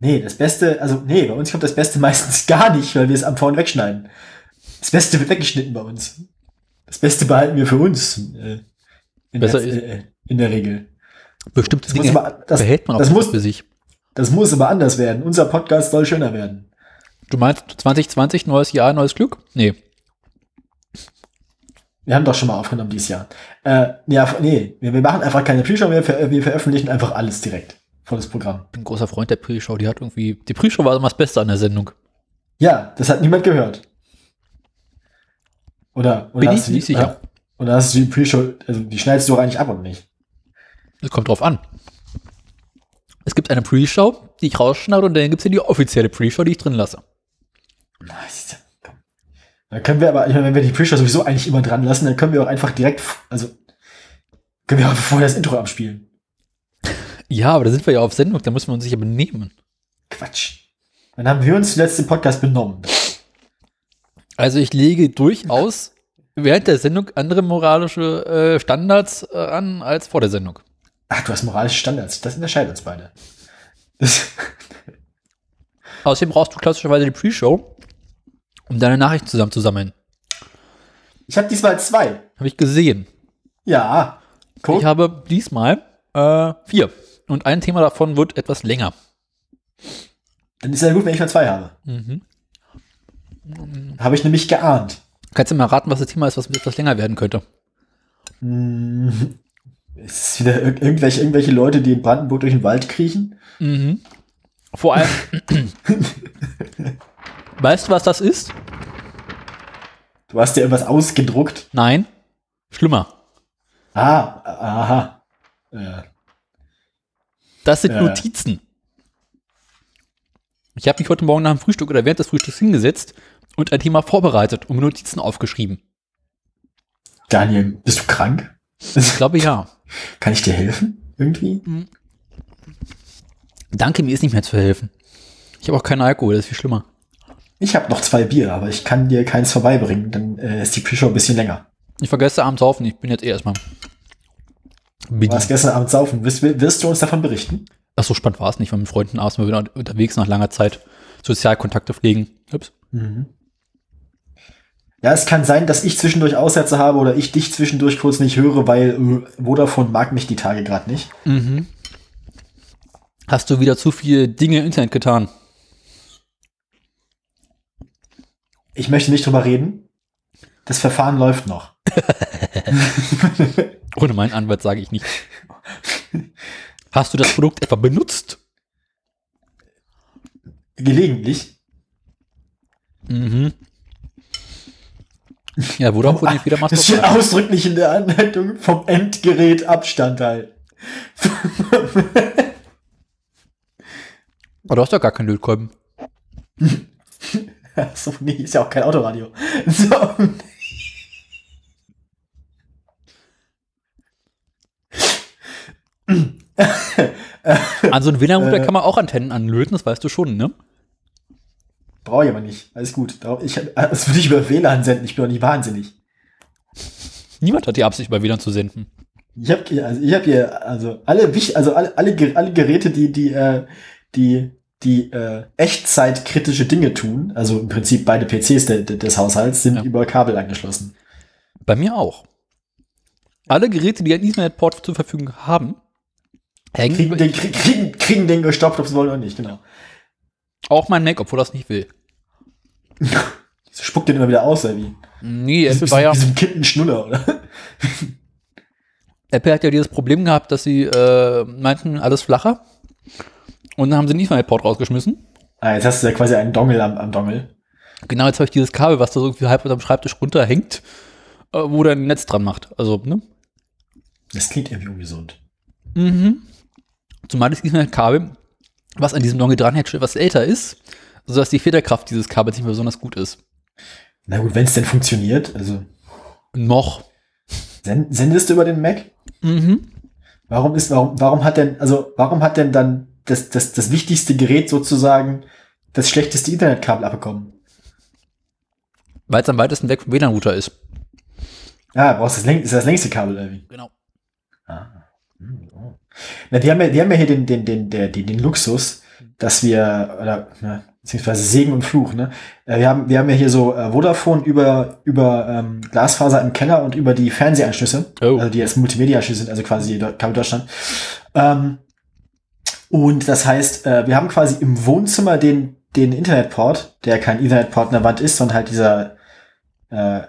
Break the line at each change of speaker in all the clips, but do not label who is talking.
Nee, das Beste, also nee, bei uns kommt das Beste meistens gar nicht, weil wir es am Vorn wegschneiden. Das Beste wird weggeschnitten bei uns. Das Beste behalten wir für uns. Äh, in,
Besser
der,
ist-
äh, in der Regel.
Bestimmte
Das muss
Dinge
aber- das-
behält man auch
das
besser
muss-
für sich.
Das muss aber anders werden. Unser Podcast soll schöner werden.
Du meinst 2020, neues Jahr, neues Glück? Nee.
Wir haben doch schon mal aufgenommen dieses Jahr. Äh, ja, nee, wir, wir machen einfach keine Pre-Show mehr, ver wir veröffentlichen einfach alles direkt. Volles Programm.
Ich bin ein großer Freund der Pre-Show. Die hat irgendwie. Die Pre-Show war immer das Beste an der Sendung.
Ja, das hat niemand gehört. Oder, oder
Bin ich
hast du die,
nicht sicher.
Oder hast du die Pre-Show, also die schneidest du doch eigentlich ab und nicht.
Es kommt drauf an. Es gibt eine Pre-Show, die ich rausschneide, und dann gibt es ja die offizielle Pre-Show, die ich drin lasse.
Na, siehst du, komm. Dann können wir aber, ich meine, wenn wir die Pre-Show sowieso eigentlich immer dran lassen, dann können wir auch einfach direkt, f- also können wir auch vorher das Intro abspielen.
Ja, aber da sind wir ja auf Sendung, da müssen wir uns sicher benehmen.
Quatsch. Dann haben wir uns zuletzt im Podcast benommen.
Also ich lege durchaus während der Sendung andere moralische äh, Standards äh, an als vor der Sendung.
Ach, du hast moralische Standards. Das unterscheidet uns beide. Das,
Außerdem brauchst du klassischerweise die Pre-Show, um deine Nachrichten zusammenzusammeln.
ich habe diesmal zwei.
Habe ich gesehen.
Ja. Guck.
Ich habe diesmal äh, vier. Und ein Thema davon wird etwas länger.
Dann ist ja gut, wenn ich mal zwei habe. Habe ich nämlich geahnt.
Kannst du mal raten, was das Thema ist, was etwas länger werden könnte?
Es ist wieder ir irgendwelche, irgendwelche Leute, die in Brandenburg durch den Wald kriechen.
Vor allem. weißt du, was das ist?
Du hast dir irgendwas ausgedruckt.
Nein. Schlimmer.
Ah, aha. Äh,
Das sind
Ja.
Notizen. Ich habe mich heute Morgen nach dem Frühstück oder während des Frühstücks hingesetzt und ein Thema vorbereitet und mir Notizen aufgeschrieben.
Daniel, bist du krank?
Ich glaube ja.
Kann ich dir helfen? Irgendwie?
Danke, mir ist nicht mehr zu helfen. Ich habe auch keinen Alkohol, das ist viel schlimmer.
Ich habe noch zwei Bier, aber ich kann dir keins vorbeibringen. Dann äh, ist die Pre-Show ein bisschen länger.
Ich vergesse abends saufen, ich bin jetzt eh erstmal.
Du warst gestern Abend saufen. Wirst, wirst du uns davon berichten?
Ach so spannend war es nicht, weil mit Freunden abends mal wieder unterwegs nach langer Zeit Sozialkontakte pflegen. Ups.
Ja, es kann sein, dass ich zwischendurch Aussätze habe oder ich dich zwischendurch kurz nicht höre, weil äh, Vodafone mag mich die Tage gerade nicht.
Hast du wieder zu viele Dinge im Internet getan?
Ich möchte nicht drüber reden. Das Verfahren läuft noch.
Ohne meinen Anwalt sage ich nicht. Hast du das Produkt etwa benutzt?
Gelegentlich.
Mhm. Ja, wurde auch wohl nicht wieder
ah, Das steht
masturbiert.
ausdrücklich in der Anleitung vom Endgerät Abstand halten.
Aber du hast doch gar keinen Lötkolben.
Achso, nee, ist ja auch kein Autoradio. So.
An so einen
Äh.
WLAN-Router kann man auch Antennen anlöten, das weißt du schon, ne?
Brauche ich aber nicht. Alles gut. Darauf- Ich, das würde ich über WLAN senden. Ich bin doch nicht wahnsinnig.
Niemand hat die Absicht, über WLAN zu senden.
Ich habe also ich habe hier also alle wich- also alle alle, Ge- alle Geräte, die die äh, die die äh, Echtzeitkritische Dinge tun, also im Prinzip beide PCs de, de, des Haushalts sind
Ja.
über Kabel angeschlossen.
Bei mir auch. Alle Geräte, die einen Ethernet-Port zur Verfügung haben, hängen
Kriegen
über-
den, krieg, kriegen, kriegen den gestoppt, ob sie wollen oder nicht, genau.
auch mein Mac, obwohl das nicht will.
Sie spuckt den immer wieder aus, oder wie?
Nee, Apple, war
Wie
ja,
so ein Kind ein Schnuller, oder?
Apple hat ja dieses Problem gehabt, dass sie äh, meinten, alles flacher. Und dann haben sie den Ethernet-Port rausgeschmissen.
Ah, jetzt hast du ja quasi einen Dongel am, am Dongel.
Genau, jetzt habe ich dieses Kabel, was da so irgendwie halb unterm Schreibtisch runterhängt, äh, wo dann ein Netz dran macht. Also, ne?
Das klingt irgendwie ungesund.
Mhm. Zumal das Ethernet-Kabel, was an diesem Dongle dranhängt, schon etwas älter ist, sodass die Federkraft dieses Kabels nicht mehr besonders gut ist.
Na gut, wenn es denn funktioniert, also
Noch.
send, sendest du über den Mac?
Mhm.
Warum ist, warum, warum hat denn, also warum hat denn dann das, das, das wichtigste Gerät sozusagen das schlechteste Internetkabel abbekommen?
Weil es am weitesten weg vom WLAN-Router ist.
Ja, Ah, brauchst das läng ist das längste Kabel irgendwie.
Genau.
Ah. Hm, oh. Na, die haben ja, die haben ja hier den, den, den, der, den, den Luxus, dass wir, oder, ne, beziehungsweise Segen und Fluch, ne? Äh, Wir haben, wir haben ja hier so äh, Vodafone über, über ähm, Glasfaser im Keller und über die Fernsehanschlüsse,
Oh.
also die jetzt Multimedia-Anschlüsse sind, also quasi Deu- Kabel Deutschland. Ähm, und das heißt, äh, wir haben quasi im Wohnzimmer den, den Internetport, der kein Ethernet-Port in der Wand ist, sondern halt dieser, äh,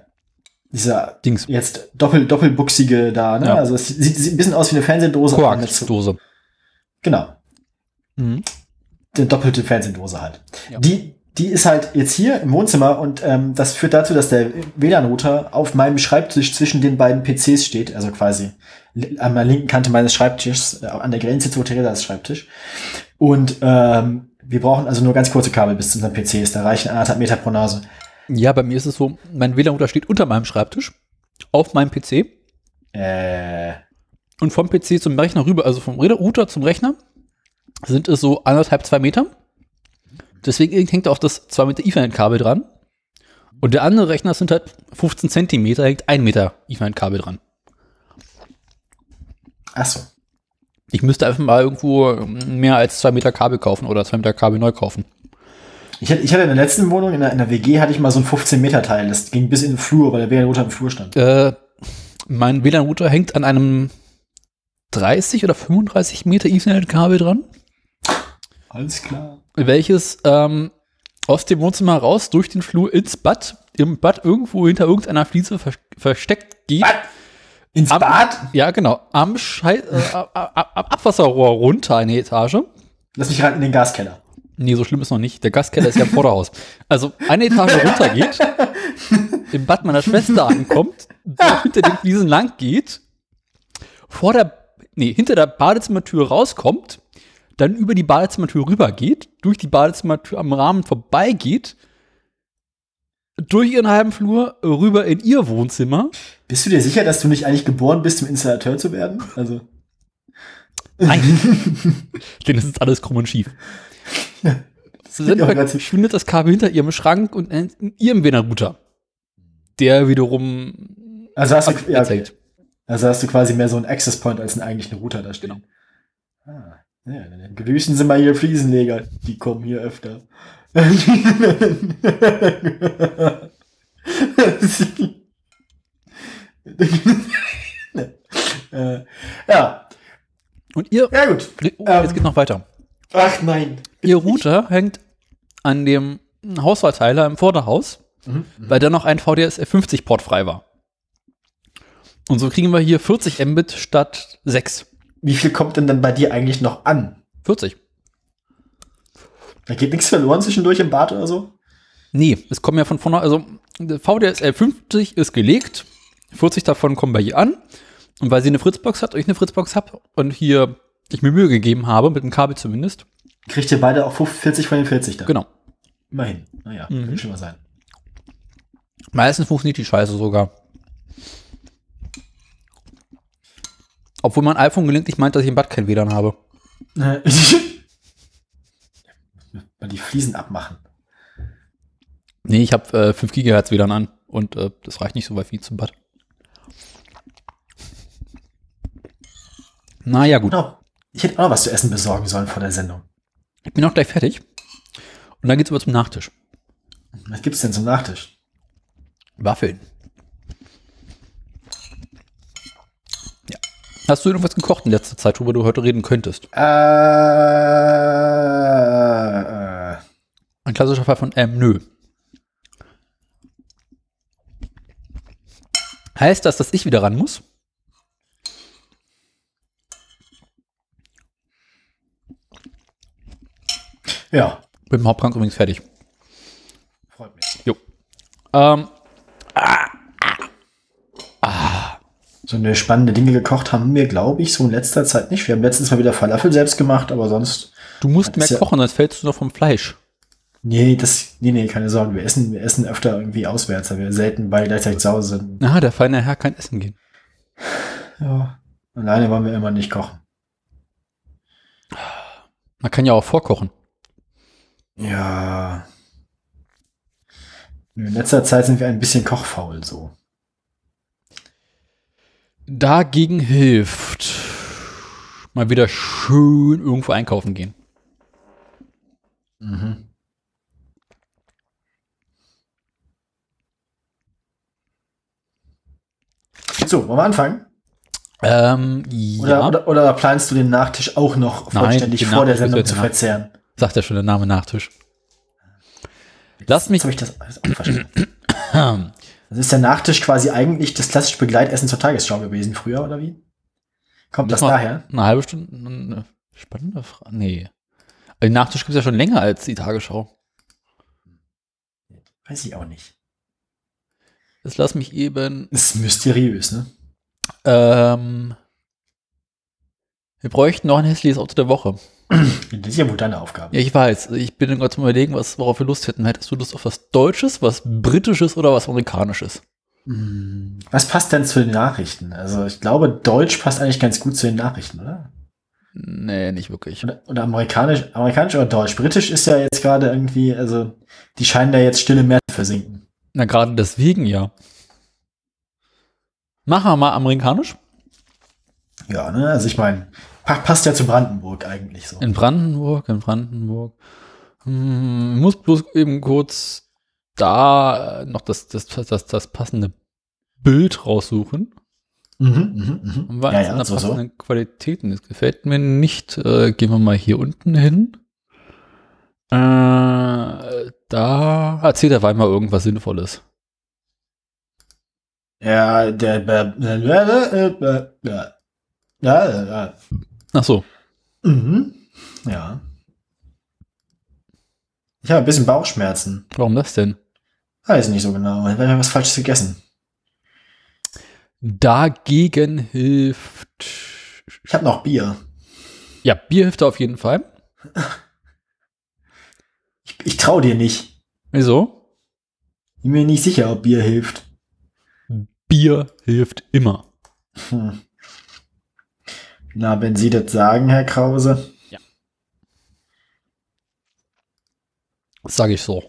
dieser
Dings.
jetzt doppel, doppelbuchsige da, ne?
Ja.
Also es sieht, sieht ein bisschen aus wie eine Fernsehdose. aber mit so-
Koax-Dose.
Genau,
Mhm.
eine doppelte Fernsehdose halt.
Ja.
Die, die ist halt jetzt hier im Wohnzimmer und ähm, das führt dazu, dass der WLAN-Router auf meinem Schreibtisch zwischen den beiden PCs steht, also quasi li- an der linken Kante meines Schreibtisches, äh, an der Grenze zu Theresas Schreibtisch. Und ähm, wir brauchen also nur ganz kurze Kabel bis zu unseren PCs, da reichen anderthalb Meter pro Nase.
Ja, bei mir ist es so, mein WLAN-Router steht unter meinem Schreibtisch, auf meinem PC
Äh,
und vom PC zum Rechner rüber, also vom Re- Router zum Rechner sind es so anderthalb, zwei Meter. Deswegen hängt auch das 2 Meter Ethernet-Kabel dran. Und der andere Rechner sind halt 15 Zentimeter, hängt 1 Meter Ethernet-Kabel dran.
ach so.
Ich müsste einfach mal irgendwo ähm, mehr als 2 Meter Kabel kaufen oder 2 Meter Kabel neu kaufen.
Ich hatte, ich hatte in der letzten Wohnung, in der, in der WG, hatte ich mal so ein 15-Meter-Teil. Das ging bis in den Flur, weil der WLAN-Router im Flur stand.
Äh, mein WLAN-Router hängt an einem 30 oder 35 Meter Ethernet-Kabel dran.
Alles klar.
welches ähm, aus dem Wohnzimmer raus durch den Flur ins Bad, im Bad irgendwo hinter irgendeiner Fliese vers versteckt geht.
Was? Ins
Am-
Bad?
Ja, genau. Am Schei äh, ab- ab- ab- Abwasserrohr runter eine Etage.
Lass mich ran in den Gaskeller.
Nee, so schlimm ist noch nicht. Der Gastkeller ist ja im Vorderhaus. Also eine Etage runter geht, im Bad meiner Schwester ankommt, dort hinter den Fliesen lang geht, vor der, nee, hinter der Badezimmertür rauskommt, dann über die Badezimmertür rüber geht, durch die Badezimmertür am Rahmen vorbeigeht, durch ihren halben Flur rüber in ihr Wohnzimmer.
Bist du dir sicher, dass du nicht eigentlich geboren bist, zum Installateur zu werden? Also,
Nein. Denn es ist alles krumm und schief.
klingt auch
Dann
ganz-
verschwindet das Kabel hinter ihrem Schrank und in in ihrem WLAN-Router. Der wiederum
also hast, du, ja, okay.
erzählt.
also hast du quasi mehr so einen Access Point als einen eigentlichen Router da stehen.
Genau.
Ah, ja, dann- dann grüßen Sie mal Ihre Fliesenleger. Die kommen hier öfter. Äh, ja,
Und ihr,
ja gut.
oh,
Ähm.
jetzt geht noch weiter.
Ach nein.
Ihr Router hängt an dem Hausverteiler im Vorderhaus,
Mhm.
weil da noch ein VDSL 50 Port frei war. Und so kriegen wir hier 40 Mbit statt 6.
Wie viel kommt denn dann bei dir eigentlich noch an?
40.
Da geht nichts verloren zwischendurch im Bad oder so?
Nee, es kommen ja von vorne, also der VDSL 50 ist gelegt, 40 davon kommen bei ihr an. Und weil sie eine Fritzbox hat und ich eine Fritzbox habe und hier ich mir Mühe gegeben habe, mit dem Kabel zumindest,
Kriegt ihr beide auch 50, 40 von den 40 dann?
genau.
Immerhin. Naja,
Mhm.
kann schon mal sein.
Meistens funktioniert die Scheiße sogar. Obwohl mein iPhone gelegentlich meint, dass ich im Bad kein WLAN habe.
Äh, Mal die Fliesen abmachen.
Nee, ich habe äh, 5 GHz WLAN an und äh, das reicht nicht so weit wie zum Bad. Naja, gut.
Genau. Ich hätte auch noch was zu essen besorgen sollen vor der Sendung.
Ich bin auch gleich fertig. Und dann geht's über zum Nachtisch.
Was gibt's denn zum Nachtisch?
Waffeln. Ja. Hast du irgendwas gekocht in letzter Zeit, worüber du heute reden könntest?
Äh, äh,
Ein klassischer Fall von ähm, nö. Heißt das, dass ich wieder ran muss?
ja,
Mit dem Hauptgang übrigens fertig.
freut mich.
Jo. Ähm,
So eine spannende Dinge gekocht haben wir, glaube ich, so in letzter Zeit nicht. Wir haben letztens mal wieder Falafel selbst gemacht, aber sonst.
du musst
Das
mehr
ist ja-
kochen, sonst fällst du noch vom Fleisch.
Nee, das, nee, nee, keine Sorge. Wir essen, wir essen öfter irgendwie auswärts, weil wir selten beide gleichzeitig zu Hause sind.
Na, der feine Herr kann essen gehen.
Ja. Alleine wollen wir immer nicht kochen.
Man kann ja auch vorkochen.
Ja. In letzter Zeit sind wir ein bisschen kochfaul so.
Dagegen hilft mal wieder schön irgendwo einkaufen gehen.
Mhm. So, wollen wir anfangen?
Ähm,
Oder,
ja,
oder, oder planst du den Nachtisch auch noch
Nein,
vollständig
den
vor der
Nachtisch müssen wir
Sendung
jetzt
zu
nach-
verzehren?
sagt ja schon der Name Nachtisch. Lass mich,
Jetzt habe ich das alles auch verstanden.
Ähm,
Dann ist der Nachtisch quasi eigentlich das klassische Begleitessen zur Tagesschau gewesen früher, oder wie? Kommt das
Müssen wir-
daher?
Eine halbe Stunde? Eine spannende Frage. Nee. Aber Den Nachtisch gibt es ja schon länger als die Tagesschau.
Weiß ich auch nicht.
Das lass mich eben.
Ist mysteriös, ne?
Ähm, wir bräuchten noch ein hässliches Auto der Woche.
Das ist ja wohl deine Aufgabe.
Ja, ich weiß. Ich bin gerade zum Überlegen, was, worauf wir Lust hätten. Hättest du Lust auf was Deutsches, was Britisches oder was Amerikanisches?
Hm, Was passt denn zu den Nachrichten? Also ich glaube, Deutsch passt eigentlich ganz gut zu den Nachrichten, oder?
Nee, nicht wirklich.
Oder, oder amerikanisch, amerikanisch oder deutsch? Britisch ist ja jetzt gerade irgendwie, also die scheinen da jetzt still im Meer zu versinken.
Na, gerade deswegen ja. Machen wir mal amerikanisch.
Ja, ne? Also ich meine, pa- passt ja zu Brandenburg eigentlich so.
In Brandenburg, in Brandenburg. Hm, muss bloß eben kurz da äh, noch das, das, das, das passende Bild raussuchen.
Mhm, mhm, mhm.
Weil
Ja,
es in
ja,
der
so, so.
passenden Qualitäten ist. Gefällt mir nicht. Äh, gehen wir mal hier unten hin. Äh, da erzählt der Wein mal irgendwas Sinnvolles.
Ja, der. Äh, äh, äh, äh, äh, ja, äh, äh,
Ach so.
mhm. ja. Ich habe ein bisschen Bauchschmerzen.
Warum das denn?
Weiß nicht so genau. Ich habe was Falsches gegessen.
Dagegen hilft.
Ich habe noch Bier.
Ja, Bier hilft da auf jeden Fall.
Ich, ich traue dir nicht.
Wieso?
Bin mir nicht sicher, ob Bier hilft.
Bier hilft immer.
Hm. Na, wenn Sie das sagen, Herr Krause.
Sag ich so.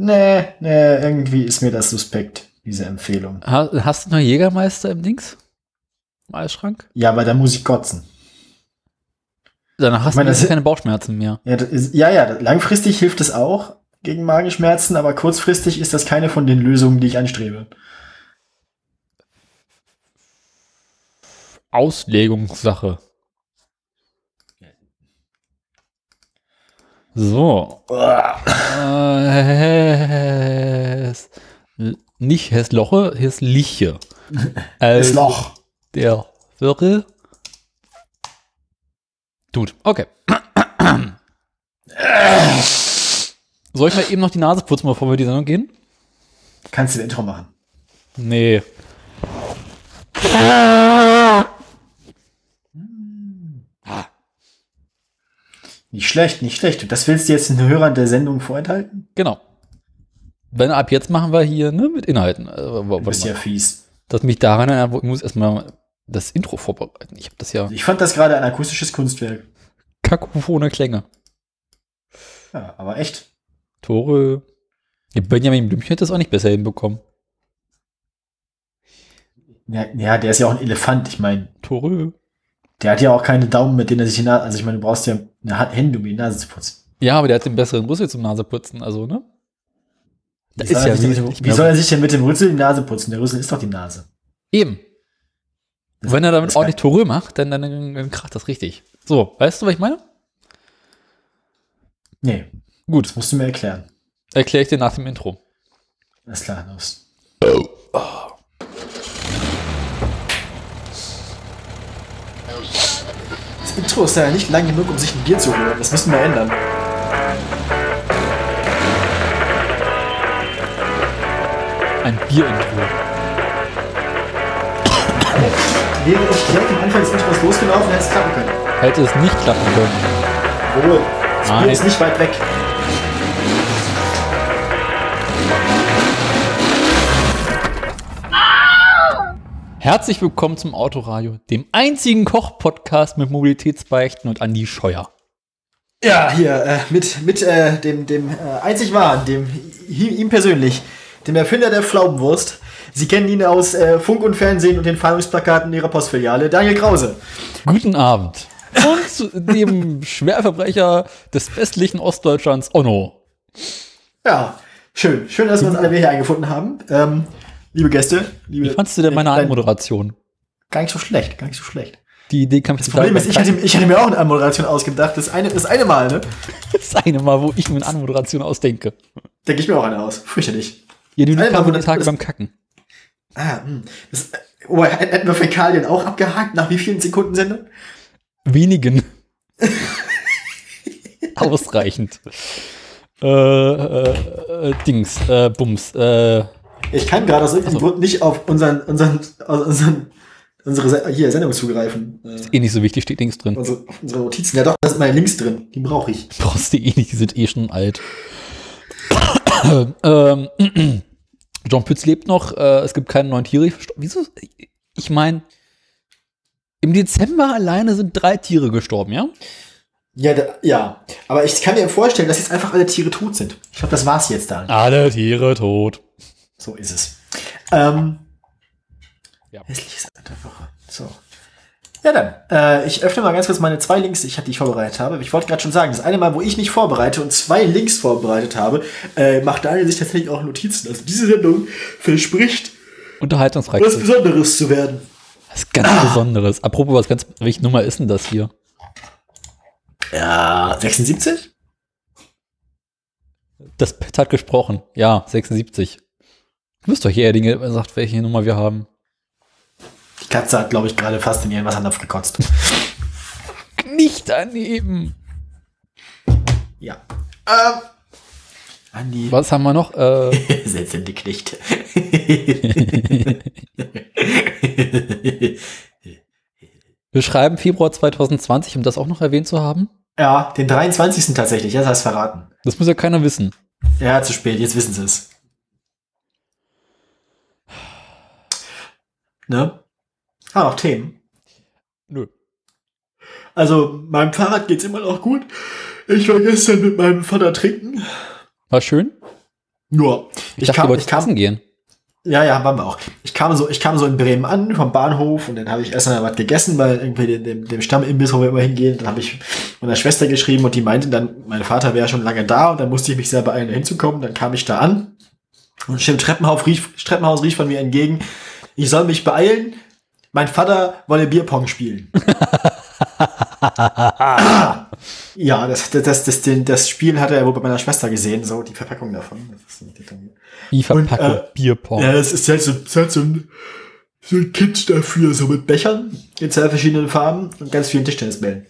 Nee, nee, irgendwie ist mir das suspekt, diese Empfehlung.
Ha hast du noch Jägermeister im Dings? Im Eisschrank?
Ja, aber da muss ich kotzen.
Danach hast
Ich meine,
du
das-
keine Bauchschmerzen mehr.
Ja, das ist, ja, ja, langfristig hilft es auch gegen Magenschmerzen, aber kurzfristig ist das keine von den Lösungen, die ich anstrebe.
Auslegungssache. So. Äh, Hess- nicht Hessloche, Hessliche.
Das
Also
Loch.
der Wirre. Tut. Okay. Soll ich mal eben noch die Nase putzen, bevor wir in die Sendung gehen?
Kannst du ein Intro machen?
Nee.
Nicht schlecht, nicht schlecht. Das willst du jetzt den Hörern der Sendung vorenthalten?
Genau. Wenn ab jetzt machen wir hier ne, mit Inhalten. Also, w-
Du
warte
bist
mal.
ja fies.
Dass mich daran erinnert, wo- ich muss erstmal das Intro vorbereiten. Ich habe das ja
Also Ich fand das gerade ein akustisches Kunstwerk.
kakophone Klänge.
Ja, aber echt.
Tore. Ja, Benjamin Blümchen hätte das auch nicht besser hinbekommen.
Ja, ja, der ist ja auch ein Elefant. Ich meine,
Tore.
der hat ja auch keine Daumen, mit denen er sich die Nase. Also, ich meine, du brauchst ja eine Hand- Hände, um die Nase zu putzen.
Ja, aber der hat den besseren Rüssel zum Naseputzen, also, ne? Da
Wie soll, er, sich,
nicht
wie
mehr-
soll er sich denn mit dem Rüssel die Nase putzen? Der Rüssel ist doch die Nase.
Eben.
Das-
Wenn er damit
das kann-
ordentlich Tore macht, dann, dann, dann, dann kracht das richtig. So, weißt du, was ich meine?
Nee,
Gut,
das musst du mir erklären.
erkläre ich dir nach dem Intro.
Alles klar, los. Das Intro ist ja nicht lang genug, um sich ein Bier zu holen. Das müssen wir ändern.
Ein Bier-Intro.
Wäre ich direkt am Anfang des Intros losgelaufen, hätte es klappen können.
Hätte es nicht klappen können.
Jawohl. Das Bier
Nein.
ist nicht weit weg.
Herzlich willkommen zum Autoradio, dem einzigen Koch-Podcast mit Mobilitätsbeichten und Andi Scheuer.
Ja, hier, äh, mit, mit äh, dem, dem äh, einzig wahren, dem i- ihm persönlich, dem Erfinder der Pflaumenwurst. Sie kennen ihn aus äh, Funk und Fernsehen und den Fahndungsplakaten ihrer Postfiliale, Daniel Krause.
Guten Abend. und dem Schwerverbrecher des westlichen Ostdeutschlands Onno.
Ja, schön. Schön, dass wir uns alle wieder hier eingefunden haben. Ähm, liebe Gäste, liebe.
Wie fandst du denn meine
Dein-
Anmoderation?
Gar nicht so schlecht, gar nicht so schlecht.
Die Idee kam
Das Problem ist, ich hatte, ich hatte mir auch eine Anmoderation ausgedacht. Das eine, das eine Mal, ne?
das eine Mal, wo ich mir eine Anmoderation ausdenke.
Denke ich mir auch eine aus. Fürchterlich.
Ja, die
Alter,
kam
wo
den
das-
Tag
das-
beim Kacken.
Ah, hm. das, oh, hätten wir Fäkalien auch abgehakt? Nach wie vielen Sekunden Sendung?
Wenigen. Ausreichend. Äh, äh, äh, Dings, äh, Bums, äh,
Ich kann gerade aus irgendeinem Grund nicht auf unseren, unseren, aus unseren unsere Se- hier, Sendung zugreifen. Äh,
eh nicht so wichtig, steht Dings drin.
unsere, auf unsere Notizen. Ja doch, da sind meine Links drin. Die brauche ich.
Brauchst du eh nicht, die sind eh schon alt. ähm, John Pütz lebt noch, äh, es gibt keinen neuen Tiere. Ich versto- Wieso? Ich meine, im Dezember alleine sind drei Tiere gestorben, ja?
Ja, da, ja. Aber ich kann mir vorstellen, dass jetzt einfach alle Tiere tot sind. Ich glaube, das war's jetzt dann.
Alle Tiere tot.
So ist es. Ähm,
Ja.
Hässliches Alter der Woche. So. Ja, dann. Äh, ich öffne mal ganz kurz meine zwei Links, die ich, die ich vorbereitet habe. Ich wollte gerade schon sagen, das eine Mal, wo ich mich vorbereite und zwei Links vorbereitet habe, äh, macht Daniel sich tatsächlich auch Notizen. Also diese Sendung verspricht,
Unterhaltungsreich.
Um was Besonderes zu werden.
Was ganz Besonderes. Apropos, was ganz, welche Nummer ist denn das hier?
Ja, 76?
Das Pet hat gesprochen. Ja, 76. Du bist doch hier derjenige, der sagt, welche Nummer wir haben.
Die Katze hat, glaube ich, gerade fast in ihren Wassernapf gekotzt.
Nicht daneben.
ja. Ähm, Andi,
Was haben wir noch? Äh,
setz in die Knechte.
wir schreiben Februar 2020, um das auch noch erwähnt zu haben.
Ja, den 23. tatsächlich, das heißt verraten.
Das muss ja keiner wissen.
Ja, zu spät, jetzt wissen sie es. Ne? Ah, noch Themen.
Nö.
Also, meinem Fahrrad geht's immer noch gut. Ich war gestern mit meinem Vater trinken.
War schön.
Nur,
Ich, dachte, du
kam, ich
wolltest essen
kam,
gehen.
ja, ja, waren wir auch. Ich kam so, ich kam so in Bremen an vom Bahnhof und dann habe ich erst mal was gegessen bei irgendwie dem, dem, dem Stammimbiss, wo wir immer hingehen. Dann habe ich meiner Schwester geschrieben und die meinte dann, mein Vater wäre schon lange da und dann musste ich mich sehr beeilen, da hinzukommen. Dann kam ich da an und im Treppenhaus rief, Treppenhaus rief von mir entgegen, ich soll mich beeilen, mein Vater wolle Bierpong spielen. ja, das, das, das, das, den- das Spiel hatte er wohl bei meiner Schwester gesehen, so die Verpackung davon. Das ist nicht der Ton.
Die Verpackung
äh,
Bierpong.
Ja, das ist halt so, das ist halt so, ein, so ein Kit dafür, so mit Bechern in zwei verschiedenen Farben und ganz vielen Tischtennisbällen.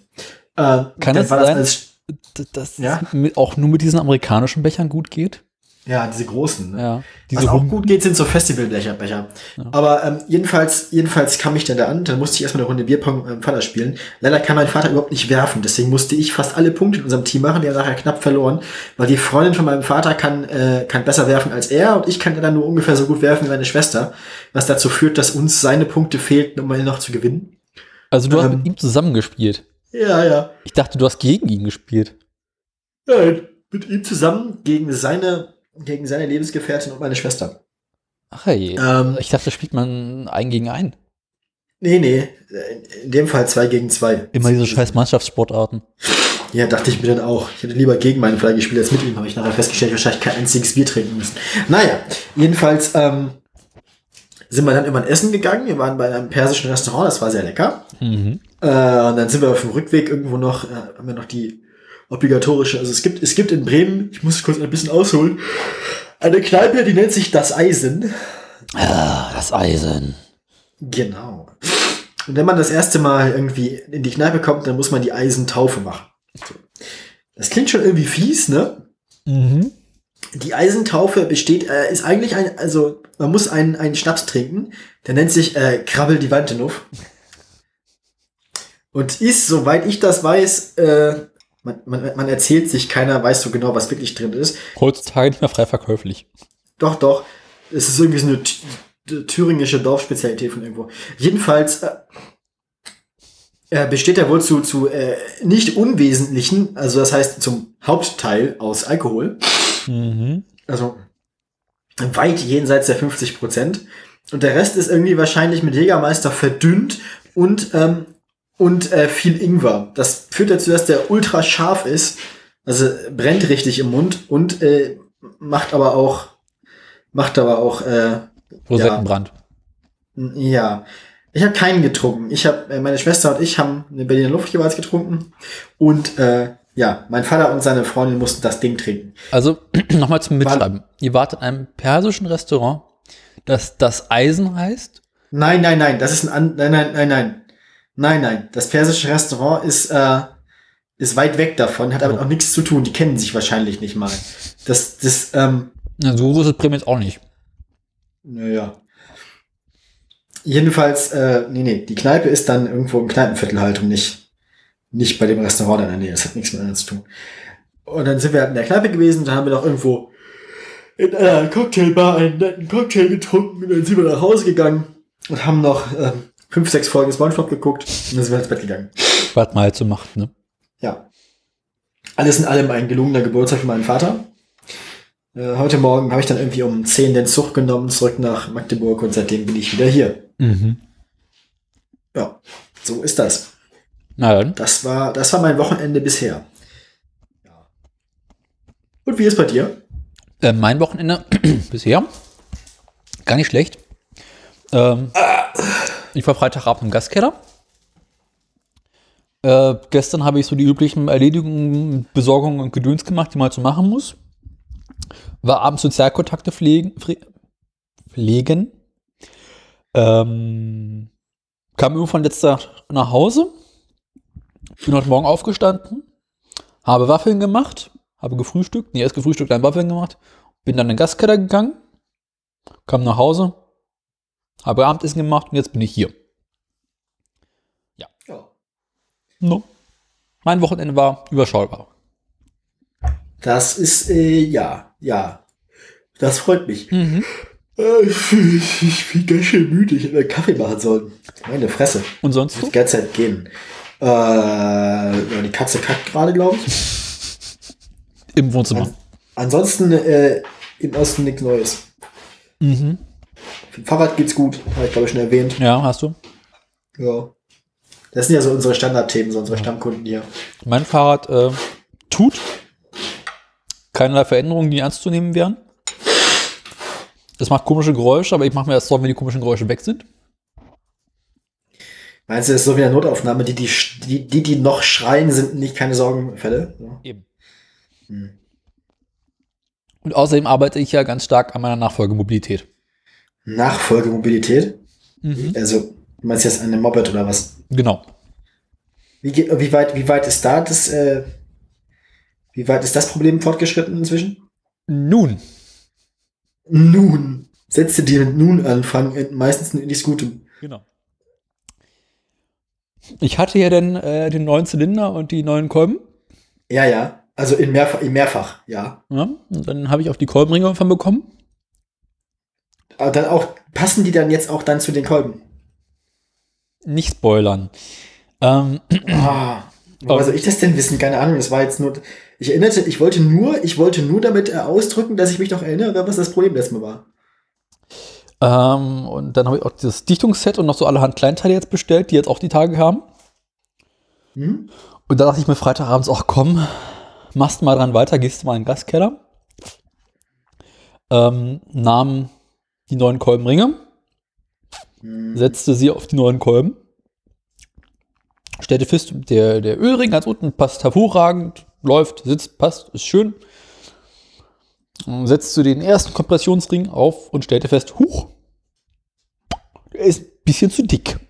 Äh,
Kann
dann
es
war
sein?
alles-
D- Dass
ja.
es mit, auch nur mit diesen amerikanischen Bechern gut geht.
ja, diese großen. Ne?
Ja.
Was
Diese
auch
Rum-
gut geht, sind so Festivalbecher. Becher.
Ja.
Aber ähm, jedenfalls, jedenfalls kam ich dann da an, dann musste ich erstmal eine Runde Bierpong mit meinem Vater spielen. Leider kann mein Vater überhaupt nicht werfen, deswegen musste ich fast alle Punkte in unserem Team machen, der hat nachher knapp verloren, weil die Freundin von meinem Vater kann, äh, kann besser werfen als er und ich kann dann nur ungefähr so gut werfen wie meine Schwester, was dazu führt, dass uns seine Punkte fehlten, um ihn noch zu gewinnen.
Also du hast
ähm,
mit ihm zusammengespielt.
Ja, ja.
Ich dachte, du hast gegen ihn gespielt.
Nein. Mit ihm zusammen gegen seine, gegen seine Lebensgefährtin und meine Schwester.
Ach je.
Ähm,
Ich dachte, da spielt man ein gegen ein.
nee, nee. Äh, in- In dem Fall zwei gegen zwei.
Immer diese scheiß Mannschaftssportarten.
Ja, dachte ich mir dann auch. Ich hätte lieber gegen meinen Fall gespielt als mit ihm, habe ich nachher festgestellt, wahrscheinlich kein einziges Bier trinken müssen. Naja, jedenfalls ähm, sind wir dann irgendwann essen gegangen. Wir waren bei einem persischen Restaurant, das war sehr lecker.
Mhm.
Äh, und dann sind wir auf dem Rückweg irgendwo noch, äh, haben wir noch die obligatorische, also es gibt, es gibt in Bremen, ich muss kurz ein bisschen ausholen, eine Kneipe, die nennt sich Das Eisen.
Ah, das Eisen.
Genau. Und wenn man das erste Mal irgendwie in die Kneipe kommt, dann muss man die Eisentaufe machen. So. Das klingt schon irgendwie fies, ne?
Mhm.
Die Eisentaufe besteht, äh, ist eigentlich ein, also man muss einen, einen Schnaps trinken, der nennt sich äh, Krabbel die Wantenuff. Und ist, soweit ich das weiß, äh, man, man, man erzählt sich, keiner weiß so genau, was wirklich drin ist.
Heutzutage nicht mehr frei verkäuflich.
Doch, doch, es ist irgendwie so eine thü- thüringische Dorfspezialität von irgendwo. Jedenfalls äh, äh, besteht er wohl zu, zu äh, nicht unwesentlichen, also das heißt zum Hauptteil aus Alkohol.
Mhm.
also weit jenseits der 50 Prozent. Und der Rest ist irgendwie wahrscheinlich mit Jägermeister verdünnt und ähm, und äh, viel Ingwer. Das führt dazu, dass der ultra scharf ist, also brennt richtig im Mund und äh, macht aber auch macht aber auch äh,
Rosettenbrand.
n- ja. Ich habe keinen getrunken. Ich habe äh, meine Schwester und ich haben eine Berliner Luft jeweils getrunken und äh, ja, mein Vater und seine Freundin mussten das Ding trinken.
Also nochmal zum Mitschreiben. Ihr wart in einem persischen Restaurant, das das Eisen heißt.
Nein, nein, nein, das ist ein an nein, nein, nein, nein. Nein, nein, das persische Restaurant ist äh, ist weit weg davon, hat aber
Oh.
auch nichts zu tun. Die kennen sich wahrscheinlich nicht mal. Das das ähm,
Na, so groß ist Bremen jetzt auch nicht.
Naja. Jedenfalls, äh, nee, nee, die Kneipe ist dann irgendwo im Kneipenviertel halt und nicht, nicht bei dem Restaurant in der Nähe. Das hat nichts miteinander zu tun. Und dann sind wir halt in der Kneipe gewesen, dann haben wir noch irgendwo in einer Cocktailbar einen netten Cocktail getrunken und dann sind wir nach Hause gegangen und haben noch ähm, fünf, sechs Folgen des One-Shop geguckt und dann sind wir ins Bett gegangen.
Was man halt so macht, ne?
Ja. Alles in allem ein gelungener Geburtstag für meinen Vater. Äh, heute Morgen habe ich dann irgendwie um 10 den Zug genommen, zurück nach Magdeburg und seitdem bin ich wieder hier.
Mhm.
Ja, so ist das.
Na dann.
Das war, das war mein Wochenende bisher. Ja. Und wie ist bei dir?
Äh, mein Wochenende bisher gar nicht schlecht. Ähm, ich war Freitagabend im Gastkeller. Äh, gestern habe ich so die üblichen Erledigungen, Besorgungen und Gedöns gemacht, die man halt so machen muss. War abends Sozialkontakte pflegen. pfle- pflegen. Ähm, kam irgendwann letzter Nacht nach Hause. Bin heute Morgen aufgestanden. Habe Waffeln gemacht, habe gefrühstückt, nee, erst gefrühstückt, dann Waffeln gemacht, bin dann in den Gastkeller gegangen, kam nach Hause, habe Abendessen gemacht und jetzt bin ich hier.
Ja.
No. Mein Wochenende war überschaubar.
Das ist, äh, ja, ja. Das freut mich.
Mhm.
Äh, Ich bin- ich bin ganz schön müde. Ich hätte einen Kaffee machen sollen. Meine Fresse.
Und sonst
Ich muss
so?
die ganze Zeit gehen. Äh, ja, die Katze kackt gerade, glaube ich.
im Wohnzimmer.
An ansonsten äh, im Osten nichts Neues.
Mhm.
Dem Fahrrad geht's gut, habe ich glaube ich schon erwähnt.
Ja, hast du.
Ja. Das sind ja so unsere Standardthemen, so unsere Stammkunden hier.
Mein Fahrrad äh, tut keinerlei Veränderungen, die ernst zu nehmen wären. Das macht komische Geräusche, aber ich mache mir erst Sorgen, wenn die komischen Geräusche weg sind.
Meinst du, das ist so wie eine Notaufnahme, die, die, sch- die, die, die noch schreien, sind nicht keine Sorgenfälle? Ja.
Eben.
Hm.
Und außerdem arbeite ich ja ganz stark an meiner Nachfolgemobilität.
Nachfolgemobilität?
Mhm.
Also, du meinst jetzt eine Moped oder was?
Genau.
Wie, geht- wie, weit, wie weit ist da das, äh, wie weit ist das Problem fortgeschritten inzwischen?
Nun,
Nun. Sätze, die mit nun anfangen, enden äh, meistens in nichts Gutem.
Genau. Ich hatte ja dann äh, den neuen Zylinder und die neuen Kolben.
Ja, ja. Also in, mehrfach, in mehrfach, ja.
Ja, ne? und dann habe ich auch die Kolbenringe irgendwann bekommen.
Aber dann auch, passen die dann jetzt auch dann zu den Kolben?
Nicht spoilern. Ähm,
Ah.
Oh.
Woher soll ich das denn wissen? Keine Ahnung, das war jetzt nur. Ich erinnerte, ich wollte nur, ich wollte nur damit äh, ausdrücken, dass ich mich noch erinnere, was das Problem letztes Mal war.
ähm, und dann habe ich auch dieses Dichtungsset und noch so allerhand Kleinteile jetzt bestellt, die jetzt auch die Tage kamen.
Hm?
Und da dachte ich mir Freitagabends, ach komm, machst mal dran weiter, gehst mal in den Gaskeller. Ähm, nahm die neuen Kolbenringe,
Hm.
setzte sie auf die neuen Kolben, stellte fest, der, der Ölring ganz unten passt hervorragend, läuft, sitzt, passt, ist schön. Und Setzte den ersten Kompressionsring auf und stellte fest, huch, der ist ein bisschen zu dick.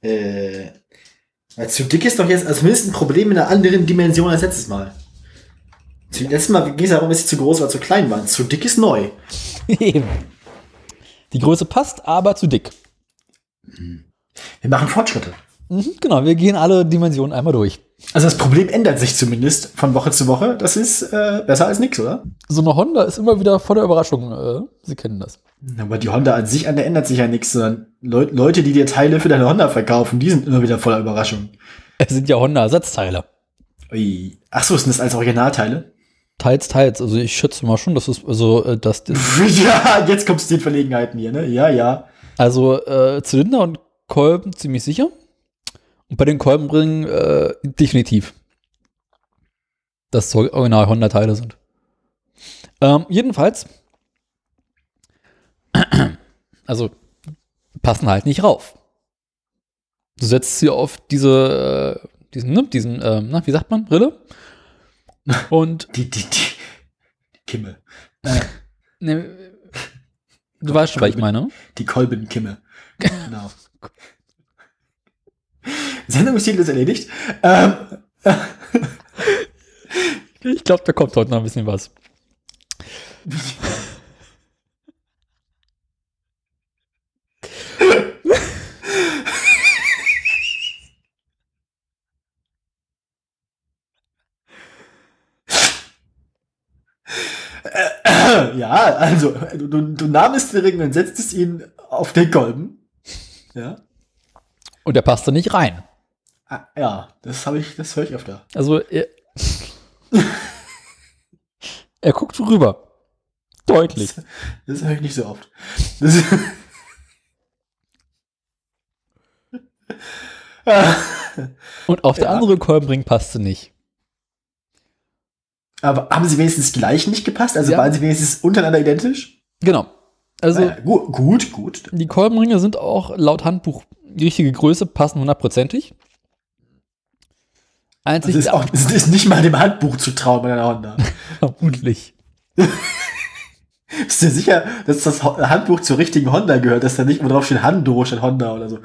Äh, weil zu dick ist doch jetzt also zumindest ein Problem in einer anderen Dimension als letztes Mal. Zu- Letztes Mal ging es darum, dass sie zu groß oder zu klein waren. Zu dick ist neu.
Eben. die Größe passt, aber zu dick.
Wir machen Fortschritte.
Mhm, genau, wir gehen alle Dimensionen einmal durch.
Also das Problem ändert sich zumindest von Woche zu Woche. Das ist äh, besser als nichts, oder?
So eine Honda ist immer wieder voller Überraschungen. Äh, Sie kennen das.
Aber die Honda an sich, an der ändert sich ja nichts, sondern Leu Leute, die dir Teile für deine Honda verkaufen, die sind immer wieder voller Überraschung.
Es sind ja Honda-Ersatzteile.
Ui. Ach so, sind das als Originalteile?
Teils, teils. Also ich schätze mal schon, dass es, also, äh, dass,
ja, jetzt kommst du in Verlegenheiten hier, ne? Ja, ja.
also äh, Zylinder und Kolben ziemlich sicher. Und bei den Kolbenringen äh, definitiv. Dass es original Honda-Teile sind. Ähm, jedenfalls, also passen halt nicht rauf. Du setzt sie auf diese, äh, diesen, ne, diesen, ähm, na, wie sagt man, Brille. Und
Die, die, die, die Kimme.
ne, du weißt schon, was ich meine. ne?
Die Kolbenkimme. Genau. Sendungstitel ist erledigt. Ähm,
Ich glaube, da kommt heute noch ein bisschen was.
ja, also, du, du du nahmest den Ring und setztest ihn auf den Kolben. Ja.
Und der passt da nicht rein.
Ah, ja, das habe ich, das höre ich öfter.
Also, er, er guckt rüber. Deutlich.
Das, das höre ich nicht so oft. Das,
Und auf der
Ja.
anderen Kolbenring passte nicht.
aber haben sie wenigstens gleich nicht gepasst? Also
Ja.
waren sie wenigstens untereinander identisch?
Genau. Also,
Naja, gu gut, gut.
die Kolbenringe sind auch laut Handbuch die richtige Größe, passen hundertprozentig.
Das
Einzig
ist,
der-
auch, das ist nicht mal dem Handbuch zu trauen bei der Honda.
vermutlich.
Bist du sicher, dass das Ho- Handbuch zur richtigen Honda gehört, dass da nicht mehr drauf steht Hando statt Honda oder so?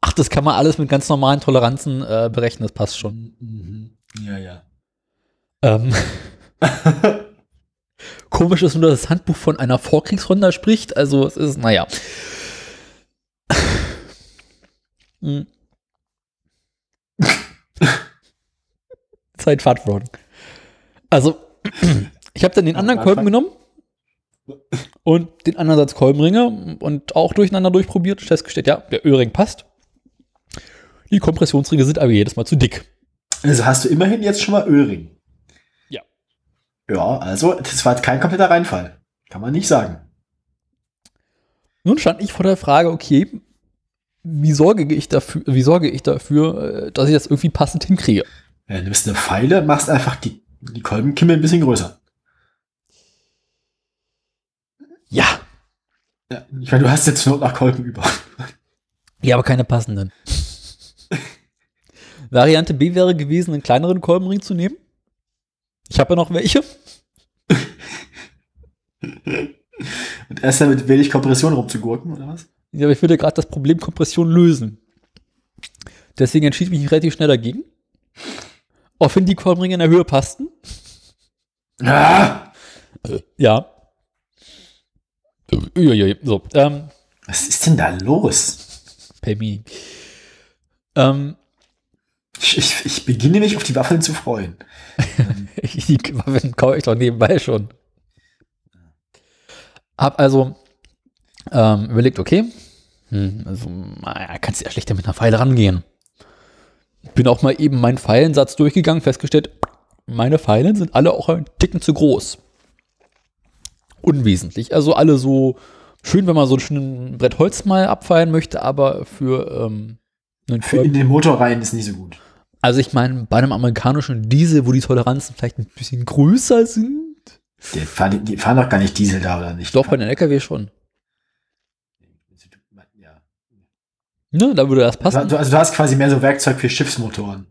Ach, das kann man alles mit ganz normalen Toleranzen äh, berechnen, das passt schon.
Mhm. Ja, ja.
Ähm. Komisch, dass nur das Handbuch von einer Vorkriegsrunde spricht. Also es ist, naja. Hm. Zeit Fahrtfragen. Also, ich habe dann den anderen Kolben genommen und den anderen Satz Kolbenringe und auch durcheinander durchprobiert und festgestellt, ja, der Öhrring passt. Die Kompressionsringe sind aber jedes Mal zu dick.
Also hast du immerhin jetzt schon mal Ölring.
Ja.
Ja, also das war kein kompletter Reinfall. Kann man nicht sagen.
Nun stand ich vor der Frage, okay, wie sorge ich dafür, wie sorge ich dafür, äh, dass ich das irgendwie passend hinkriege?
Ja, du bist eine Pfeile, machst einfach die, die Kolbenkimme ein bisschen größer.
Ja,
Ja, ich meine, du hast jetzt nur nach Kolben über.
ja, aber keine passenden. Variante B wäre gewesen, einen kleineren Kolbenring zu nehmen. Ich habe ja noch welche.
Und erst dann mit wenig Kompression rumzugurken, oder was?
Ja, aber ich würde gerade das Problem Kompression lösen. Deswegen entschied ich mich relativ schnell dagegen. Auch wenn die Kolbenringe in der Höhe passten.
Ah!
Ja. Uiuiui. So, ähm,
Was ist denn da los?
pay me. Ähm,
Ich, ich, ich beginne mich auf die Waffeln zu freuen.
Ich die Waffen kaue ich doch nebenbei schon. Hab also ähm, überlegt, okay, hm, also, naja, kannst ja schlechter mit einer Pfeile rangehen. Bin auch mal eben meinen Pfeilensatz durchgegangen, festgestellt, meine Pfeilen sind alle auch einen Ticken zu groß. Unwesentlich. Also alle so schön, wenn man so ein schönes Brett Holz mal abfeilen möchte, aber für ähm, einen
Für in den Motor rein ist nicht so gut.
also ich meine, bei einem amerikanischen Diesel, wo die Toleranzen vielleicht ein bisschen größer sind.
Die fahren, die fahren doch gar nicht Diesel da, oder nicht?
Doch, bei den LKW schon.
Ja.
Ne, da würde das passen.
Also, also du hast quasi mehr so Werkzeug für Schiffsmotoren.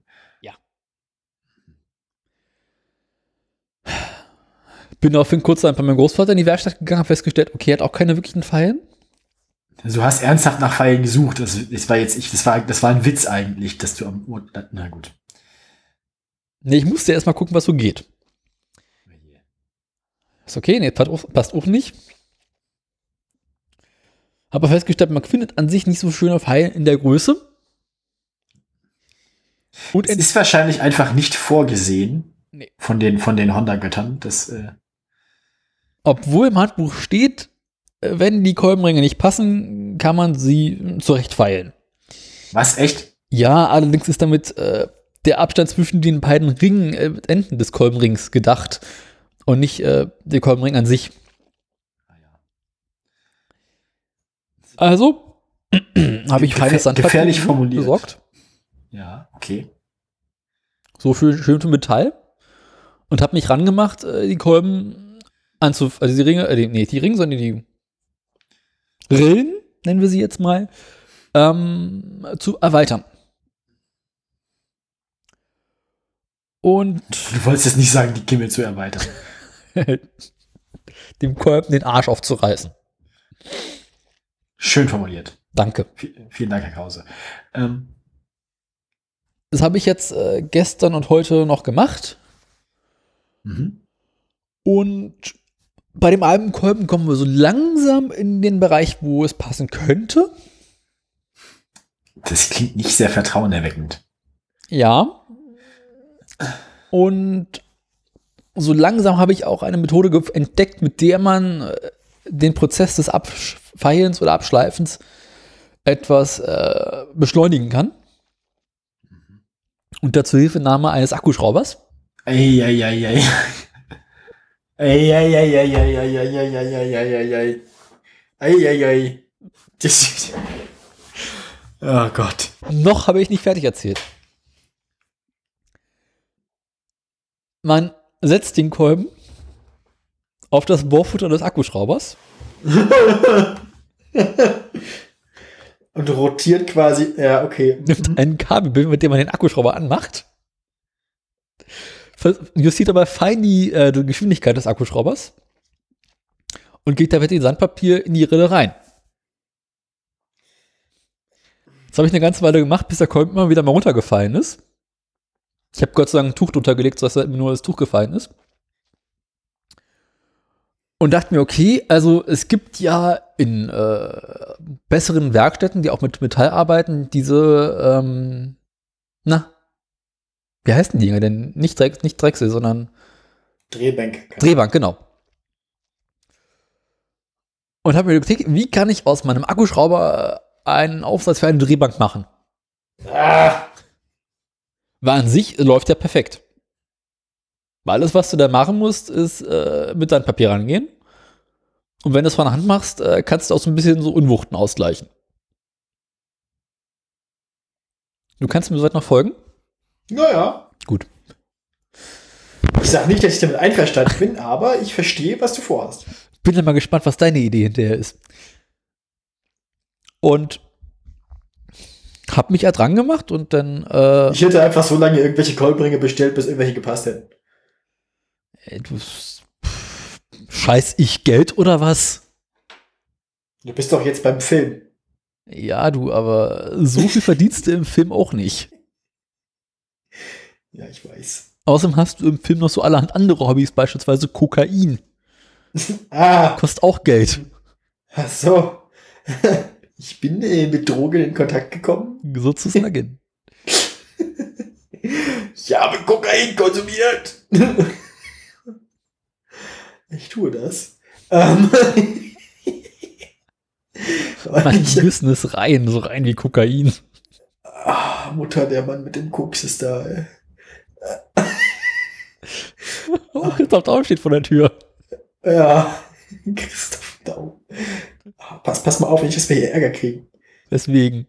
Bin auf den kurzen bei meinem Großvater in die Werkstatt gegangen, habe festgestellt, okay, er hat auch keine wirklichen Pfeilen.
Also du hast ernsthaft nach Pfeilen gesucht. Das, das war jetzt ich, das war, das war ein Witz eigentlich, dass du am Ur- Na gut.
Ne, ich musste erstmal gucken, was so geht. Ist okay, nee, passt auch, passt auch nicht. Habe festgestellt, man findet an sich nicht so schöne Pfeilen in der Größe. Und
Es ist wahrscheinlich einfach nicht vorgesehen
Nee.
von den, von den Honda-Göttern. Das, äh,
Obwohl im Handbuch steht, äh, wenn die Kolbenringe nicht passen, kann man sie mh, zurecht feilen.
was echt?
Ja, allerdings ist damit äh, der Abstand zwischen den beiden Ringen, äh, Enden des Kolbenrings gedacht und nicht äh, der Kolbenring an sich.
Ah,
Also habe ich feines
Gefähr-
Sandpapier
gefährlich formuliert.
besorgt
Okay.
So für schön für Metall. Und habe mich rangemacht, äh, die Kolben anzuf... Also die Ringe, äh, die- nee, die Ringe, sondern die Rillen, nennen wir sie jetzt mal, ähm, zu erweitern. Und
Du wolltest jetzt nicht sagen, die Kimmel zu erweitern.
dem Kolben den Arsch aufzureißen.
Schön formuliert.
Danke.
V vielen Dank, Herr Krause. Ähm,
Das habe ich jetzt äh, gestern und heute noch gemacht.
mhm.
Und bei dem Albenkolben kommen wir so langsam in den Bereich, wo es passen könnte.
Das klingt nicht sehr vertrauenerweckend.
Ja. Und so langsam habe ich auch eine Methode ge- entdeckt, mit der man äh, den Prozess des Abfeilens oder Abschleifens etwas äh, beschleunigen kann. Unter Zuhilfenahme eines Akkuschraubers.
Eieieiei. Eieieiei. Eieiei. Oh Gott.
Noch habe ich nicht fertig erzählt. Man setzt den Kolben auf das Bohrfutter des Akkuschraubers.
Und rotiert quasi. Ja, okay.
nimmt ein Kabelbild, mit dem man den Akkuschrauber anmacht, ver- justiert aber fein die, äh, die Geschwindigkeit des Akkuschraubers und geht damit in Sandpapier in die Rille rein. Das habe ich eine ganze Weile gemacht, bis der Kolben mal wieder mal runtergefallen ist. Ich habe Gott sei Dank ein Tuch drunter gelegt, sodass da nur das Tuch gefallen ist. Und dachte mir, okay, also es gibt ja in äh, besseren Werkstätten, die auch mit Metall arbeiten, diese, ähm, na, wie heißen die Dinger denn? Nicht, Dreck, nicht Drechsel, sondern
Drehbank.
Drehbank, genau. Und habe mir überlegt, wie kann ich aus meinem Akkuschrauber äh, einen Aufsatz für eine Drehbank machen?
Ah,
Weil an sich läuft ja perfekt. Weil alles, was du da machen musst, ist äh, mit deinem Papier rangehen. Und wenn du es von Hand machst, äh, kannst du auch so ein bisschen so Unwuchten ausgleichen. Du kannst mir soweit noch folgen?
naja.
Gut.
Ich sag nicht, dass ich damit einverstanden bin, aber ich verstehe, was du vorhast.
Bin dann mal gespannt, was deine Idee hinterher ist. Und hab mich ja dran gemacht und dann äh,
Ich hätte einfach so lange irgendwelche Kolbringe bestellt, bis irgendwelche gepasst hätten.
ey, du, pff, scheiß ich Geld oder was?
Du bist doch jetzt beim Film.
Ja, du, aber so viel verdienst du im Film auch nicht.
Ja, ich weiß.
Außerdem hast du im Film noch so allerhand andere Hobbys, beispielsweise Kokain.
Ah,
Kostet auch Geld.
ach so. Ich bin äh, mit Drogen in Kontakt gekommen.
Sozusagen.
Ich habe Kokain konsumiert. Ich tue das. Ähm.
Mein
Ich-
Business rein, so rein wie Kokain.
Ah, Mutter, der Mann mit dem Koks ist da. ey.
Oh, Christoph Daum steht vor der Tür.
Ja, Christoph Daum. Ah, Pass, pass mal auf, nicht, dass wir hier Ärger kriegen.
Deswegen.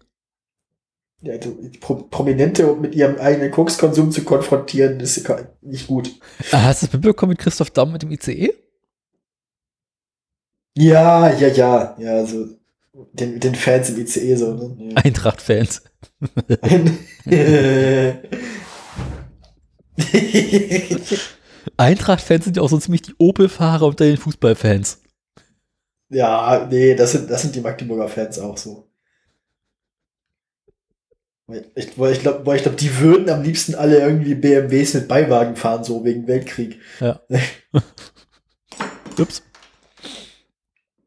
Ja, du, Pro Prominente um mit ihrem eigenen Kokskonsum zu konfrontieren, ist ka- nicht gut.
Ah, Hast du es mitbekommen mit Christoph Daum mit dem ICE?
Ja, ja, ja, ja, so den, den Fans im ICE so. Ne?
Eintracht-Fans. Eintracht-Fans sind ja auch so ziemlich die Opel-Fahrer unter den Fußballfans.
ja, nee, das sind, das sind die Magdeburger Fans auch so. Weil Ich, weil ich glaube, ich glaub, die würden am liebsten alle irgendwie BMWs mit Beiwagen fahren, so wegen Weltkrieg.
Ups.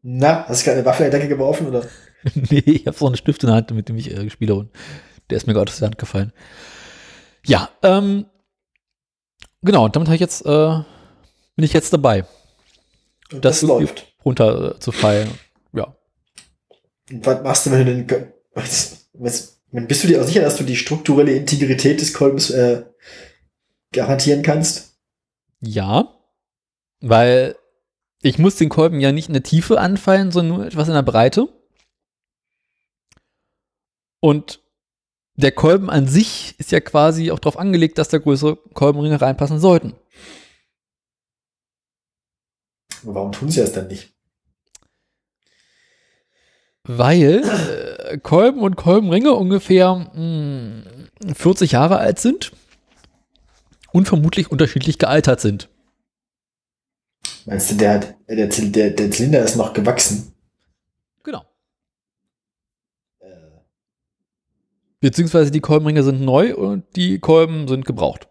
Na, hast du gerade eine Waffe in die Decke geworfen oder?
nee, ich habe so einen Stift in der Hand, mit dem ich äh, spiele und der ist mir gerade aus der Hand gefallen. Ja, ähm, genau, und damit habe ich jetzt, äh, bin ich jetzt dabei,
Und
Das runter äh, zu fallen. Ja.
Und was machst du, wenn du den. Was, was, wenn- bist du dir auch sicher, dass du die strukturelle Integrität des Kolbens äh, garantieren kannst?
Ja. Weil ich muss den Kolben ja nicht in der Tiefe anfallen, sondern nur etwas in der Breite. Und der Kolben an sich ist ja quasi auch darauf angelegt, dass da größere Kolbenringe reinpassen sollten.
Warum tun sie das dann nicht?
Weil äh, Kolben und Kolbenringe ungefähr mh, 40 Jahre alt sind und vermutlich unterschiedlich gealtert sind.
Meinst du, der, hat, der, Zyl- der, der Zylinder ist noch gewachsen?
Genau.
Äh,
Beziehungsweise die Kolbenringe sind neu und die Kolben sind gebraucht.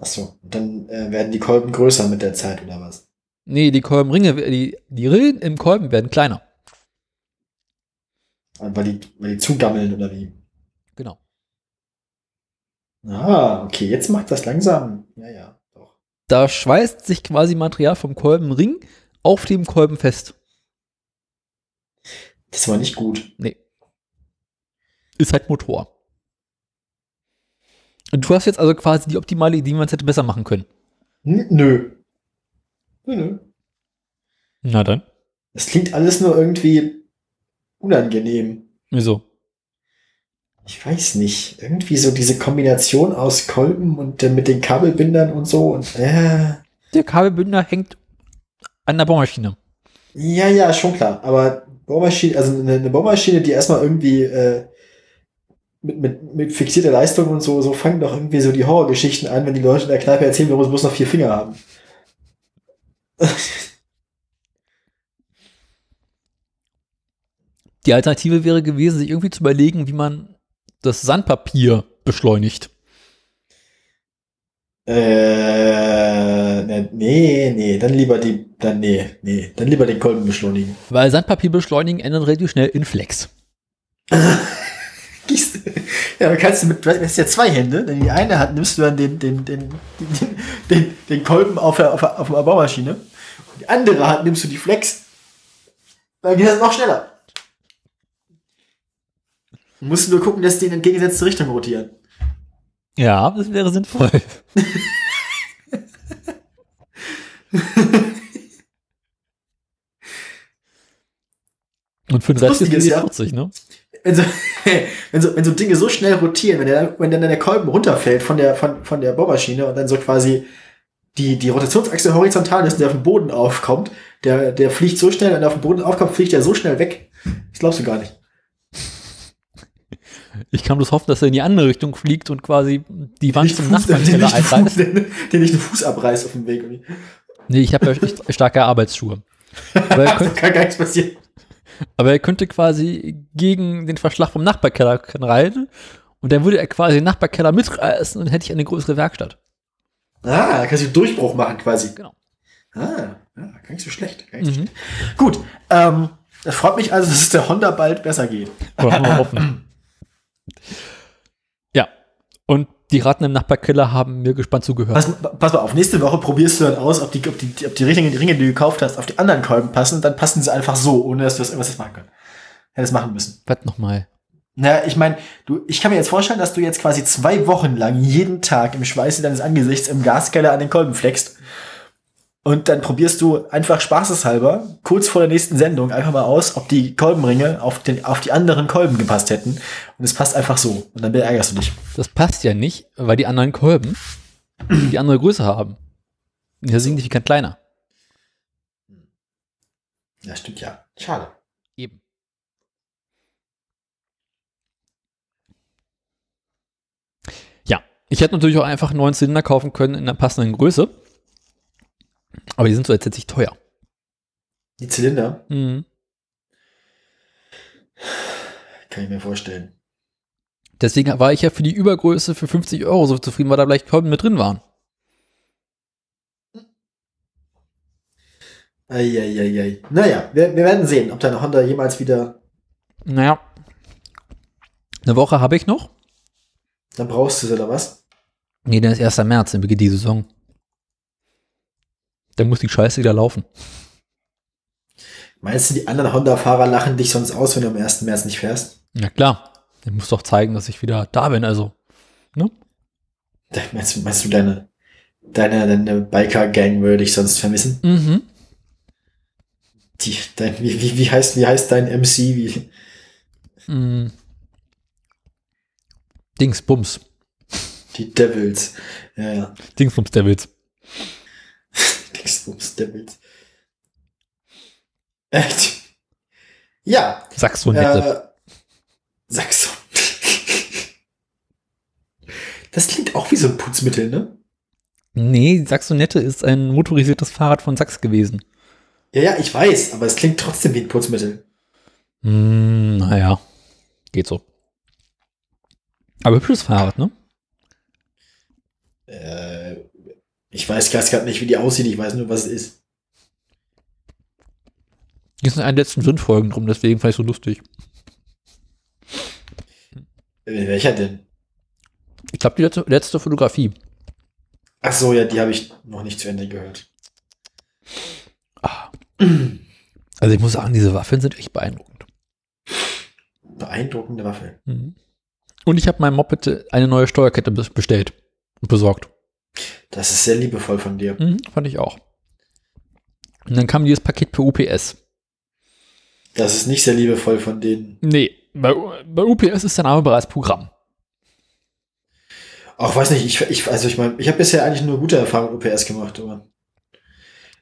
Ach so, und dann äh, werden die Kolben größer mit der Zeit oder was?
Nee, die Kolbenringe, die, die Rillen im Kolben werden kleiner.
Ah, Weil die, weil die zugammeln oder wie?
Genau.
Ah, okay, jetzt macht das langsam. Ja, ja, doch.
Da schweißt sich quasi Material vom Kolbenring auf dem Kolben fest.
Das war nicht gut.
Ist halt Motor. Und du hast jetzt also quasi die optimale Idee, wie man es hätte besser machen können.
N nö. Nö, nö.
Na dann.
Das klingt alles nur irgendwie unangenehm.
Wieso?
Ich weiß nicht. Irgendwie so diese Kombination aus Kolben und äh, mit den Kabelbindern und so und äh.
Der Kabelbündner hängt an der Bohrmaschine.
Ja, ja, schon klar. Aber Bohrmaschine, also eine, eine Bohrmaschine, die erstmal irgendwie äh, mit, mit, mit fixierter Leistung und so, so fangen doch irgendwie so die Horrorgeschichten an, wenn die Leute in der Kneipe erzählen, warum es bloß noch vier Finger haben.
Die Alternative wäre gewesen, sich irgendwie zu überlegen, wie man das Sandpapier beschleunigt.
Äh, ne- nee, nee, dann lieber die, dann nee, nee, dann lieber den Kolben beschleunigen.
Weil Sandpapier beschleunigen ändert relativ schnell in Flex.
Gießt- Ja, dann kannst du mit, das ist ja zwei Hände, denn die eine Hand nimmst du dann den, den, den, den, den, den Kolben auf der, auf der, auf der Baumaschine und die andere Hand nimmst du die Flex. Dann geht das noch schneller. Du musst nur gucken, dass die in entgegengesetzte Richtung rotieren.
Ja, das wäre sinnvoll. Und für den
Das
Rest ist
Lustige
es
ist ja-
40, ne?
Wenn so, wenn so, wenn so Dinge so schnell rotieren, wenn, der, wenn dann der Kolben runterfällt von der, von, von der Bohrmaschine und dann so quasi die, die Rotationsachse horizontal ist und der auf dem Boden aufkommt, der, der fliegt so schnell, wenn er auf dem Boden aufkommt, fliegt er so schnell weg. Das glaubst du gar nicht.
Ich kann bloß hoffen, dass er in die andere Richtung fliegt und quasi die Wand
Nicht
zum
den Fuß- den
Nachbarn
nicht den Fuß-
einreißt.
den- den nicht den Fuß abreißt auf dem Weg. irgendwie.
Nee, ich habe ja echt starke Arbeitsschuhe. Aber er,
Da
könnte,
kann gar nichts passieren.
aber er könnte quasi gegen den Verschlag vom Nachbarkeller reiten und dann würde er quasi den Nachbarkeller mitreißen und hätte ich eine größere Werkstatt.
Ah, da kannst du einen Durchbruch machen quasi.
Genau.
Ah, ja, gar nicht so schlecht. Gar nicht so
Mhm.
schlecht. Gut, ähm, das freut mich also, dass es der Honda bald besser geht.
Wollen wir mal hoffen. Ja. Und die Ratten im Nachbarkeller haben mir gespannt zugehört.
Pass, pass mal auf, nächste Woche probierst du dann aus, ob die, ob die, ob die Ringe, die Ringe, die du gekauft hast, auf die anderen Kolben passen, dann passen sie einfach so, ohne dass du das irgendwas machen können. Hättest machen müssen.
Was nochmal?
Naja, ich meine, du, ich kann mir jetzt vorstellen, dass du jetzt quasi zwei Wochen lang jeden Tag im Schweiße deines Angesichts im Gaskeller an den Kolben flext. Und dann probierst du einfach spaßeshalber, kurz vor der nächsten Sendung, einfach mal aus, ob die Kolbenringe auf, den, auf die anderen Kolben gepasst hätten. Und es passt einfach so. Und dann ärgerst du dich.
Das passt ja nicht, weil die anderen Kolben die andere Größe haben. Ja, signifikant kleiner.
Ja, stimmt ja. Schade.
Eben. Ja, ich hätte natürlich auch einfach einen neuen Zylinder kaufen können in einer passenden Größe. Aber die sind so letztendlich teuer.
Die Zylinder,
Mhm.
kann ich mir vorstellen.
Deswegen war ich ja für die Übergröße für 50 Euro so zufrieden, weil da gleich Kolben mit drin waren.
Eieiei. Naja, wir, wir werden sehen, ob deine Honda jemals wieder.
Naja. Eine Woche habe ich noch.
Dann brauchst du sie oder was?
Nee, dann ist 1. März, dann beginnt die Saison. Dann muss die Scheiße wieder laufen.
Meinst du, die anderen Honda-Fahrer lachen dich sonst aus, wenn du am 1. März nicht fährst?
Na klar. Dann muss doch zeigen, dass ich wieder da bin. Also,
Da- Meinst du, meinst du deine, deine, deine Biker-Gang würde ich sonst vermissen?
mhm.
Die, dein, wie, wie, wie, heißt, wie heißt dein MC? Wie,
Mm. Dingsbums.
Die Devils. Ja, ja.
Dingsbums Devils.
Dingsbums Devils. Echt? Ja.
Saxonette.
Äh, Saxon. Das klingt auch wie so ein Putzmittel, ne?
Nee, Saxonette ist ein motorisiertes Fahrrad von Sachs gewesen.
Ja, ja, ich weiß, aber es klingt trotzdem wie ein Putzmittel.
Hm, naja, geht so. Aber hübsches Fahrrad, ne?
Äh, ich weiß gerade nicht, wie die aussieht, ich weiß nur, was es ist.
Die sind in den letzten Windfolgen drum, deswegen fand ich so lustig.
Äh, Welcher denn?
Ich glaube, die letzte, letzte Fotografie.
Ach so, ja, die habe ich noch nicht zu Ende gehört.
Also ich muss sagen, diese Waffeln sind echt beeindruckend.
Beeindruckende Waffe.
Mhm. Und ich habe meinem Moped eine neue Steuerkette bes- bestellt und besorgt.
Das ist sehr liebevoll von dir.
Mhm, fand ich auch. Und dann kam dieses Paket per UPS.
Das ist nicht sehr liebevoll von denen.
Nee, bei, bei UPS ist der Name bereits Programm.
Auch weiß nicht, ich, ich also ich meine, ich habe bisher eigentlich nur gute Erfahrungen mit UPS gemacht, aber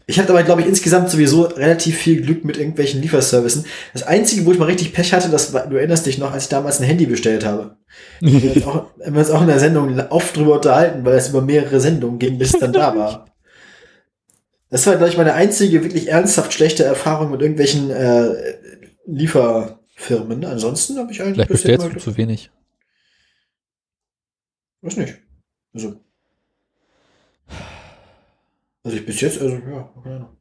ich hatte aber, glaube ich, insgesamt sowieso relativ viel Glück mit irgendwelchen Lieferservicen. Das Einzige, wo ich mal richtig Pech hatte, das war, du erinnerst dich noch, als ich damals ein Handy bestellt habe. Wir haben uns auch, haben wir uns auch in der Sendung oft drüber unterhalten, weil das über mehrere Sendungen ging, bis es dann da war. Das war, glaube ich, meine einzige wirklich ernsthaft schlechte Erfahrung mit irgendwelchen äh, Lieferfirmen. Ansonsten habe ich eigentlich
Vielleicht
bisher
bestellst
immer
du zu wenig.
Weiß nicht. Also. Also ich bis jetzt, also ja, keine Ahnung.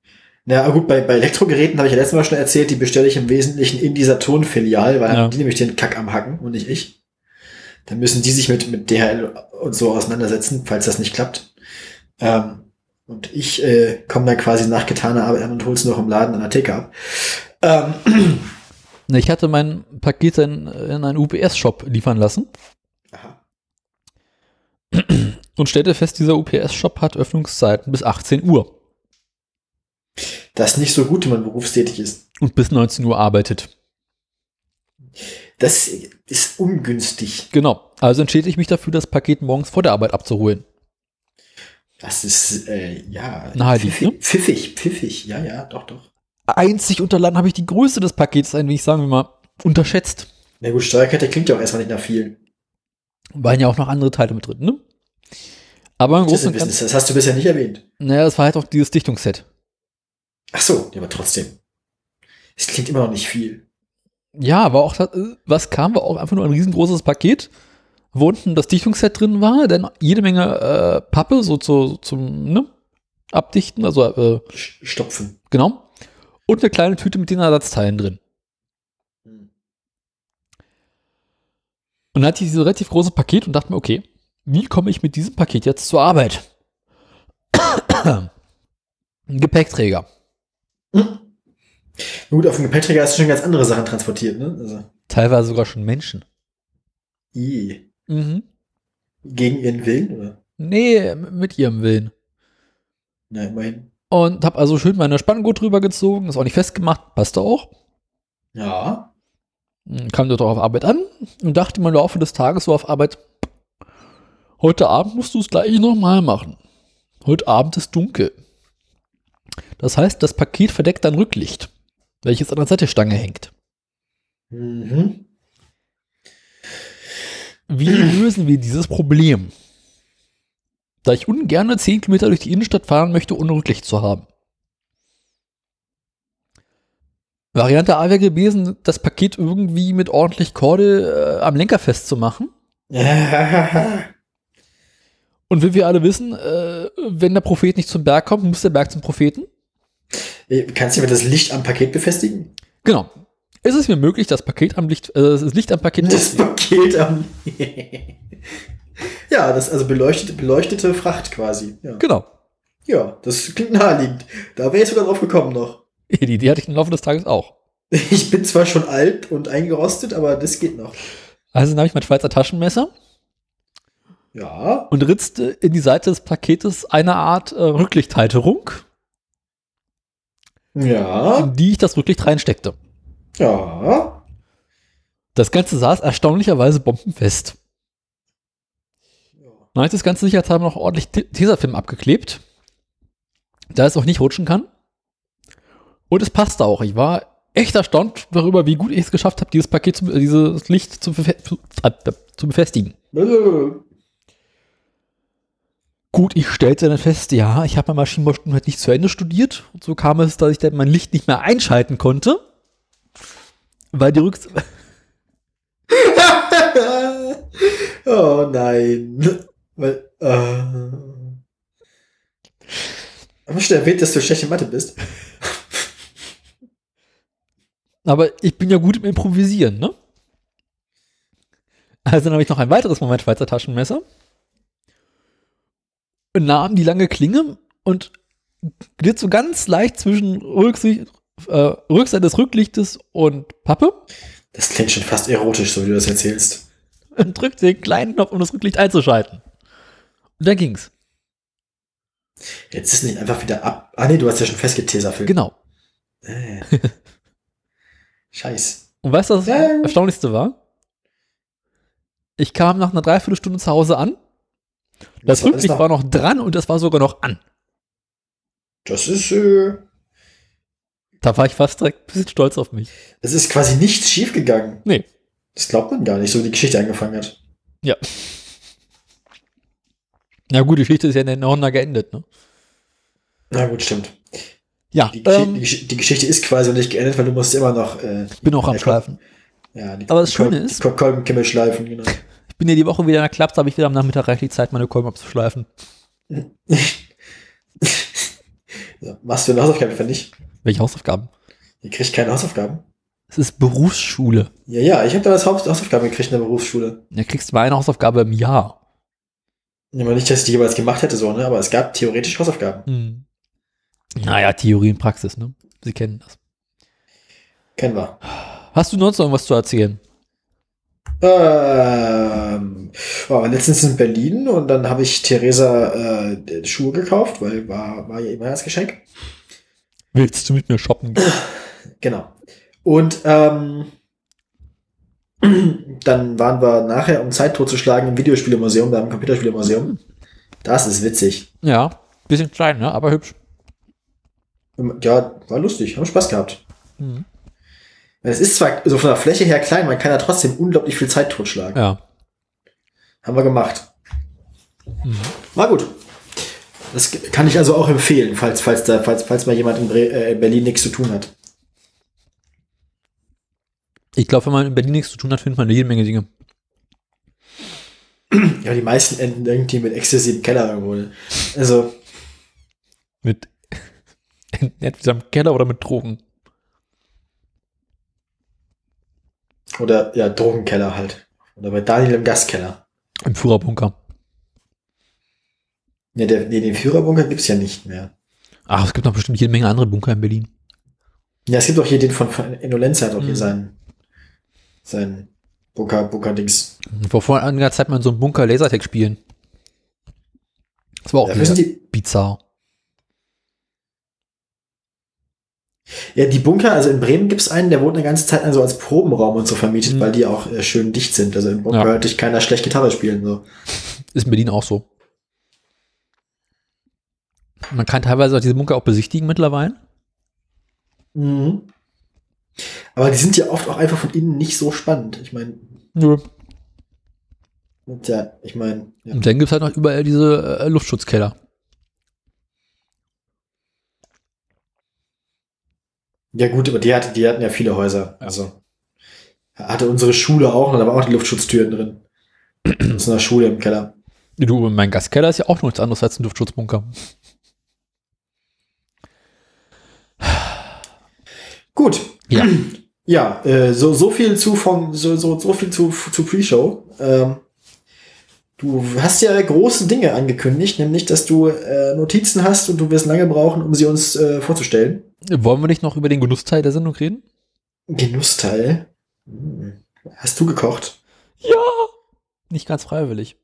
Na aber gut, bei, bei Elektrogeräten habe ich ja letztes Mal schon erzählt, die bestelle ich im Wesentlichen in dieser Tonfilial, weil
Ja.
haben die nämlich den Kack am Hacken und nicht ich. Dann müssen die sich mit, mit DHL und so auseinandersetzen, falls das nicht klappt. Ähm, und ich äh, komme dann quasi nach getaner Arbeit an und hol's noch im Laden an der Theke ab. Ähm,
Na, Ich hatte mein Paket in, in einen UPS-Shop liefern lassen
Aha.
und stellte fest, dieser UPS-Shop hat Öffnungszeiten bis 18 Uhr
das ist nicht so gut, wenn man berufstätig ist.
und bis 19 Uhr arbeitet.
Das ist ungünstig.
Genau. Also entschied ich mich dafür, das Paket morgens vor der Arbeit abzuholen.
Das ist, äh, ja.
Naheliegend, ne?
pfiffig, pfiffig, pfiffig, ja, ja, doch, doch.
Einzig unterladen habe ich die Größe des Pakets ein wenig, sagen wir mal, unterschätzt.
Na gut, Steuerkette klingt ja auch erstmal nicht nach viel.
Waren ja auch noch andere Teile mit drin, ne? Aber im
Das, ist ein
Großen und Ganzen,
Business, das hast du bisher nicht erwähnt.
naja, das war halt auch dieses Dichtungsset.
Ach so, ja, aber trotzdem. Es klingt immer noch nicht viel.
Ja, war auch, äh, was kam, war auch einfach nur ein riesengroßes Paket, wo unten das Dichtungsset drin war, dann jede Menge äh, Pappe, so, zu, so zum, ne? Abdichten, also, äh,
Sch- Stopfen.
genau. Und eine kleine Tüte mit den Ersatzteilen drin.
Hm.
Und dann hatte ich dieses relativ große Paket und dachte mir, okay, wie komme ich mit diesem Paket jetzt zur Arbeit? Ein Gepäckträger.
Hm? Na gut, auf dem Gepäckträger hast du schon ganz andere Sachen transportiert, ne? Also,
Teilweise sogar schon Menschen.
i.
Mhm.
Gegen ihren Willen, oder?
Nee, m- mit ihrem Willen.
Nein, mein.
Und habe also schön meine Spanngurt drüber gezogen, ist auch nicht festgemacht, passte auch. Hm,
Ja.
Kam dort auch auf Arbeit an und dachte mir im Laufe des Tages so auf Arbeit, heute Abend musst du es gleich nochmal machen. Heute Abend ist dunkel. Das heißt, das Paket verdeckt dein Rücklicht, welches an der Zettelstange hängt.
Mhm.
Wie lösen wir dieses Problem? Da ich ungerne 10 Kilometer durch die Innenstadt fahren möchte, ohne Rücklicht zu haben. Variante A wäre gewesen, das Paket irgendwie mit ordentlich Kordel äh, am Lenker festzumachen. Und wie wir alle wissen, äh, wenn der Prophet nicht zum Berg kommt, muss der Berg zum Propheten.
Äh, Kannst du mir das Licht am Paket befestigen?
Genau. Ist es mir möglich, das Paket am Licht, äh, das Licht am Paket
Das Paket am. ja, das also beleuchtete, beleuchtete Fracht quasi. Ja.
Genau.
ja, das klingt naheliegend. Da wäre ich sogar drauf gekommen noch.
Die Idee hatte ich im Laufe des Tages auch.
Ich bin zwar schon alt und eingerostet, aber das geht noch.
Also nahm ich mein Schweizer Taschenmesser
Ja.
und ritzte in die Seite des Paketes eine Art äh, Rücklichthalterung,
Ja.
in die ich das Rücklicht reinsteckte.
Ja.
Das Ganze saß erstaunlicherweise bombenfest.
Ja.
Dann habe ich das Ganze sicher haben noch ordentlich Te- Tesafilm abgeklebt, da es auch nicht rutschen kann. Und es passte auch. Ich war echt erstaunt darüber, wie gut ich es geschafft habe, dieses Paket, zu, äh, dieses Licht zu, befe zu, äh, zu befestigen. Gut, ich stellte dann fest, ja, ich habe mein Maschinenbaustudium halt nicht zu Ende studiert. Und so kam es, dass ich dann mein Licht nicht mehr einschalten konnte. Weil die Rücks
oh nein. Weil, äh, Haben wir schon erwähnt, dass du schlecht in Mathe bist?
Aber ich bin ja gut im Improvisieren, ne? Also dann habe ich noch ein weiteres Moment Schweizer Taschenmesser. Nahm die lange Klinge und glitt so ganz leicht zwischen Rücksicht, äh, Rückseite des Rücklichtes und Pappe
Das klingt schon fast erotisch, so wie du das erzählst.
und drückte den kleinen Knopf, um das Rücklicht einzuschalten. Und dann ging's.
Jetzt ist nicht einfach wieder ab. Ah, nee, du hast ja schon festgetesafilmt.
Genau.
Äh. Scheiß.
Und weißt du, was das
Ja.
Erstaunlichste war? Ich kam nach einer Dreiviertelstunde zu Hause an. Das
Was war
Rücklicht
da?
war noch dran und das war sogar noch an.
Das ist, äh,
Da war ich fast direkt ein bisschen stolz auf mich.
es ist quasi nichts schiefgegangen.
Nee.
Das glaubt man gar nicht, so wie die Geschichte angefangen hat.
Ja, gut, die Geschichte ist ja in den Ordner geendet, ne?
Na gut, stimmt.
Ja,
Die, Geschi- die,
ähm,
Gesch- die Geschichte ist quasi noch nicht geendet, weil du musst immer noch, äh,
ich bin auch am
Ja,
Schleifen.
ja, die,
Aber das
die
Schöne
Kol-
ist-
die Kol- Kolbenkimmel schleifen, genau.
Ich bin ja die Woche wieder in der Klaps, habe ich wieder am Nachmittag reichlich Zeit, meine Kolben abzuschleifen.
So, machst du eine Hausaufgabe, finde ich.
Welche Hausaufgaben?
Ihr kriegt keine Hausaufgaben.
Es ist Berufsschule.
Ja, ja, ich habe damals Haus Hausaufgaben gekriegt in der Berufsschule.
Da kriegst du mal eine Hausaufgabe im Jahr.
Ich meine nicht, dass ich die jeweils gemacht hätte, so, ne? aber es gab theoretisch Hausaufgaben.
Hm. Naja, Theorie und Praxis, ne? Sie kennen das.
Kennen wir.
Hast du sonst noch irgendwas zu erzählen?
Ähm, war letztens in Berlin und dann habe ich Theresa äh, Schuhe gekauft, weil war, war ja immer das Geschenk.
Willst du mit mir shoppen gehen?
Genau. Und ähm, dann waren wir nachher, um Zeit totzuschlagen, im Videospielemuseum, da im Computerspielemuseum. Das ist witzig.
Ja, bisschen klein, ne? Aber hübsch.
Ja, war lustig, haben Spaß gehabt.
Mhm.
Es ist zwar so von der Fläche her klein, man kann ja trotzdem unglaublich viel Zeit totschlagen.
Ja.
Haben wir gemacht.
Mhm.
War gut. Das kann ich also auch empfehlen, falls, falls, da, falls, falls mal jemand in, Bre äh, in Berlin nichts zu tun hat.
Ich glaube, wenn man in Berlin nichts zu tun hat, findet man jede Menge Dinge.
Ja, die meisten enden irgendwie mit Ecstasy im Keller irgendwo. Also,
Mit entweder im Keller oder mit Drogen.
oder ja, Drogenkeller halt. Oder bei Daniel im Gaskeller.
Im Führerbunker.
Ne, der, nee, den Führerbunker gibt's ja nicht mehr.
Ach, es gibt noch bestimmt jede Menge andere Bunker in Berlin.
Ja, es gibt auch hier den von, von Indolenza, hat auch
Mhm.
hier seinen, seinen Bunker, Bunker-Dings.
Vor vor einiger Zeit mal in so einem Bunker Lasertag spielen. Das war auch
Ja, wissen
wieder
die,
bizarr.
Ja, die Bunker, also in Bremen gibt's einen, der wurde eine ganze Zeit lang so als Probenraum und so vermietet,
Mhm.
weil die auch äh, schön dicht sind. Also im Bunker
Ja.
hört dich keiner schlecht Gitarre spielen. So.
Ist in Berlin auch so. Man kann teilweise auch diese Bunker auch besichtigen mittlerweile.
Mhm. Aber die sind ja oft auch einfach von innen nicht so spannend. Ich meine,
Nö.
ja, ich meine, ja.
Und dann gibt es halt noch überall diese äh, Luftschutzkeller.
ja gut, aber die, hatte, die hatten ja viele Häuser.
Ja.
Also hatte unsere Schule auch, und da waren auch die Luftschutztüren drin. Aus einer Schule im Keller.
Du, mein Gaskeller ist ja auch nichts anderes als ein Luftschutzbunker.
Gut.
Ja.
Ja, äh, so, so viel zu von, so, so, so viel zu, zu Pre-Show. Ähm, du hast ja große Dinge angekündigt, nämlich, dass du äh, Notizen hast und du wirst lange brauchen, um sie uns äh, vorzustellen.
Wollen wir nicht noch über den Genussteil der Sendung reden?
Genussteil. Hm. Hast du gekocht?
Ja! Nicht ganz freiwillig.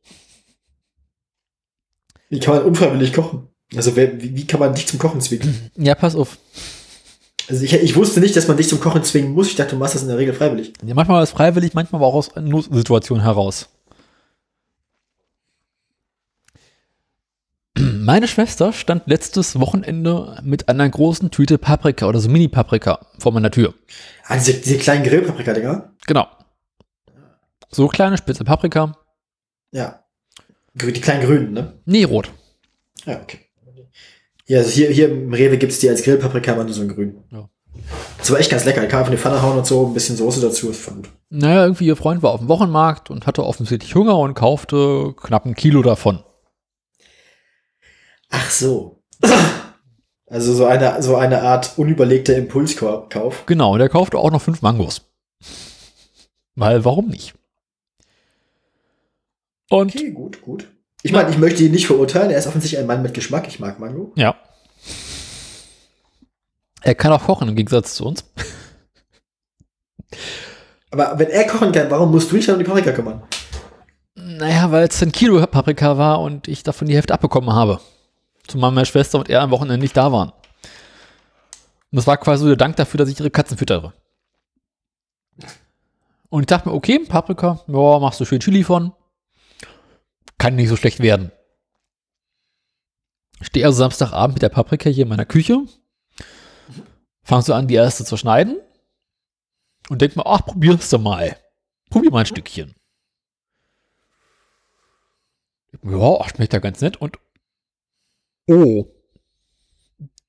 Wie kann man unfreiwillig kochen? Also, wer, wie, wie kann man dich zum Kochen zwingen?
Ja, pass auf.
Also, ich, ich wusste nicht, dass man dich zum Kochen zwingen muss. Ich dachte, du machst das in der Regel freiwillig.
Ja, manchmal war es freiwillig, manchmal aber auch aus Notsituationen heraus. Meine Schwester stand letztes Wochenende mit einer großen Tüte Paprika oder so Mini-Paprika vor meiner Tür.
Ah, diese, diese kleinen Grillpaprika, Digga.
Genau. So kleine spitze Paprika.
Ja. Grü- Die kleinen Grünen, ne?
Nee, rot.
Ja, okay. Ja, also hier, hier im Rewe gibt's die als Grillpaprika, aber nur so in grün.
Ja.
Das war echt ganz lecker. Ich kann einfach in die Pfanne hauen und so, ein bisschen Soße dazu. Das war gut.
Naja, irgendwie ihr Freund war auf dem Wochenmarkt und hatte offensichtlich Hunger und kaufte knapp ein Kilo davon.
Ach so. Also so eine, so eine Art unüberlegter Impulskauf.
Genau, und er kaufte auch noch fünf Mangos. Weil, warum nicht? Und
Okay, gut, gut. Ich meine, ich möchte ihn nicht verurteilen. Er ist offensichtlich ein Mann mit Geschmack. Ich mag Mango.
ja. Er kann auch kochen im Gegensatz zu uns.
Aber wenn er kochen kann, warum musst du dich dann um die Paprika kümmern?
Naja, weil es ein Kilo Paprika war und ich davon die Hälfte abbekommen habe. Zumal meine Schwester und er am Wochenende nicht da waren. Und das war quasi so der Dank dafür, dass ich ihre Katzen füttere. Und ich dachte mir, okay, Paprika, ja, machst du schön Chili von. Kann nicht so schlecht werden. Stehe also Samstagabend mit der Paprika hier in meiner Küche. Fangst du an, die erste zu schneiden. Und denk mir, ach, probier's doch mal. Probier mal ein Stückchen. Ja, schmeckt ja ganz nett. Und oh,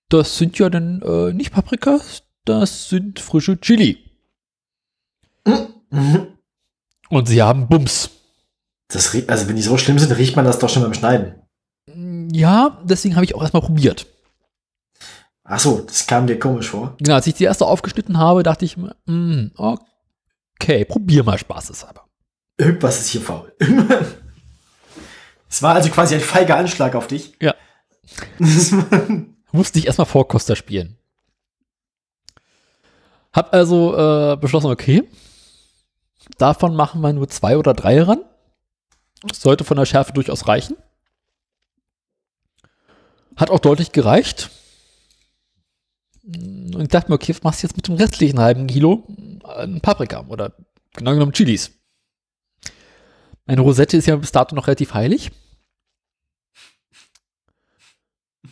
das sind ja dann äh, nicht Paprikas, das sind frische Chili.
Mhm.
Und sie haben Bums.
Das riecht, also wenn die so schlimm sind, riecht man das doch schon beim Schneiden.
Ja, deswegen habe ich auch erstmal probiert.
Ach so, das kam dir komisch vor.
Genau, als ich die erste aufgeschnitten habe, dachte ich, mir, mm, okay, probier mal spaßeshalber.
Irgendwas ist hier faul. Es war also quasi ein feiger Anschlag auf dich.
Ja. Musste ich erstmal Vorkoster spielen. Hab also äh, beschlossen, okay, davon machen wir nur zwei oder drei ran. Das sollte von der Schärfe durchaus reichen. Hat auch deutlich gereicht. Und ich dachte mir, okay, was machst du jetzt mit dem restlichen halben Kilo? Ein Paprika oder genau genommen Chilis. Meine Rosette ist ja bis dato noch relativ heilig.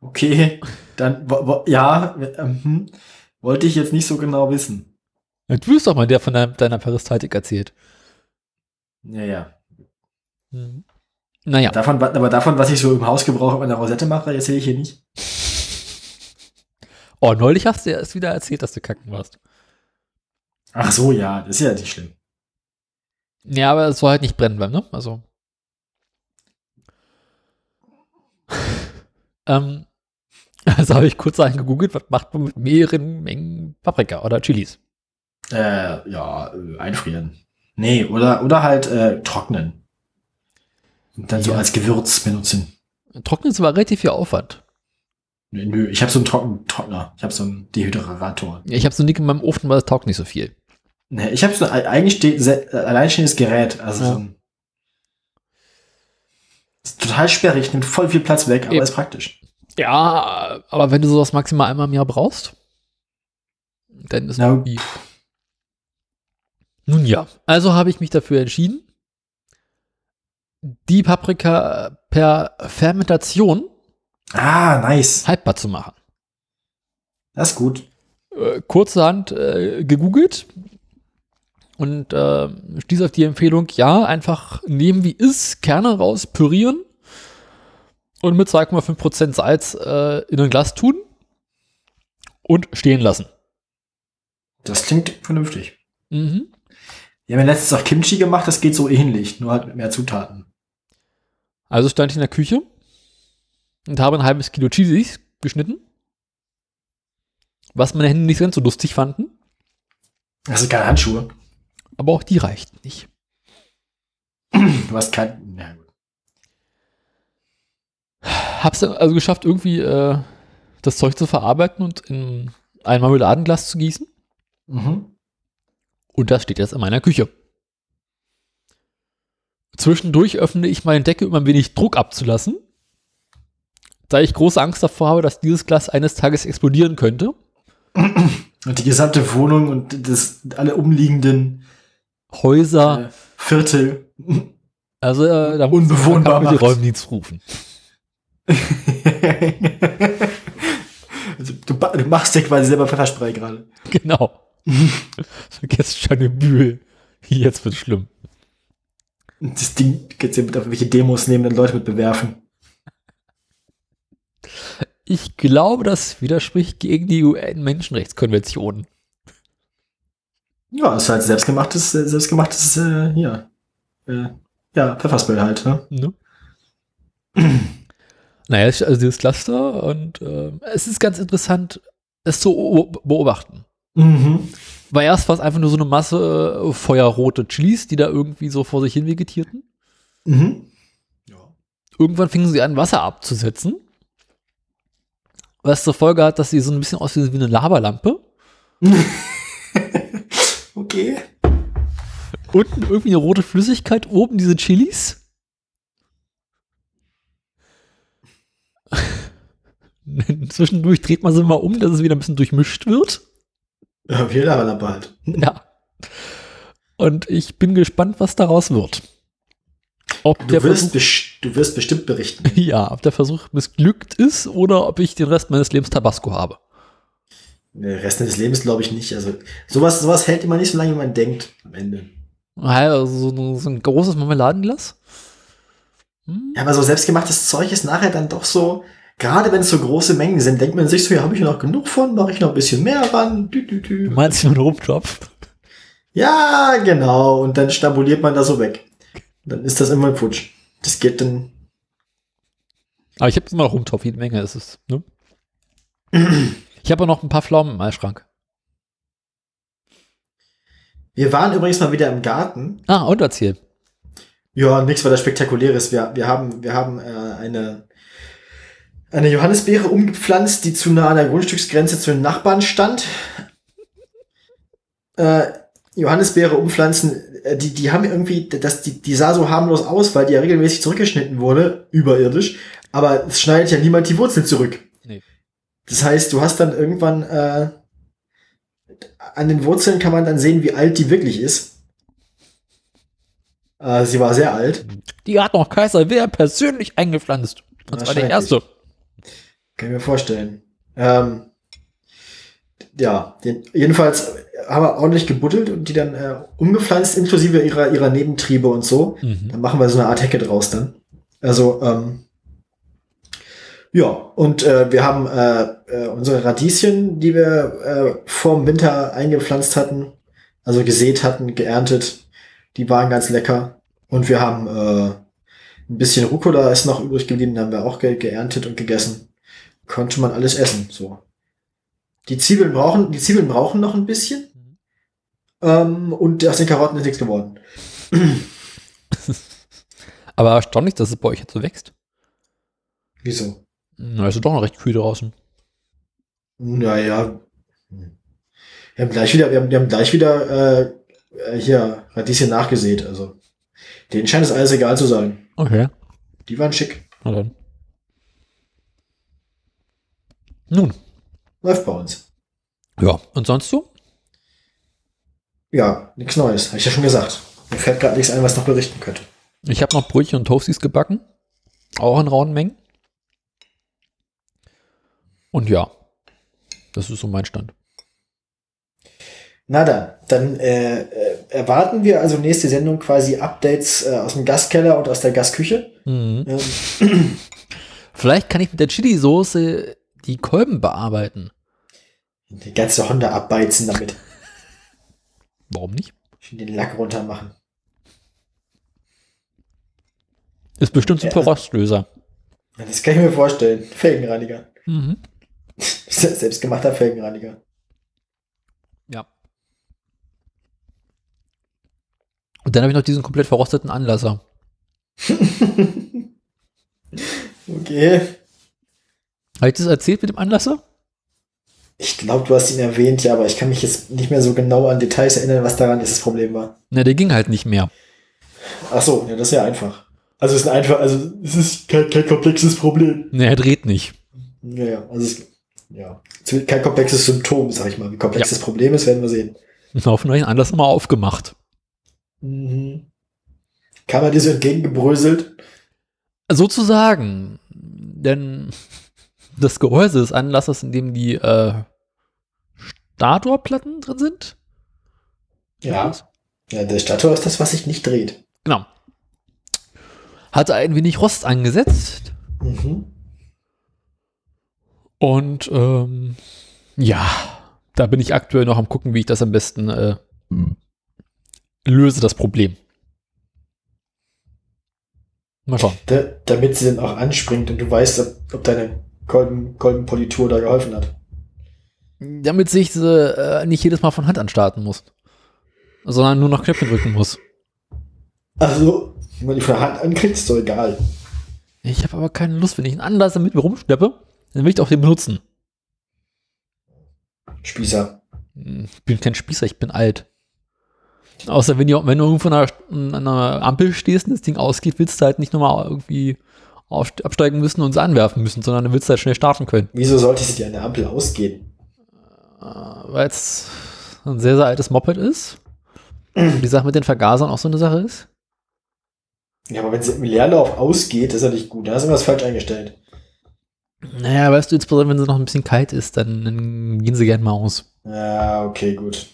okay, dann, wo, wo, ja, ähm, wollte ich jetzt nicht so genau wissen.
Ja, Du bist doch mal der von deiner, deiner Peristaltik erzählt.
Ja, ja.
Hm. Naja.
Davon, wa- aber davon, was ich so im Hausgebrauch mit meiner Rosette mache, erzähle ich hier nicht.
Oh, neulich hast du ja erst wieder erzählt, dass du kacken warst.
Ach so, ja, das ist ja nicht schlimm.
Ja, aber es soll halt nicht brennen bleiben, ne? Also. ähm, also habe ich kurz angegoogelt, was macht man mit mehreren Mengen Paprika oder Chilis?
Äh, ja, äh, einfrieren. Nee, oder, oder halt äh, trocknen. Und dann so
Ja.
als Gewürz benutzen.
Trocknen ist aber relativ viel Aufwand.
Nö, Nö, ich habe so einen Trocken Trockner. Ich habe so einen Dehydrator.
Ja, Ich habe so einen Nick in meinem Ofen, weil das taugt nicht so viel.
Nee, Ne, ich habe so ein eigenste- se- alleinstehendes Gerät. Also
Ja.
so ein, ist total sperrig, nimmt voll viel Platz weg, aber
Eben.
ist praktisch.
Ja, aber wenn du sowas maximal einmal im Jahr brauchst, dann ist
Na,
irgendwie. Nun ja, also habe ich mich dafür entschieden, die Paprika per Fermentation
Ah, nice.
haltbar zu machen.
Das ist gut.
Äh, kurzerhand äh, gegoogelt und äh, stieß auf die Empfehlung, ja, einfach nehmen wie ist, Kerne raus, pürieren und mit 2,5% Salz äh, in ein Glas tun und stehen lassen.
Das klingt vernünftig.
Mhm.
Wir haben ja letztens auch Kimchi gemacht, das geht so ähnlich, nur halt mit mehr Zutaten.
Also stand ich in der Küche und habe ein halbes Kilo Chilis geschnitten, was meine Hände nicht ganz so lustig fanden,
Das sind Also keine Handschuhe.
aber auch die reichten nicht.
Du hast kein. Na gut.
Hab's dann also geschafft, irgendwie äh, das Zeug zu verarbeiten und in ein Marmeladenglas zu gießen.
Mhm.
Und das steht jetzt in meiner Küche. Zwischendurch öffne ich meine Decke, um ein wenig Druck abzulassen, da ich große Angst davor habe, dass dieses Glas eines Tages explodieren könnte.
Und die gesamte Wohnung und das alle umliegenden
Ah. Häuser,
äh, Viertel.
Also äh, da
Unbewohnbar
kann man die
macht.
Räumdienst rufen.
Also, du, ba- du machst dir quasi selber Pfefferspray gerade.
Genau. Vergesst Schönebühl. Jetzt wird's schlimm.
Und Das Ding kannst du mit auf irgendwelche Demos nehmen und Leute mit bewerfen.
Ich glaube, das widerspricht gegen die UN-Menschenrechtskonvention.
Ja, das ist halt selbstgemachtes, äh, selbstgemachtes, äh, ja. Äh, ja, Pfefferspray halt, ne?
Ne? naja, es ist also dieses Cluster und äh, es ist ganz interessant, es zu o- beobachten.
Mhm.
Weil erst war es einfach nur so eine Masse äh, feuerrote Chilis, die da irgendwie so vor sich hin vegetierten.
Mhm. Ja.
Irgendwann fingen sie an, Wasser abzusetzen. Was zur Folge hat, dass sie so ein bisschen aussehen wie eine Lavalampe.
Okay.
Unten irgendwie eine rote Flüssigkeit, oben diese Chilis. Zwischendurch dreht man sie mal um, dass es wieder ein bisschen durchmischt wird.
Ja, wie Lavalampe halt.
Ja. Und ich bin gespannt, was daraus wird. Ob
Du
der
wirst,
Versuch,
best- du wirst bestimmt berichten.
ja, ob der Versuch missglückt ist oder ob ich den Rest meines Lebens Tabasco habe.
Den Rest des Lebens glaube ich nicht. Also, sowas, sowas hält immer nicht so lange, wie man denkt am Ende.
Ah, Also so, ein- so ein großes Marmeladenglas. Hm?
Ja, aber so selbstgemachtes Zeug ist nachher dann doch so, gerade wenn es so große Mengen sind, denkt man sich so, ja, habe ich noch genug von, mache ich noch ein bisschen mehr ran. Dü, dü,
Du
dü.
meinst, wenn man rumtropft?
Ja, genau. Und dann schnabuliert man da so weg. Dann ist das immer ein Putsch. Das geht dann.
Aber ich habe immer noch Rumtopf, jede Menge ist es. Ne? Ich habe auch noch ein paar Pflaumen im Eisschrank.
Wir waren übrigens mal wieder im Garten.
Ah, und erzähl.
Ja, nichts weiter Spektakuläres. Wir, wir haben, wir haben äh, eine, eine Johannisbeere umgepflanzt, die zu nah an der Grundstücksgrenze zu den Nachbarn stand. Äh, Johannisbeere umpflanzen, äh, die, die haben irgendwie, das, die, die sah so harmlos aus, weil die ja regelmäßig zurückgeschnitten wurde, überirdisch. Aber es schneidet ja niemand die Wurzel zurück.
Nee.
Das heißt, du hast dann irgendwann äh, an den Wurzeln kann man dann sehen, wie alt die wirklich ist. Äh, sie war sehr alt.
Die hat noch Kaiser Wilhelm persönlich eingepflanzt. Und zwar der
Wahrscheinlich.
erste.
Kann ich mir vorstellen. Ähm, ja, den, jedenfalls haben wir ordentlich gebuddelt und die dann äh, umgepflanzt, inklusive ihrer, ihrer Nebentriebe und so.
Mhm.
Dann machen wir so eine Art Hecke draus dann. Also, ähm, ja, und äh, wir haben äh, äh, unsere Radieschen, die wir äh, vor dem Winter eingepflanzt hatten, also gesät hatten, geerntet. Die waren ganz lecker. Und wir haben äh, ein bisschen Rucola ist noch übrig geblieben, da haben wir auch ge geerntet und gegessen. Konnte man alles essen, so. Die Zwiebeln brauchen, die Zwiebeln brauchen noch ein bisschen.
Mhm.
Ähm, und aus den Karotten ist nichts geworden.
Aber erstaunlich, dass es bei euch jetzt so wächst.
Wieso?
Na, ist doch noch recht kühl draußen.
Naja. Wir haben gleich wieder, wir haben, wir haben gleich wieder äh, äh, hier Radieschen nachgesät. Also denen scheint es alles egal zu sein.
Okay.
Die waren schick.
Na dann. Nun.
Läuft bei uns.
Ja. Und sonst so?
Ja, nichts Neues. Habe ich ja schon gesagt. Mir fällt gerade nichts ein, was noch berichten könnte.
Ich habe noch Brötchen und Toasties gebacken. Auch in rauen Mengen. Und ja. Das ist so mein Stand.
Na dann, dann äh, äh, erwarten wir also nächste Sendung quasi Updates äh, aus dem Gastkeller und aus der Gastküche.
Mhm.
Ähm,
Vielleicht kann ich mit der Chili-Soße die Kolben bearbeiten.
die ganze Honda abbeizen damit.
Warum nicht?
Schön Den Lack runter machen.
Ist bestimmt super
Ja.
Rostlöser.
Ja, Das kann ich mir vorstellen. Felgenreiniger.
Mhm.
Selbstgemachter Felgenreiniger.
Ja. Und dann habe ich noch diesen komplett verrosteten Anlasser.
Okay.
Habe ich das erzählt mit dem Anlasser?
Ich glaube, du hast ihn erwähnt, ja, aber ich kann mich jetzt nicht mehr so genau an Details erinnern, was daran jetzt das Problem war.
Na, der ging halt nicht mehr.
Ach so, ja, das ist ja einfach. Also es ist ein einfach, also es ist kein, kein komplexes Problem.
Ne, er dreht nicht.
Ja, ja, also es, ja, es wird kein komplexes Symptom, sag ich mal. Wie komplex das Problem ist, werden wir sehen.
Hoffentlich einen Anlasser mal aufgemacht.
Mhm. Kam er dir so entgegengebröselt?
Sozusagen. Denn das Gehäuse des Anlasses, in dem die äh, Statorplatten drin sind.
Ja. ja. Der Stator ist das, was sich nicht dreht.
Genau. Hatte ein wenig Rost angesetzt.
Mhm.
Und ähm, ja, da bin ich aktuell noch am gucken, wie ich das am besten äh, löse, das Problem. Mal schauen.
Da, damit sie dann auch anspringt und du weißt, ob, ob deine Kolben, Kolbenpolitur da geholfen hat.
Damit ich sie äh, nicht jedes Mal von Hand anstarten muss, sondern nur noch Knöpfe drücken muss.
Also, wenn du die von der Hand ankriegst, ist doch egal.
Ich habe aber keine Lust, wenn ich einen Anlass damit mir rumschleppe, dann will ich auch den benutzen.
Spießer.
Ich bin kein Spießer, ich bin alt. Außer wenn, du- wenn du irgendwo an einer, an einer Ampel stehst und das Ding ausgeht, willst du halt nicht nochmal irgendwie auf, absteigen müssen und es anwerfen müssen, sondern dann willst du halt schnell starten können. Äh,
Wieso sollte sie dir an der Ampel ausgehen?
Weil es ein sehr, sehr altes Moped ist. Und die Sache mit den Vergasern auch so eine Sache ist.
Ja, aber wenn sie im Leerlauf ausgeht, ist ja nicht gut. Da hast du was falsch eingestellt.
Naja, weißt du, insbesondere wenn sie noch ein bisschen kalt ist, dann, dann gehen sie gerne mal aus.
Ja, okay, gut.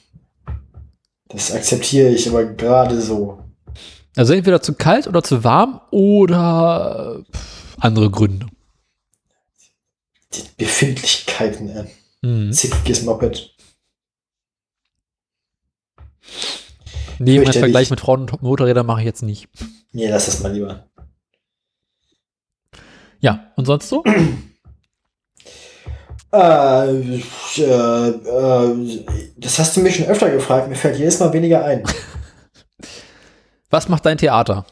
Das akzeptiere ich aber gerade so.
Also entweder zu kalt oder zu warm oder äh, pff, andere Gründe.
Die Befindlichkeiten, ein
Mhm.
zickiges Moped.
Nee, mein
Fürchterlich.
Vergleich mit Frauen und Motorrädern mache ich jetzt nicht.
Nee, lass das mal lieber.
Ja, und sonst so?
Äh, äh, äh, das hast du mich schon öfter gefragt. Mir fällt jedes Mal weniger ein.
Was macht dein Theater?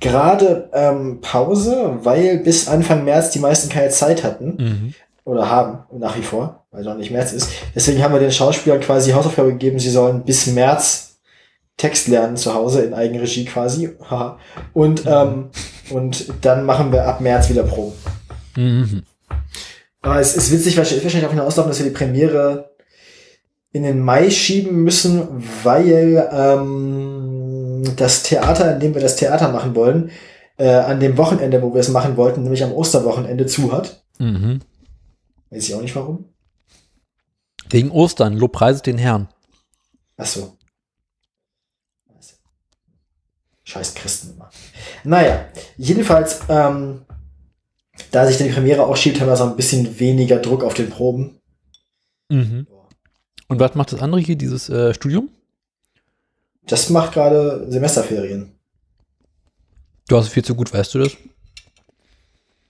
Gerade ähm, Pause, weil bis Anfang März die meisten keine Zeit hatten
Mhm.
oder haben nach wie vor, weil noch nicht März ist. Deswegen haben wir den Schauspielern quasi die Hausaufgabe gegeben, sie sollen bis März Text lernen zu Hause in Eigenregie quasi. Haha. und ähm, und dann machen wir ab März wieder Proben.
Mhm.
Aber es ist witzig, weil es wird wahrscheinlich auch hinauslaufen, dass wir die Premiere in den Mai schieben müssen, weil ähm, das Theater, in dem wir das Theater machen wollen, äh, an dem Wochenende, wo wir es machen wollten, nämlich am Osterwochenende zu hat.
Mhm.
Weiß ich auch nicht warum.
Wegen Ostern, lobpreiset den Herrn.
Ach so. Scheiß Christen immer. Naja, jedenfalls, ähm, da sich die Premiere auch schiebt, haben wir so ein bisschen weniger Druck auf den Proben.
Mhm. Und was macht das andere hier, dieses äh, Studium?
Das macht gerade Semesterferien.
Du hast es viel zu gut, weißt du das?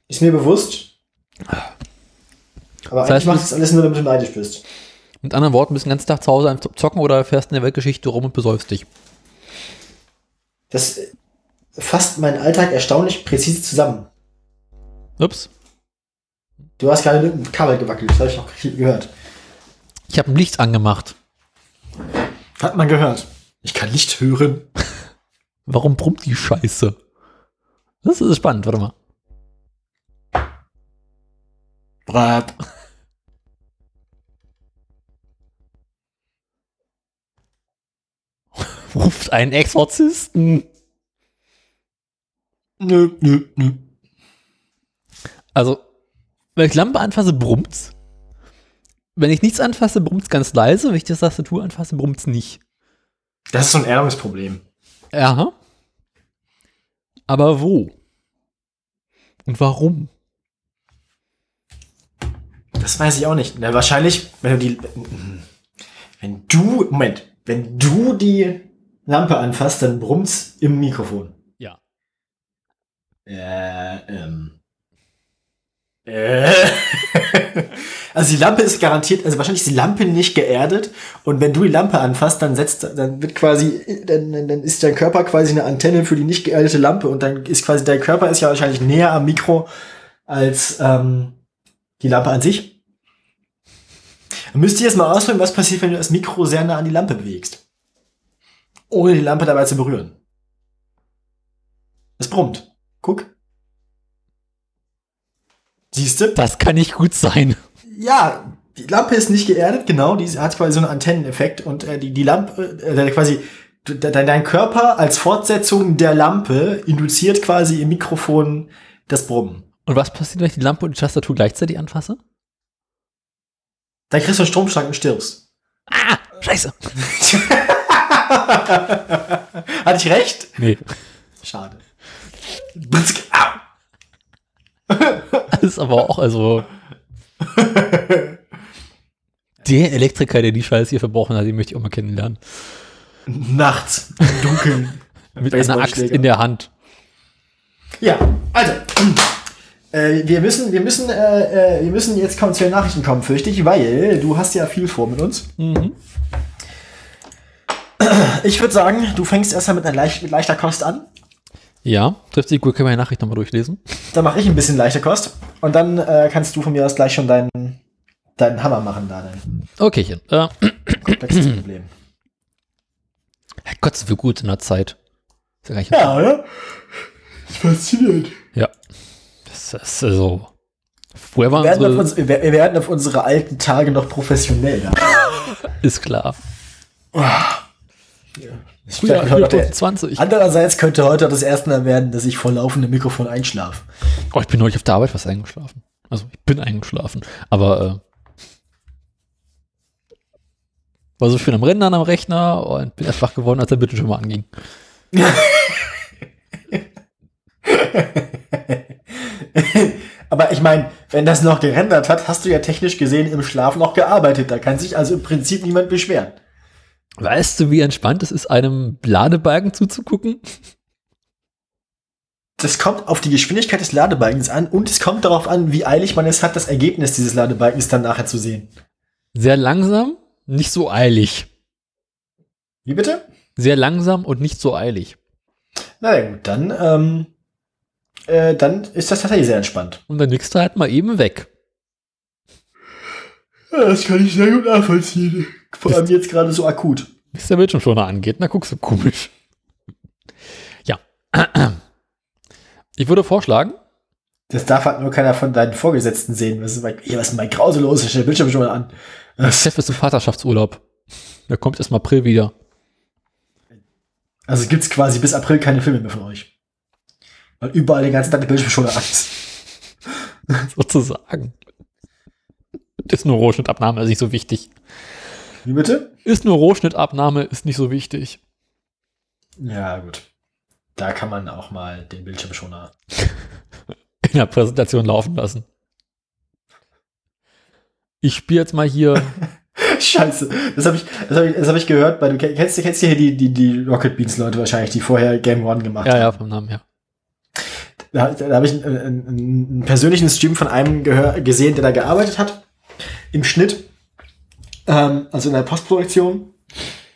Ist mir bewusst. Aber
Das heißt,
eigentlich
du-
machst du das alles nur, damit du neidisch bist.
Mit anderen Worten, bist den ganzen Tag zu Hause am Zocken oder fährst in der Weltgeschichte rum und besäufst dich.
Das äh, fasst meinen Alltag erstaunlich präzise zusammen.
Ups.
Du hast gerade mit dem Kabel gewackelt, das habe ich noch ge- gehört.
Ich habe ein Licht angemacht.
Hat man gehört. Ich kann Licht hören.
Warum brummt die Scheiße? Das ist spannend, warte mal.
Brab.
Ruft einen Exorzisten.
Nö, nö, nö.
Also, wenn ich Lampe anfasse, brummt's. Wenn ich nichts anfasse, brummt's ganz leise. Wenn ich das Tastatur anfasse, brummt's nicht.
Das ist so ein enormes Problem.
Ja. Aber wo? Und warum?
Das weiß ich auch nicht. Na, wahrscheinlich, wenn du die. Wenn du. Moment. Wenn du die Lampe anfasst, dann brummt's im Mikrofon.
Ja.
Äh, ähm. Äh. Also die Lampe ist garantiert, also wahrscheinlich ist die Lampe nicht geerdet und wenn du die Lampe anfasst, dann setzt, dann wird quasi, dann, dann, dann ist dein Körper quasi eine Antenne für die nicht geerdete Lampe und dann ist quasi dein Körper ist ja wahrscheinlich näher am Mikro als ähm, die Lampe an sich. Dann müsst ihr jetzt mal ausprobieren, was passiert, wenn du das Mikro sehr nah an die Lampe bewegst, ohne die Lampe dabei zu berühren. Es brummt. Guck. Siehste?
Das kann nicht gut sein.
Ja, die Lampe ist nicht geerdet, genau. Die hat quasi so einen Antenneneffekt und äh, die, die Lampe, äh, quasi du, de, dein Körper als Fortsetzung der Lampe induziert quasi im Mikrofon das Brummen.
Und was passiert, wenn ich die Lampe und die Tastatur gleichzeitig anfasse?
Dann kriegst du einen Stromschlag und stirbst.
Ah, scheiße.
Hatte ich recht?
Nee.
Schade. Blitzk, au.
Das ist aber auch, also. Der Elektriker, der die Scheiße hier verbrochen hat, den möchte ich auch mal kennenlernen.
Nachts, im Dunkeln.
Mit einer Axt in der Hand.
Ja, also. Äh, wir müssen, wir müssen, äh, äh, wir müssen jetzt kaum zu den Nachrichten kommen, fürchte ich, weil du hast ja viel vor mit uns. Ich würde sagen, du fängst erstmal mit einer leicht, mit leichter Kost an.
Ja, trifft sich gut, können wir die Nachricht nochmal durchlesen.
Dann mache ich ein bisschen leichte Kost. Und dann äh, kannst du von mir aus gleich schon deinen, deinen Hammer machen, da dein
Okaychen. Äh,
komplexes Problem.
Gott, so viel gut in der Zeit. Ist ja, gar nicht
Ja, oder? Das ist faszinierend.
ja. Das ist also. Vorher waren
Wir werden, auf
unsere,
uns, wir, wir werden auf unsere alten Tage noch professionell. Ja.
ist klar.
Ah. Ich
Früher
glaub, heute-
20.
Andererseits könnte heute das erste Mal werden, dass ich vor laufendem Mikrofon einschlafe.
Oh, ich bin neulich auf der Arbeit fast eingeschlafen. Also ich bin eingeschlafen. Aber äh, war so schön am Rendern am Rechner und bin erst wach geworden, als der Bildschirm mal anging.
Aber ich meine, wenn das noch gerendert hat, hast du ja technisch gesehen im Schlaf noch gearbeitet. Da kann sich also im Prinzip niemand beschweren.
Weißt du, wie entspannt es ist, einem Ladebalken zuzugucken?
Das kommt auf die Geschwindigkeit des Ladebalkens an und es kommt darauf an, wie eilig man es hat, das Ergebnis dieses Ladebalkens dann nachher zu sehen.
Sehr langsam, nicht so eilig.
Wie bitte?
Sehr langsam und nicht so eilig.
Na ja, gut, dann, ähm, äh, dann ist das tatsächlich sehr entspannt.
Und dann nix halt mal eben weg.
das kann ich sehr gut nachvollziehen. Vor allem jetzt gerade so akut.
Bis der Bildschirm schon angeht, na guckst du komisch. Ja. Ich würde vorschlagen,
Das darf halt nur keiner von deinen Vorgesetzten sehen. Das ist mein, hier, was ist denn mein Krause los? Ich stell den Bildschirm schon mal an. Das,
Chef ist im Vaterschaftsurlaub. Da kommt erst mal April wieder.
also gibt's quasi bis April keine Filme mehr von euch. Weil überall den ganzen Tag der Bildschirm schon mal an ist.
sozusagen. Ist nur Rohschnittabnahme ist nicht so wichtig.
Wie bitte?
Ist nur Rohschnittabnahme ist nicht so wichtig.
Ja, gut. Da kann man auch mal den Bildschirm schon an.
In der Präsentation laufen lassen. Ich spiele jetzt mal hier.
Scheiße, das habe ich, das hab ich, das hab ich gehört, weil du ke- kennst, kennst ja hier die, die, die Rocket Beans Leute wahrscheinlich, die vorher Game One gemacht
ja, ja,
haben.
vom Namen her.
Da, da habe ich einen, einen, einen persönlichen Stream von einem gehör, gesehen, der da gearbeitet hat, im Schnitt, ähm, also in der Postproduktion.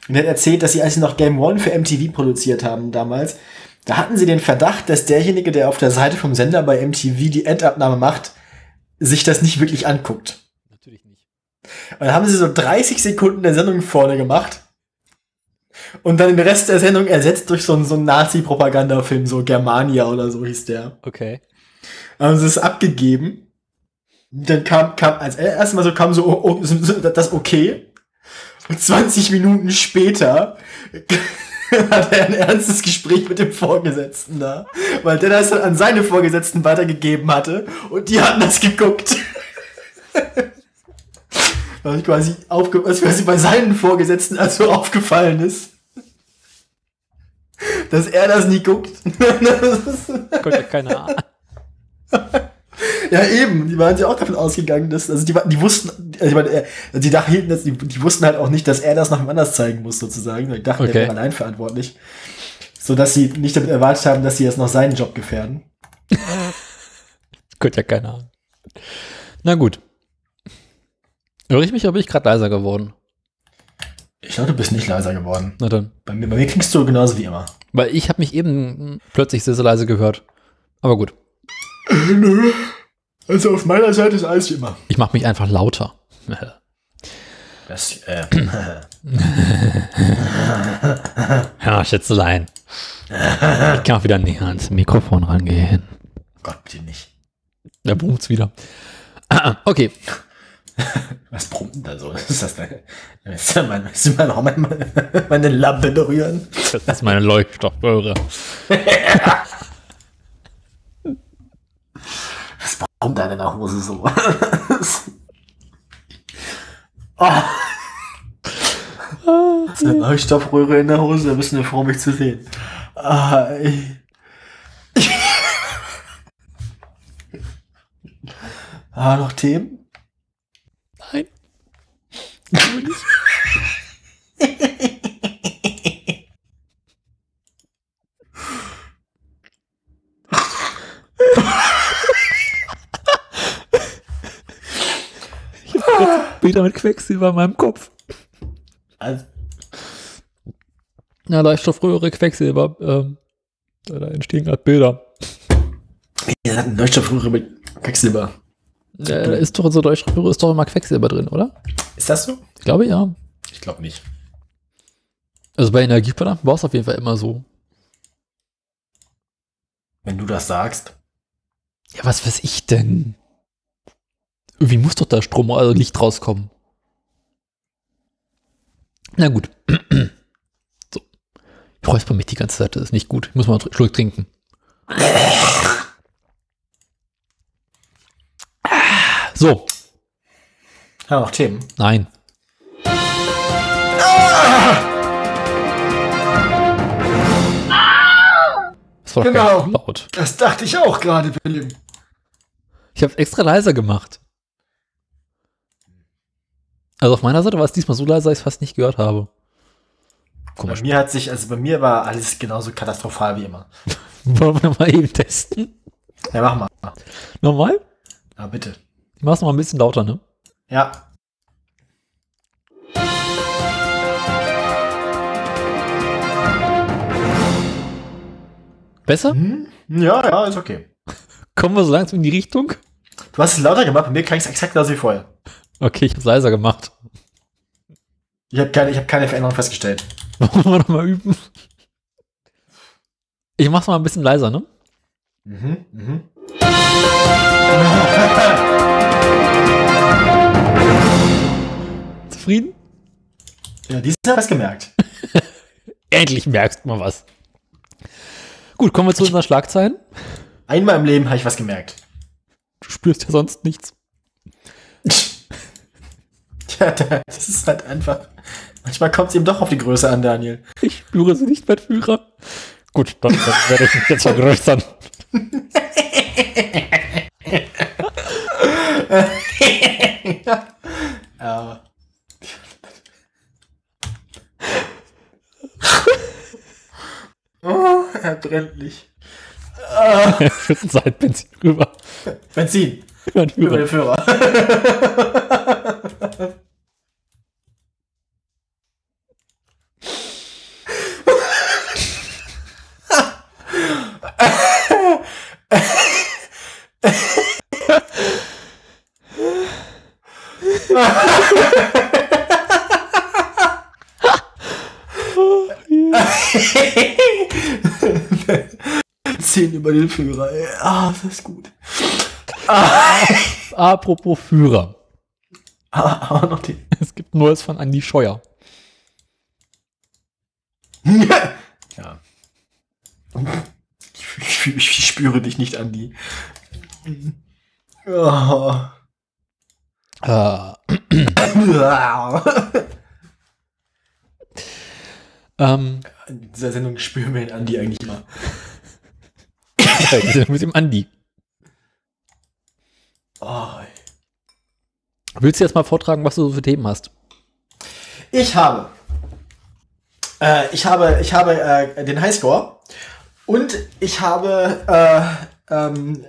Und der hat erzählt, dass sie, als sie noch Game One für MTV produziert haben damals, da hatten sie den Verdacht, dass derjenige, der auf der Seite vom Sender bei MTV die Endabnahme macht, sich das nicht wirklich anguckt.
Natürlich nicht.
Und dann haben sie so 30 Sekunden der Sendung vorne gemacht. Und dann den Rest der Sendung ersetzt durch so einen, so einen Nazi-Propagandafilm, so Germania oder so hieß der.
Okay.
Dann haben sie es abgegeben. Dann kam, kam als erstes Mal so kam so, oh, oh, so- so das okay. Und 20 Minuten später hat er ein ernstes Gespräch mit dem Vorgesetzten da. Weil der das dann an seine Vorgesetzten weitergegeben hatte und die hatten das geguckt. Was quasi, aufge was quasi bei seinen Vorgesetzten also aufgefallen ist. Dass er das nie guckt. Das ist-
Konnte keine Ahnung.
ja, eben. Die waren ja auch davon ausgegangen, dass, also die, wa- die wussten, also ich meine, äh, die dachten, dass, die, die wussten halt auch nicht, dass er das noch jemand anders zeigen muss, sozusagen. Die dachten,
Okay.
er wäre allein verantwortlich. Sodass sie nicht damit erwartet haben, dass sie jetzt noch seinen Job gefährden.
Konnte ja keine Ahnung. Na gut. Höre ich mich, oder bin ich gerade leiser geworden?
Ich glaube, du bist nicht leiser geworden.
Na dann.
Bei mir, bei mir klingst du genauso wie immer.
Weil ich habe mich eben plötzlich sehr, sehr leise gehört. Aber gut.
Nö. Also auf meiner Seite ist alles wie immer.
Ich mache mich einfach lauter.
Das, äh,
Ja, Schätzelein. Ich kann auch wieder näher ans Mikrofon rangehen.
Gott, bitte nicht.
Da boomt's wieder. Okay.
Was brummt denn da so? Was ist das denn? Willst du mein, willst du mein, meine, meine Lampe berühren?
Das ist meine Leuchtstoffröhre.
Was brummt da in deiner Hose so? oh. Das ist eine Leuchtstoffröhre in der Hose, da bist du eine Frau, mich zu sehen. Ah, ey. ah, noch Themen?
Nein. Ich hab Bilder mit Quecksilber in meinem Kopf.
Also,
Na, Leuchtstoffröhre, Quecksilber. Ähm, da, da entstehen gerade Bilder.
ihr seid eine Leuchtstoffröhre mit Quecksilber.
Äh, da ist doch in so Leuchtstoffröhre ist doch immer Quecksilber drin, oder?
Ist das so?
Ich glaube ja.
Ich glaube nicht.
Also bei Energieverdampfen war es auf jeden Fall immer so.
Wenn du das sagst.
Ja, was weiß ich denn? Irgendwie muss doch da Strom, also Licht rauskommen. Na gut. So. Ich räusper mich die ganze Zeit, das ist nicht gut. Ich muss mal einen Schluck trinken. So,
Ja, noch Themen.
nein. Das war doch
Genau.
ganz laut.
Das dachte ich auch gerade, Philipp.
Ich habe extra leiser gemacht. Also auf meiner Seite war es diesmal so leiser, dass ich es fast nicht gehört habe.
Bei
Komisch.
mir hat sich, also bei mir war alles genauso katastrophal wie immer.
Wollen wir mal eben testen?
Ja, mach mal.
Nochmal?
Ja, bitte.
Ich mach's noch mal ein bisschen lauter, ne?
Ja.
Besser?
Hm? Ja, ja, ist okay.
Kommen wir so langsam in die Richtung?
Du hast es lauter gemacht, bei mir klang es exakt genauso wie vorher.
Okay, ich hab's leiser gemacht.
Ich habe keine, ich hab keine Veränderung festgestellt.
Wollen wir nochmal üben? Ich mach's mal ein bisschen leiser, ne?
Mhm, mhm.
Zufrieden?
Ja, dies habe ich gemerkt.
Endlich merkst du mal was. Gut, kommen wir zu unseren Schlagzeilen.
Einmal im Leben habe ich was gemerkt.
Du spürst ja sonst nichts.
Tja, das ist halt einfach. Manchmal kommt es eben doch auf die Größe an, Daniel.
Ich spüre sie nicht, mein Führer. Gut, dann, dann werde ich mich jetzt vergrößern.
Ja. oh, er brennt nicht.
Schütten seit Benzin rüber.
Benzin,
Mein
über
Führer.
den Führer. Benzin über den Führer. ey. Ah, das ist gut.
Apropos Führer.
Ah, aber noch die.
Es gibt Neues von Andy Scheuer.
ja. Ich, ich, ich spüre dich nicht, Andi. Oh.
Äh,
In
ähm,
dieser Sendung spüren wir den Andi eigentlich immer.
mit dem Andy.
Oh.
Willst du jetzt mal vortragen, was du so für Themen hast?
Ich habe. Äh, ich habe, ich habe äh, den Highscore und ich habe äh, ähm,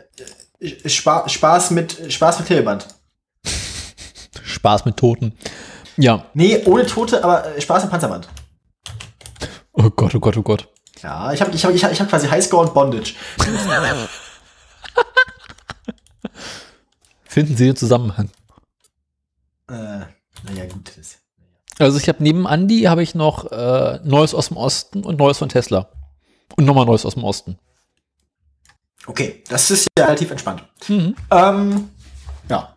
Spa Spaß mit Spaß mit Klebeband.
Spaß mit Toten. Ja.
Nee, ohne Tote, aber äh, Spaß mit Panzerband.
Oh Gott, oh Gott, oh Gott.
Ja, ich habe ich hab, ich hab, ich hab quasi Highscore und Bondage.
Finden Sie den Zusammenhang?
Äh, naja, gut. Das,
Also ich habe neben Andy habe ich noch äh, Neues aus dem Osten und Neues von Tesla. Und nochmal Neues aus dem Osten.
okay, das ist ja relativ entspannt.
Mhm.
Ähm, ja.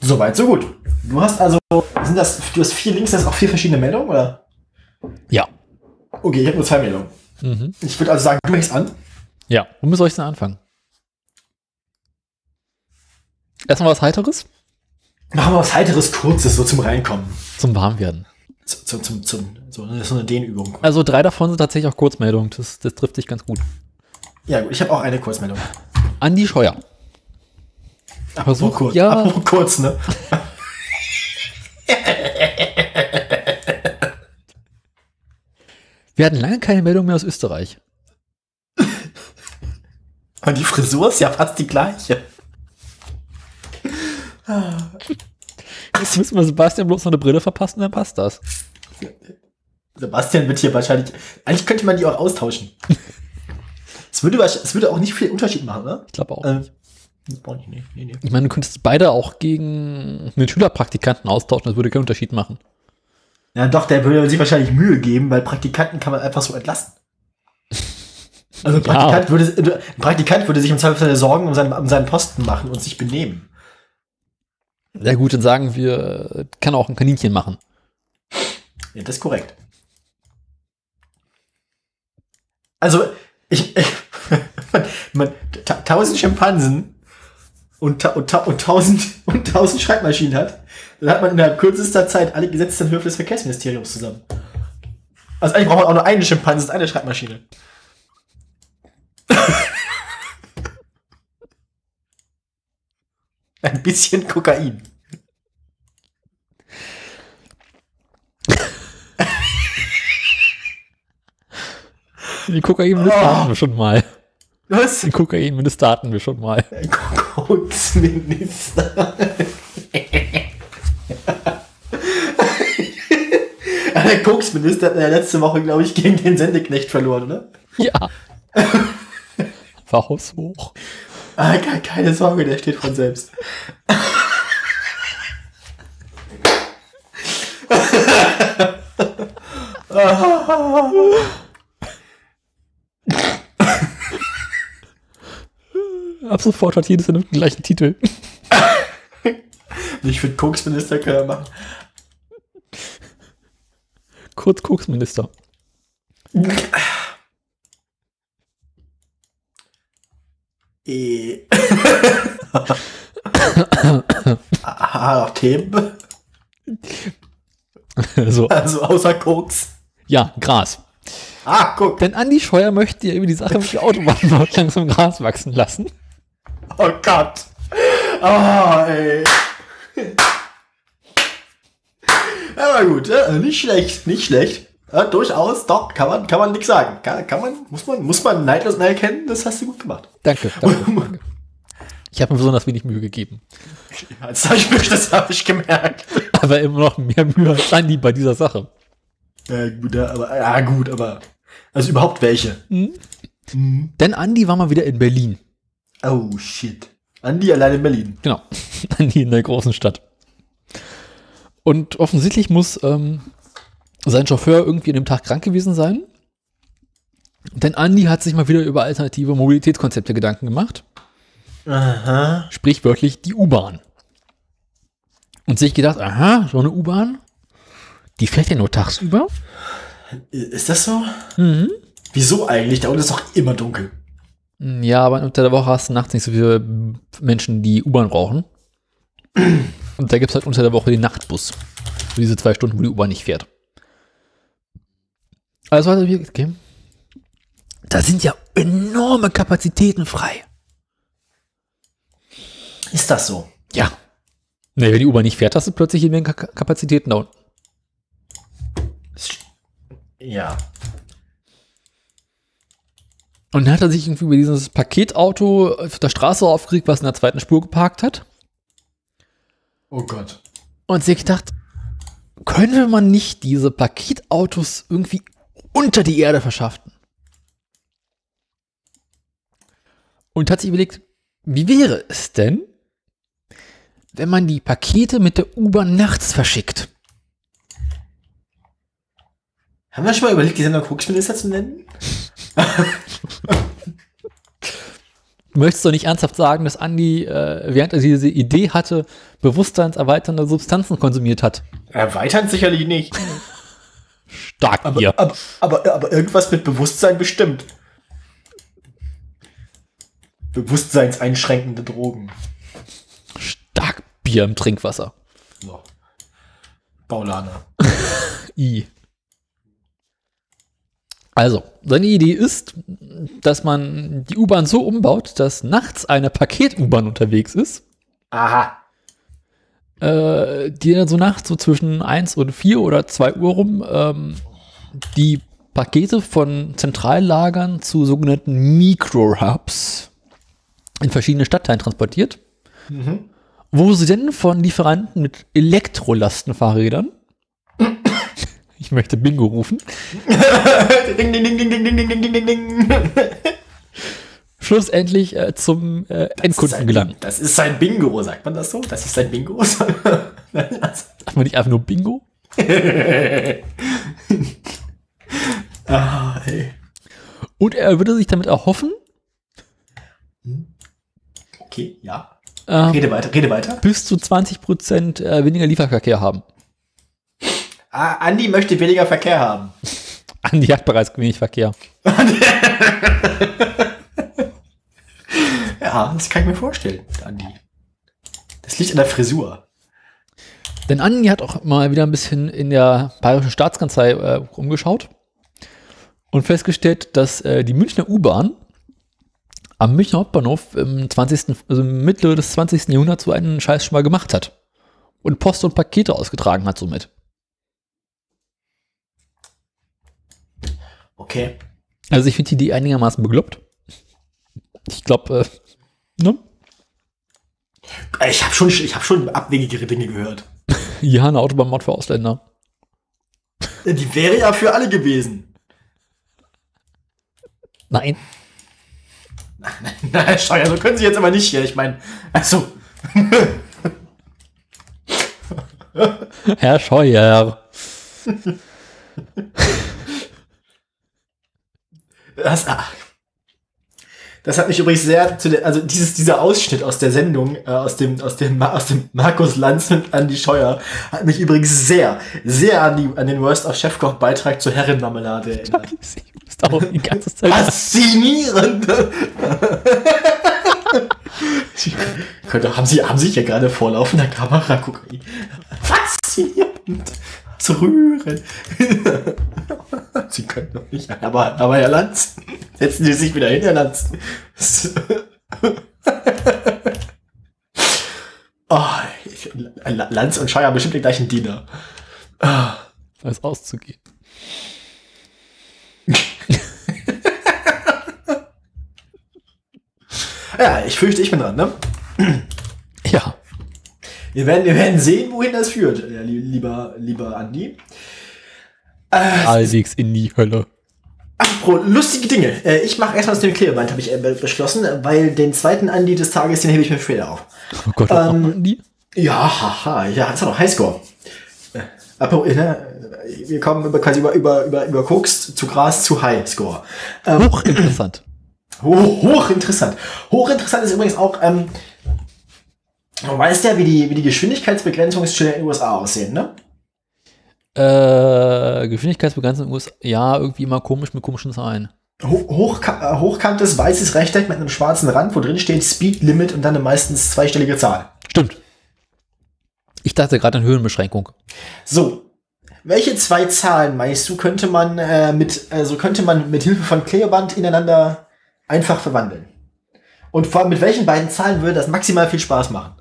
Soweit, so gut. Du hast also, sind das, du hast vier Links, das auch vier verschiedene Meldungen, oder?
Ja.
Okay, ich habe nur zwei Meldungen.
Mhm.
Ich würde also sagen, du fängst an.
Ja. Womit soll ich denn anfangen? Erstmal was Heiteres
Machen wir was heiteres, kurzes, so zum Reinkommen.
zum Warmwerden.
Zum, zum, zum, zum so, das ist so eine Dehnübung.
Also drei davon sind tatsächlich auch Kurzmeldungen. Das, das trifft dich ganz gut.
Ja, gut, ich habe auch eine Kurzmeldung.
Oh, Andi Scheuer.
Apropos kurz,
ja.
apropos kurz, ne?
Wir hatten lange keine Meldung mehr aus Österreich.
Aber die Frisur ist ja fast die gleiche.
Jetzt müssen wir Sebastian bloß noch eine Brille verpassen, dann passt das.
Sebastian wird hier wahrscheinlich. Eigentlich könnte man die auch austauschen. Es würde, wahrsch- es würde auch nicht viel Unterschied machen, oder?
Ich glaube auch.
Ähm, brauch ich nicht, nee, nee.
Ich meine, du könntest beide auch gegen einen Schülerpraktikanten austauschen, das würde keinen Unterschied machen.
Ja, doch, der würde sich wahrscheinlich Mühe geben, weil Praktikanten kann man einfach so entlassen. Also ein
Ja.
Praktikant, würde, ein Praktikant würde sich im Zweifelsfall Sorgen um seinen, um seinen Posten machen und sich benehmen.
Ja gut, dann sagen wir, kann auch ein Kaninchen machen.
Ja, das ist korrekt. Also, ich, ich man, man, ta tausend Schimpansen und, ta und, ta und, tausend, und tausend Schreibmaschinen hat, dann hat man innerhalb kürzester Zeit alle Gesetzentwürfe des Verkehrsministeriums zusammen. Also eigentlich braucht man auch nur einen Schimpansen und eine Schreibmaschine. Ein bisschen Kokain.
Die Kokainminister hatten wir schon mal.
Was?
Die Kokainminister hatten wir schon mal.
Kultusminister. Der Koksminister hat ja letzte Woche, glaube ich, gegen den Sendeknecht verloren, oder?
Ja. War haushoch.
Ah, ke- keine Sorge, der steht von selbst.
Ab sofort hat jedes den gleichen Titel.
Ich finde, Koksminister können wir machen.
Kurz Koksminister.
Eh. Aha, Ah, noch Themen.
so,
Also außer Koks.
ja, Gras.
Ah, guck.
Denn Andi Scheuer möchte ja über die Sache mit der Autobahnbau langsam Gras wachsen lassen.
Oh Gott. Oh, ey. Aber gut, ja, nicht schlecht, nicht schlecht. Ja, durchaus, doch, kann man, kann man nichts sagen. Kann, kann man, muss man, muss man neidlos anerkennen, das hast du gut gemacht.
Danke, danke, danke. Ich habe mir besonders wenig Mühe gegeben.
Das habe ich, mir- das hab ich gemerkt.
Aber immer noch mehr Mühe als Andi bei dieser Sache.
Ja, gut, ja, aber, ja, gut, aber, also überhaupt welche.
Denn Andi war mal wieder in Berlin.
Oh, shit. Andi allein in Berlin.
Genau. Andi in der großen Stadt. Und offensichtlich muss ähm, sein Chauffeur irgendwie an dem Tag krank gewesen sein. Denn Andi hat sich mal wieder über alternative Mobilitätskonzepte Gedanken gemacht.
Aha.
sprichwörtlich die U-Bahn. Und sich gedacht, aha, so eine U-Bahn, die fährt ja nur tagsüber.
Ist das so? Wieso eigentlich? Da unten ist doch immer dunkel.
Hm, Ja, aber unter der Woche hast du nachts nicht so viele Menschen, die U-Bahn brauchen. Und da gibt es halt unter der Woche den Nachtbus. Für diese zwei Stunden, wo die U-Bahn nicht fährt. Also, warte, wie- okay. Da sind ja enorme Kapazitäten frei.
Ist das so?
Ja. Nee, wenn die U-Bahn nicht fährt, hast du plötzlich jede Menge Ka- Kapazitäten da unten.
Ja.
Und dann hat er sich irgendwie über dieses Paketauto auf der Straße aufgeregt, was in der zweiten Spur geparkt hat.
Oh Gott.
Und sich gedacht, könnte man nicht diese Paketautos irgendwie unter die Erde verschaffen? Und hat sich überlegt, wie wäre es denn, wenn man die Pakete mit der U-Bahn nachts verschickt?
Haben wir schon mal überlegt, die Sendung Koksminister zu nennen?
Du möchtest doch nicht ernsthaft sagen, dass Andi, äh, während er diese Idee hatte, bewusstseinserweiternde Substanzen konsumiert hat.
Erweitern Äh, sicherlich nicht.
Stark
Aber,
hier.
aber, aber, aber irgendwas mit Bewusstsein bestimmt. Bewusstseinseinschränkende Drogen.
Stark Bier im Trinkwasser.
So. Paulaner.
I. Also, seine Idee ist, dass man die U-Bahn so umbaut, dass nachts eine Paket-U-Bahn unterwegs ist,
Aha.
äh, die dann so nachts so zwischen 1 und 4 oder 2 Uhr rum ähm, die Pakete von Zentrallagern zu sogenannten Micro-Hubs in verschiedene Stadtteilen transportiert, wo sie dann von Lieferanten mit Elektrolastenfahrrädern, ich möchte Bingo rufen,
Ding, ding, ding, ding, ding, ding, ding, ding, ding, ding.
schlussendlich äh, zum äh, Endkunden gelangen.
Das ist sein Bingo, sagt man das so? Das ist sein Bingo?
Sagt man nicht einfach nur Bingo?
ah, ey.
Und er würde sich damit erhoffen,
Okay, ja.
äh,
Rede weiter, rede weiter.
bis zu 20% äh, weniger Lieferverkehr haben.
Ah, Andi möchte weniger Verkehr haben.
Andi hat bereits wenig Verkehr.
Ja, das kann ich mir vorstellen, Andi. Das liegt an der Frisur.
Denn Andi hat auch mal wieder ein bisschen in der bayerischen Staatskanzlei äh, rumgeschaut und festgestellt, dass äh, die Münchner U-Bahn am Münchner Hauptbahnhof im 20., also Mitte des 20. Jahrhunderts so einen Scheiß schon mal gemacht hat. Und Post und Pakete ausgetragen hat somit.
Okay.
Also ich finde die Idee einigermaßen bekloppt. Ich glaube, äh, ne?
Äh, Ich habe schon, ich hab schon abwegigere Dinge gehört.
Ja, eine Autobahnmaut für Ausländer.
Äh, Die wäre ja für alle gewesen.
Nein.
Na, Herr Scheuer, so können Sie jetzt aber nicht hier. Ich meine, also,
Herr Scheuer.
das, ah. das hat mich übrigens sehr zu der, also dieses, dieser Ausschnitt aus der Sendung, äh, aus dem, aus dem, Ma- aus dem Markus Lanz und Andi Scheuer, hat mich übrigens sehr, sehr an, die, an den Worst of Chefkoch Beitrag zur Herrenmarmelade erinnert.
Ich muss da auch die ganze Zeit.
Faszinierend! Sie- Könnte, haben, Sie, haben Sie hier gerade vor laufender Kamera Kokain? Faszinierend! Zu rühren! Sie können doch nicht. Aber, aber Herr Lanz, setzen Sie sich wieder hin, Herr Lanz. oh, ich, Lanz und Scheuer haben bestimmt den gleichen Diener.
als auszugehen.
Ja, ich fürchte, ich bin dran, ne?
Ja.
Wir werden, wir werden sehen, wohin das führt, äh, lie- lieber, lieber Andi.
Allwegs in die Hölle.
Apropos lustige Dinge. Äh, Ich mache erstmal das mit dem Klebeband, habe ich äh, be- beschlossen, äh, weil den zweiten Andi des Tages, den hebe ich mir später auf.
Oh Gott, was
Ähm,
machen die?
Ja, haha, ja, das hat auch Highscore. Äh, apropos, äh, ne, Wir kommen über, quasi über, über, über, über Koks zu Gras zu Highscore. Ähm,
Hochinteressant.
Hoch, hochinteressant. Hochinteressant ist übrigens auch, ähm, man weiß ja, wie die, wie die Geschwindigkeitsbegrenzungsschilder in den USA aussehen, ne?
äh, Geschwindigkeitsbegrenzung in den USA. Ja, irgendwie immer komisch mit komischen Zahlen.
Ho- Hochka äh, hochkantes weißes Rechteck mit einem schwarzen Rand, wo drin steht Speed Limit und dann eine meistens zweistellige Zahl.
Stimmt. Ich dachte gerade an Höhenbeschränkung.
So. Welche zwei Zahlen meinst du, könnte man äh, mit, also könnte man mit Hilfe von Klebeband ineinander einfach verwandeln? Und vor allem mit welchen beiden Zahlen würde das maximal viel Spaß machen?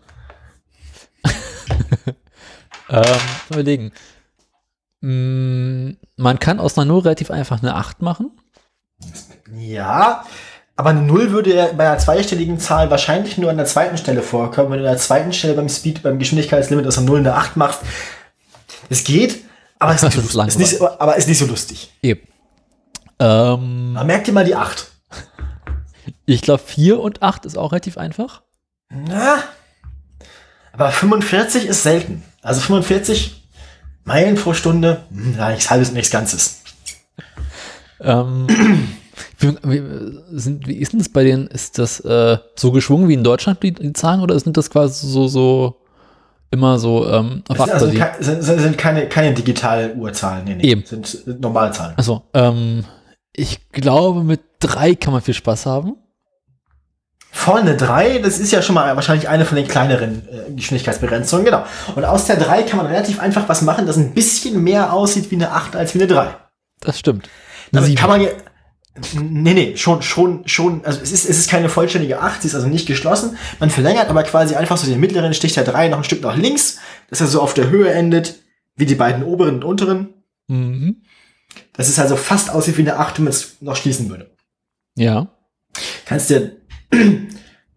Ähm, überlegen. Mm, man kann aus einer Null relativ einfach eine 8 machen.
Ja, aber eine Null würde ja bei einer zweistelligen Zahl wahrscheinlich nur an der zweiten Stelle vorkommen. Wenn du an der zweiten Stelle beim Speed, beim Geschwindigkeitslimit aus einer Null eine 8 machst, es geht, aber es ist, nicht
Das
so
ist
lustig. ist, nicht, so- aber ist nicht so lustig.
Eben. Ähm,
Aber merk dir mal die 8.
ich glaube, 4 und 8 ist auch relativ einfach.
Na, aber 45 ist selten. Also 45 Meilen pro Stunde, hm, ja, nichts halbes und nichts Ganzes.
Ähm, Wie, wie, sind, wie ist denn das bei denen? Ist das äh, so geschwungen wie in Deutschland, die, die Zahlen, oder sind das quasi so, so immer so ähm, auf
Das sind,
Achter?
also
die-
ke- sind, sind sind keine, keine digitale Uhrzahlen, nee, nee.
Eben.
Sind, sind Normalzahlen.
Also, ähm, ich glaube, mit drei kann man viel Spaß haben.
Vorne drei, das ist ja schon mal wahrscheinlich eine von den kleineren äh, Geschwindigkeitsbegrenzungen, genau. Und aus der drei kann man relativ einfach was machen, das ein bisschen mehr aussieht wie eine acht als wie eine drei.
Das stimmt.
Damit
Sieben.
kann man ja. Nee, nee, schon, schon, schon, also es ist, es ist keine vollständige 8, sie ist also nicht geschlossen. Man verlängert aber quasi einfach so den mittleren Stich der 3 noch ein Stück nach links, dass er so auf der Höhe endet, wie die beiden oberen und unteren.
Mhm.
Das ist also fast aussieht wie eine 8, wenn man es noch schließen würde.
Ja.
Kannst dir,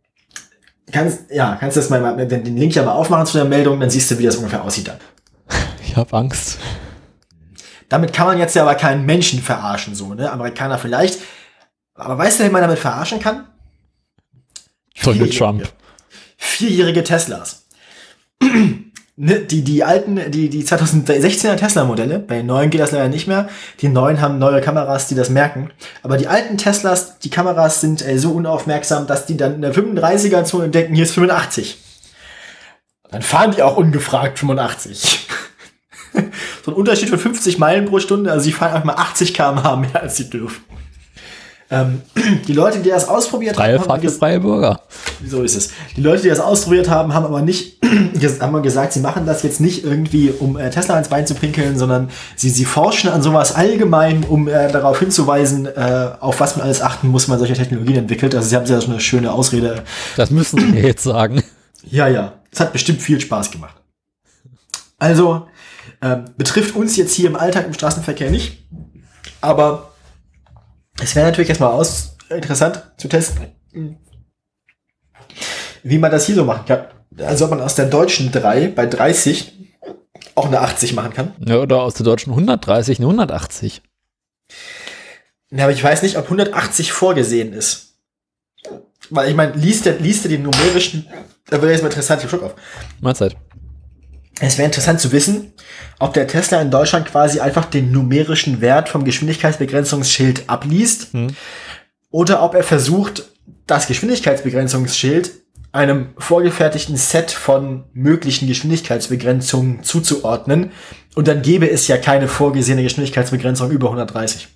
kannst, ja, kannst das mal, mal den den Link ja mal aufmachen zu der Meldung, dann siehst du, wie das ungefähr aussieht dann.
Ich habe Angst.
Damit kann man jetzt ja aber keinen Menschen verarschen, so, ne? Amerikaner vielleicht. Aber weißt du, wen man damit verarschen kann?
Donald
Vierjährige.
Trump.
Vierjährige Teslas. Ne, die, die alten, die, die 2016er Tesla-Modelle, bei den neuen geht das leider nicht mehr. Die neuen haben neue Kameras, die das merken. Aber die alten Teslas, die Kameras sind äh, so unaufmerksam, dass die dann in der 35er-Zone entdecken, hier ist 85. Dann fahren die auch ungefragt 85. so ein Unterschied von 50 Meilen pro Stunde, also sie fahren einfach mal 80 km/h mehr, als sie dürfen. Ähm, die Leute, die das ausprobiert
Freie
haben
Fahrt für
ges-
freie Bürger.
so ist es. Die Leute, die das ausprobiert haben, haben aber nicht ges- haben aber gesagt, sie machen das jetzt nicht irgendwie, um äh, Tesla ans Bein zu pinkeln, sondern sie, sie forschen an sowas allgemein, um äh, darauf hinzuweisen, äh, auf was man alles achten muss, wenn man solche Technologien entwickelt. Also sie haben ja schon eine schöne Ausrede.
Das müssen sie mir jetzt sagen.
Ja, ja. Es hat bestimmt viel Spaß gemacht. Also, ähm, betrifft uns jetzt hier im Alltag im Straßenverkehr nicht. Aber es wäre natürlich erstmal aus interessant zu testen, wie man das hier so machen kann. Also ob man aus der deutschen 3 bei 30 auch eine 80 machen kann.
Ja, oder aus der deutschen 130 eine 180.
Na, aber ich weiß nicht, ob 180 vorgesehen ist. Weil ich meine, liest der, liest der den numerischen, da wäre jetzt mal interessant, ich hab Schock auf.
Mahlzeit.
Es wäre interessant zu wissen, ob der Tesla in Deutschland quasi einfach den numerischen Wert vom Geschwindigkeitsbegrenzungsschild abliest
Hm.
oder ob er versucht, das Geschwindigkeitsbegrenzungsschild einem vorgefertigten Set von möglichen Geschwindigkeitsbegrenzungen zuzuordnen und dann gäbe es ja keine vorgesehene Geschwindigkeitsbegrenzung über 130.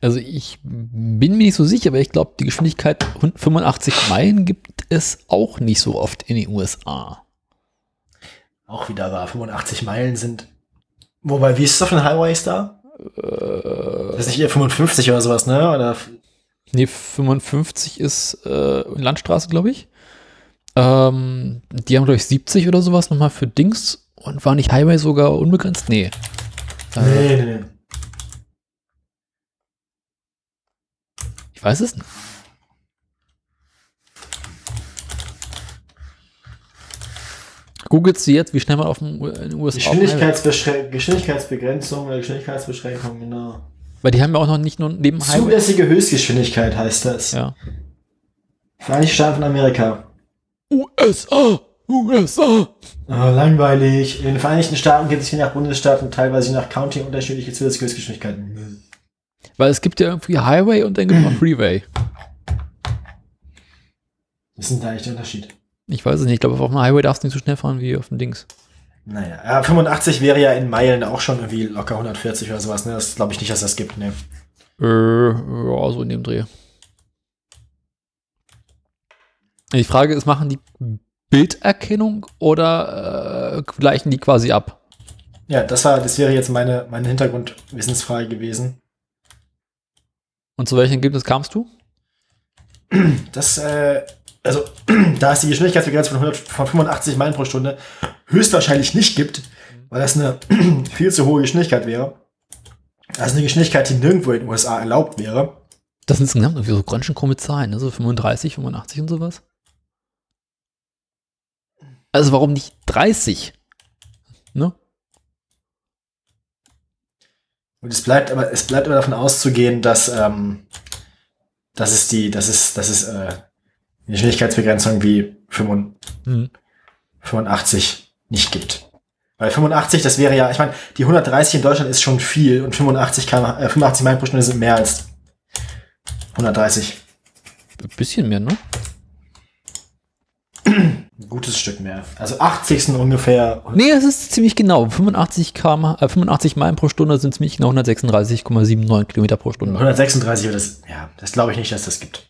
Also ich bin mir nicht so sicher, aber ich glaube, die Geschwindigkeit 85 Meilen gibt es auch nicht so oft in den USA.
Auch wieder wahr, 85 Meilen sind. Wobei, wie ist es auf den Highways da? das ist nicht eher 55 oder sowas, ne? Oder
Nee, 55 ist äh, Landstraße, glaube ich. Ähm, die haben, glaube ich, 70 oder sowas nochmal für Dings und war nicht Highway sogar unbegrenzt? Nee. Äh,
Nee, nee, nee.
ich weiß es nicht. Googelt sie jetzt, wie schnell man auf dem U- in den USA auf dem Highway-
Geschwindigkeitsbeschrän- Geschwindigkeitsbegrenzung oder Geschwindigkeitsbeschränkung, genau.
Weil die haben ja auch noch nicht nur neben Highway.
Zulässige Höchstgeschwindigkeit heißt das.
Ja.
Vereinigte Staaten von Amerika.
USA! USA!
Oh, langweilig. In den Vereinigten Staaten gibt es je nach Bundesstaat und teilweise je nach County unterschiedliche zulässige Höchstgeschwindigkeiten.
Weil es gibt ja irgendwie Highway und dann gibt es noch Freeway.
Das ist denn eigentlich der Unterschied?
Ich weiß es nicht. Ich glaube, auf dem Highway darfst du nicht so schnell fahren wie auf dem Dings.
Naja, ja, 85 wäre ja in Meilen auch schon irgendwie locker 140 oder sowas. Ne? Das glaube ich nicht, dass das gibt. Ne?
Äh, ja, so in dem Dreh. Die Frage ist, machen die Bilderkennung oder äh, gleichen die quasi ab?
Ja, das, war, das wäre jetzt meine, meine Hintergrundwissensfrage gewesen.
Und zu welchem Ergebnis kamst du?
Das, äh, also, da es die Geschwindigkeitsbegrenzung von, 100, von 85 Meilen pro Stunde höchstwahrscheinlich nicht gibt, weil das eine viel zu hohe Geschwindigkeit wäre. Das ist eine Geschwindigkeit, die nirgendwo in den USA erlaubt wäre.
Das sind insgesamt irgendwie so ganz schön krumme Zahlen, ne? so 35, 85 und sowas. Also warum nicht 30? Ne?
Und es bleibt aber, es bleibt aber davon auszugehen, dass, ähm, dass es die, dass es, dass es, äh, eine Geschwindigkeitsbegrenzung wie 85
Hm.
85 nicht gibt. Weil 85, das wäre ja, ich meine, die 130 in Deutschland ist schon viel und 85, km, äh, 85 Meilen pro Stunde sind mehr als 130.
Ein bisschen mehr, ne?
Ein gutes Stück mehr. Also 80 sind ungefähr.
Nee, es ist ziemlich genau. 85, km, äh, 85 Meilen pro Stunde sind ziemlich genau 136,79 Kilometer pro Stunde.
136 wird das. Ja, das glaube ich nicht, dass das gibt.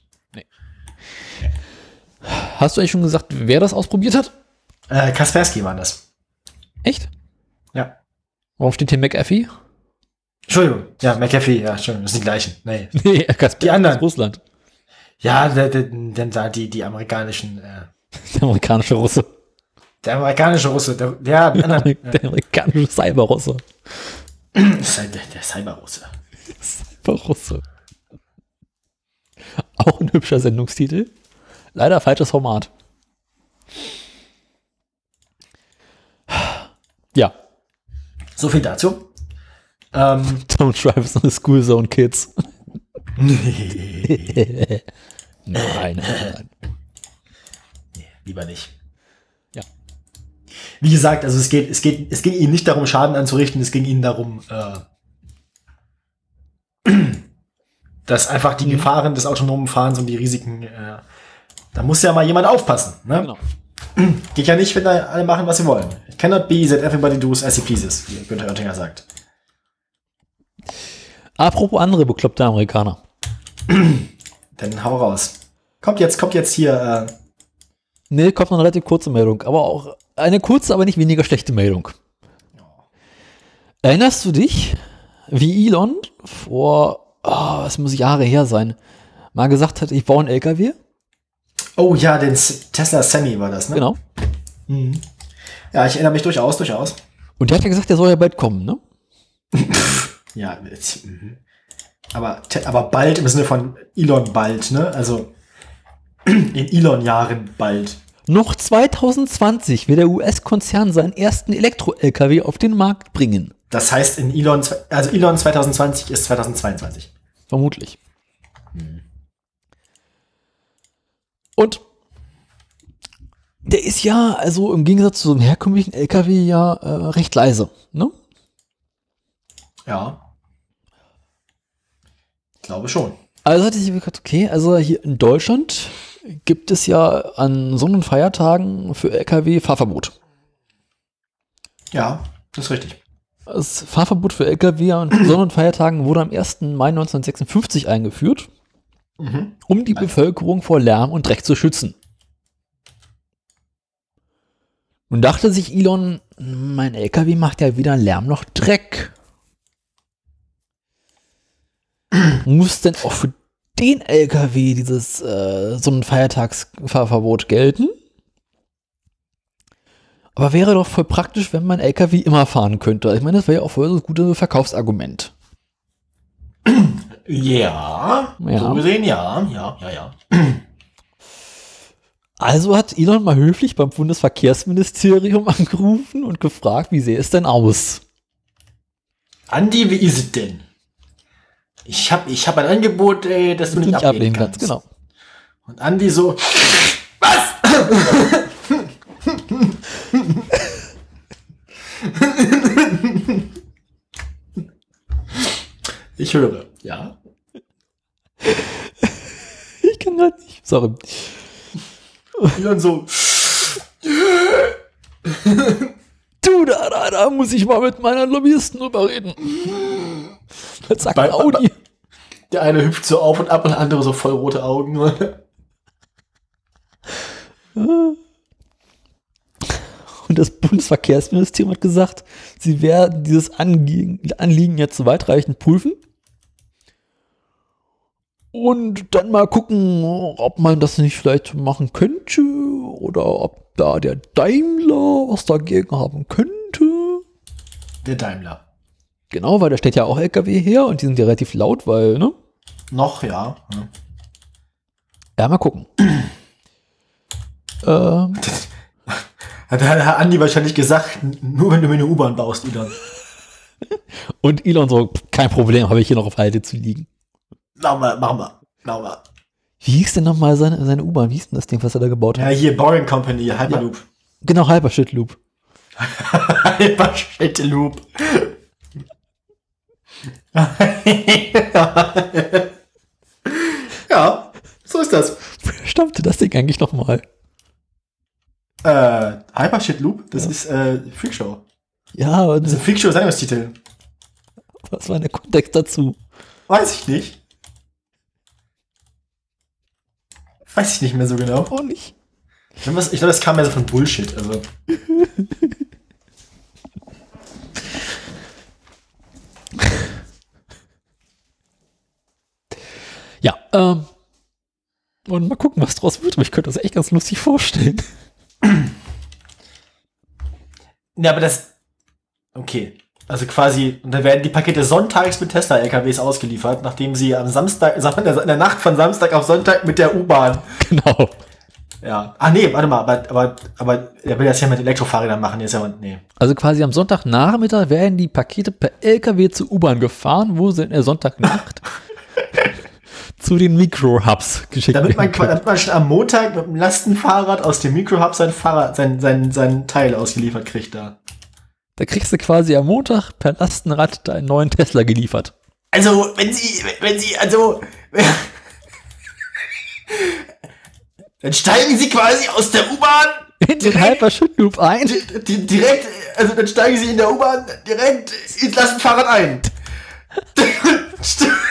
Hast du eigentlich schon gesagt, wer das ausprobiert hat?
Äh, Kaspersky waren das.
Echt?
Ja.
Warum steht hier McAfee?
Entschuldigung. Ja, McAfee, ja, Entschuldigung, das sind die gleichen. Nee.
Nee, Kasper
Die anderen.
aus Russland.
Ja, der- der- denn da die, die amerikanischen, äh,
Der amerikanische Russe.
der amerikanische Russe, der, ja, der, andere,
Der amerikanische Cyberrusse.
Cy- der, der Cyberrusse.
Cyberrusse. Auch ein hübscher Sendungstitel. Leider falsches Format. Ja,
So viel dazu. Ähm,
Don't Drive is not a School Zone Kids.
nee,
Nein, nein, nein.
lieber nicht.
Ja.
Wie gesagt, also es geht, es geht, es ging ihnen nicht darum, Schaden anzurichten, es ging ihnen darum, äh, dass einfach
Mhm.
die Gefahren des autonomen Fahrens und die Risiken, äh, da muss ja mal jemand aufpassen. Ne?
Genau.
Geht ja nicht, wenn da alle machen, was sie wollen. It cannot be that everybody does as he pleases, wie Günther Oettinger sagt.
Apropos andere bekloppte Amerikaner.
Dann hau raus. Kommt jetzt, kommt jetzt hier. Äh,
Nee, kommt noch eine relativ kurze Meldung, aber auch eine kurze, aber nicht weniger schlechte Meldung. Erinnerst du dich, wie Elon vor, ah, es muss Jahre her sein, mal gesagt hat, ich baue einen LKW?
oh ja, den S Tesla Semi war das, ne?
Genau.
Mhm. Ja, ich erinnere mich durchaus, durchaus.
Und der hat ja gesagt, der soll ja bald kommen, ne?
Ja, jetzt, mhm. aber, te- aber bald im Sinne von Elon bald, ne? Also in Elon-Jahren bald.
Noch 2020 will der US-Konzern seinen ersten Elektro-LKW auf den Markt bringen.
Das heißt, in Elon, zwe- also Elon 2020 ist 2022.
Vermutlich. Mhm. Und der ist ja, also im Gegensatz zu so einem herkömmlichen LKW, ja äh, recht leise. Ne?
Ja. Glaube schon.
Also hatte ich mir gedacht, okay, also hier in Deutschland gibt es ja an Sonn- und Feiertagen für LKW Fahrverbot.
Ja, das ist richtig.
Das Fahrverbot für LKW an Sonn- und Feiertagen wurde am 1. Mai 1956 eingeführt,
Mhm.
um die Bevölkerung vor Lärm und Dreck zu schützen. Nun dachte sich Elon, mein LKW macht ja weder Lärm noch Dreck. Muss denn auch für den LKW dieses äh, Sonnenfeiertagsfahrverbot gelten? Aber wäre doch voll praktisch, wenn mein LKW immer fahren könnte. Ich meine, das wäre ja auch voll so ein gutes Verkaufsargument.
Ja,
Ja.
so gesehen, ja, ja, ja, ja.
Also hat Elon mal höflich beim Bundesverkehrsministerium angerufen und gefragt, wie sähe es denn aus?
Andi, wie ist es denn? Ich habe ich hab ein Angebot, äh, das du nicht ablehnen, kannst.
Genau.
Und Andi so, was? ich höre, ja.
Genau. Ich kann gerade nicht. Sorry.
Elon so,
Du, da, da, da muss ich mal mit meiner Lobbyisten drüber reden. Das sagt
Bei-
Audi.
der eine hüpft so auf und ab und der andere so voll rote Augen.
Und das Bundesverkehrsministerium hat gesagt, sie werden dieses Anliegen, Anliegen jetzt weitreichend prüfen. Und dann mal gucken, ob man das nicht vielleicht machen könnte oder ob da der Daimler was dagegen haben könnte.
der Daimler.
Genau, weil da steht ja auch LKW her und die sind ja relativ laut, weil, ne?
Noch, ja. Hm.
Ja, mal gucken. ähm,
Hat, hat Andi wahrscheinlich gesagt, n- nur wenn du mir eine U-Bahn baust, Elon.
und Elon so, "Pff, kein Problem, habe ich hier noch auf Halde zu liegen.
Mach mal, mach mal, mach mal.
Wie hieß denn nochmal seine, seine U-Bahn? Wie hieß denn das Ding, was er da gebaut hat?
Ja, hier, Boring Company, Hyperloop.
Genau, Hypershit Loop.
Hyperschette Loop. Ja, so ist das.
Woher stammte das Ding eigentlich nochmal?
Äh, Hypershit Loop, das ist äh, Freakshow.
Ja, aber
Das ist ein Freakshow-Sendungstitel.
was war der Kontext dazu?
Weiß ich nicht. Weiß ich nicht mehr so genau.
Auch nicht.
Ich glaube, das, ich glaub, das kam mehr so von Bullshit. Also.
Ja, ähm. Und mal gucken, was draus wird. Aber ich könnte das echt ganz lustig vorstellen.
Ja, aber das. Okay. Also quasi, und dann werden die Pakete sonntags mit Tesla-LKWs ausgeliefert, nachdem sie am Samstag, in der- in der Nacht von Samstag auf Sonntag mit der U-Bahn.
Genau.
Ja. Ah, nee, warte mal, aber, aber, aber er will das ja mit Elektrofahrrädern machen, jetzt ja, nee.
Also quasi am Sonntagnachmittag werden die Pakete per LKW zur U-Bahn gefahren, wo sie in der Sonntagnacht zu den Mikro-Hubs geschickt
Damit man,
werden.
qua- damit man schon am Montag mit dem Lastenfahrrad aus dem Mikrohub sein Fahrrad, sein, sein, sein Teil ausgeliefert kriegt da.
Da kriegst du quasi am Montag per Lastenrad deinen neuen Tesla geliefert.
Also, wenn sie, wenn sie, also. Dann steigen sie quasi aus der U-Bahn
In den Hyper-Shit-Loop ein.
Di- di- direkt, also dann steigen sie in der U-Bahn direkt ins Lastenfahrrad ein.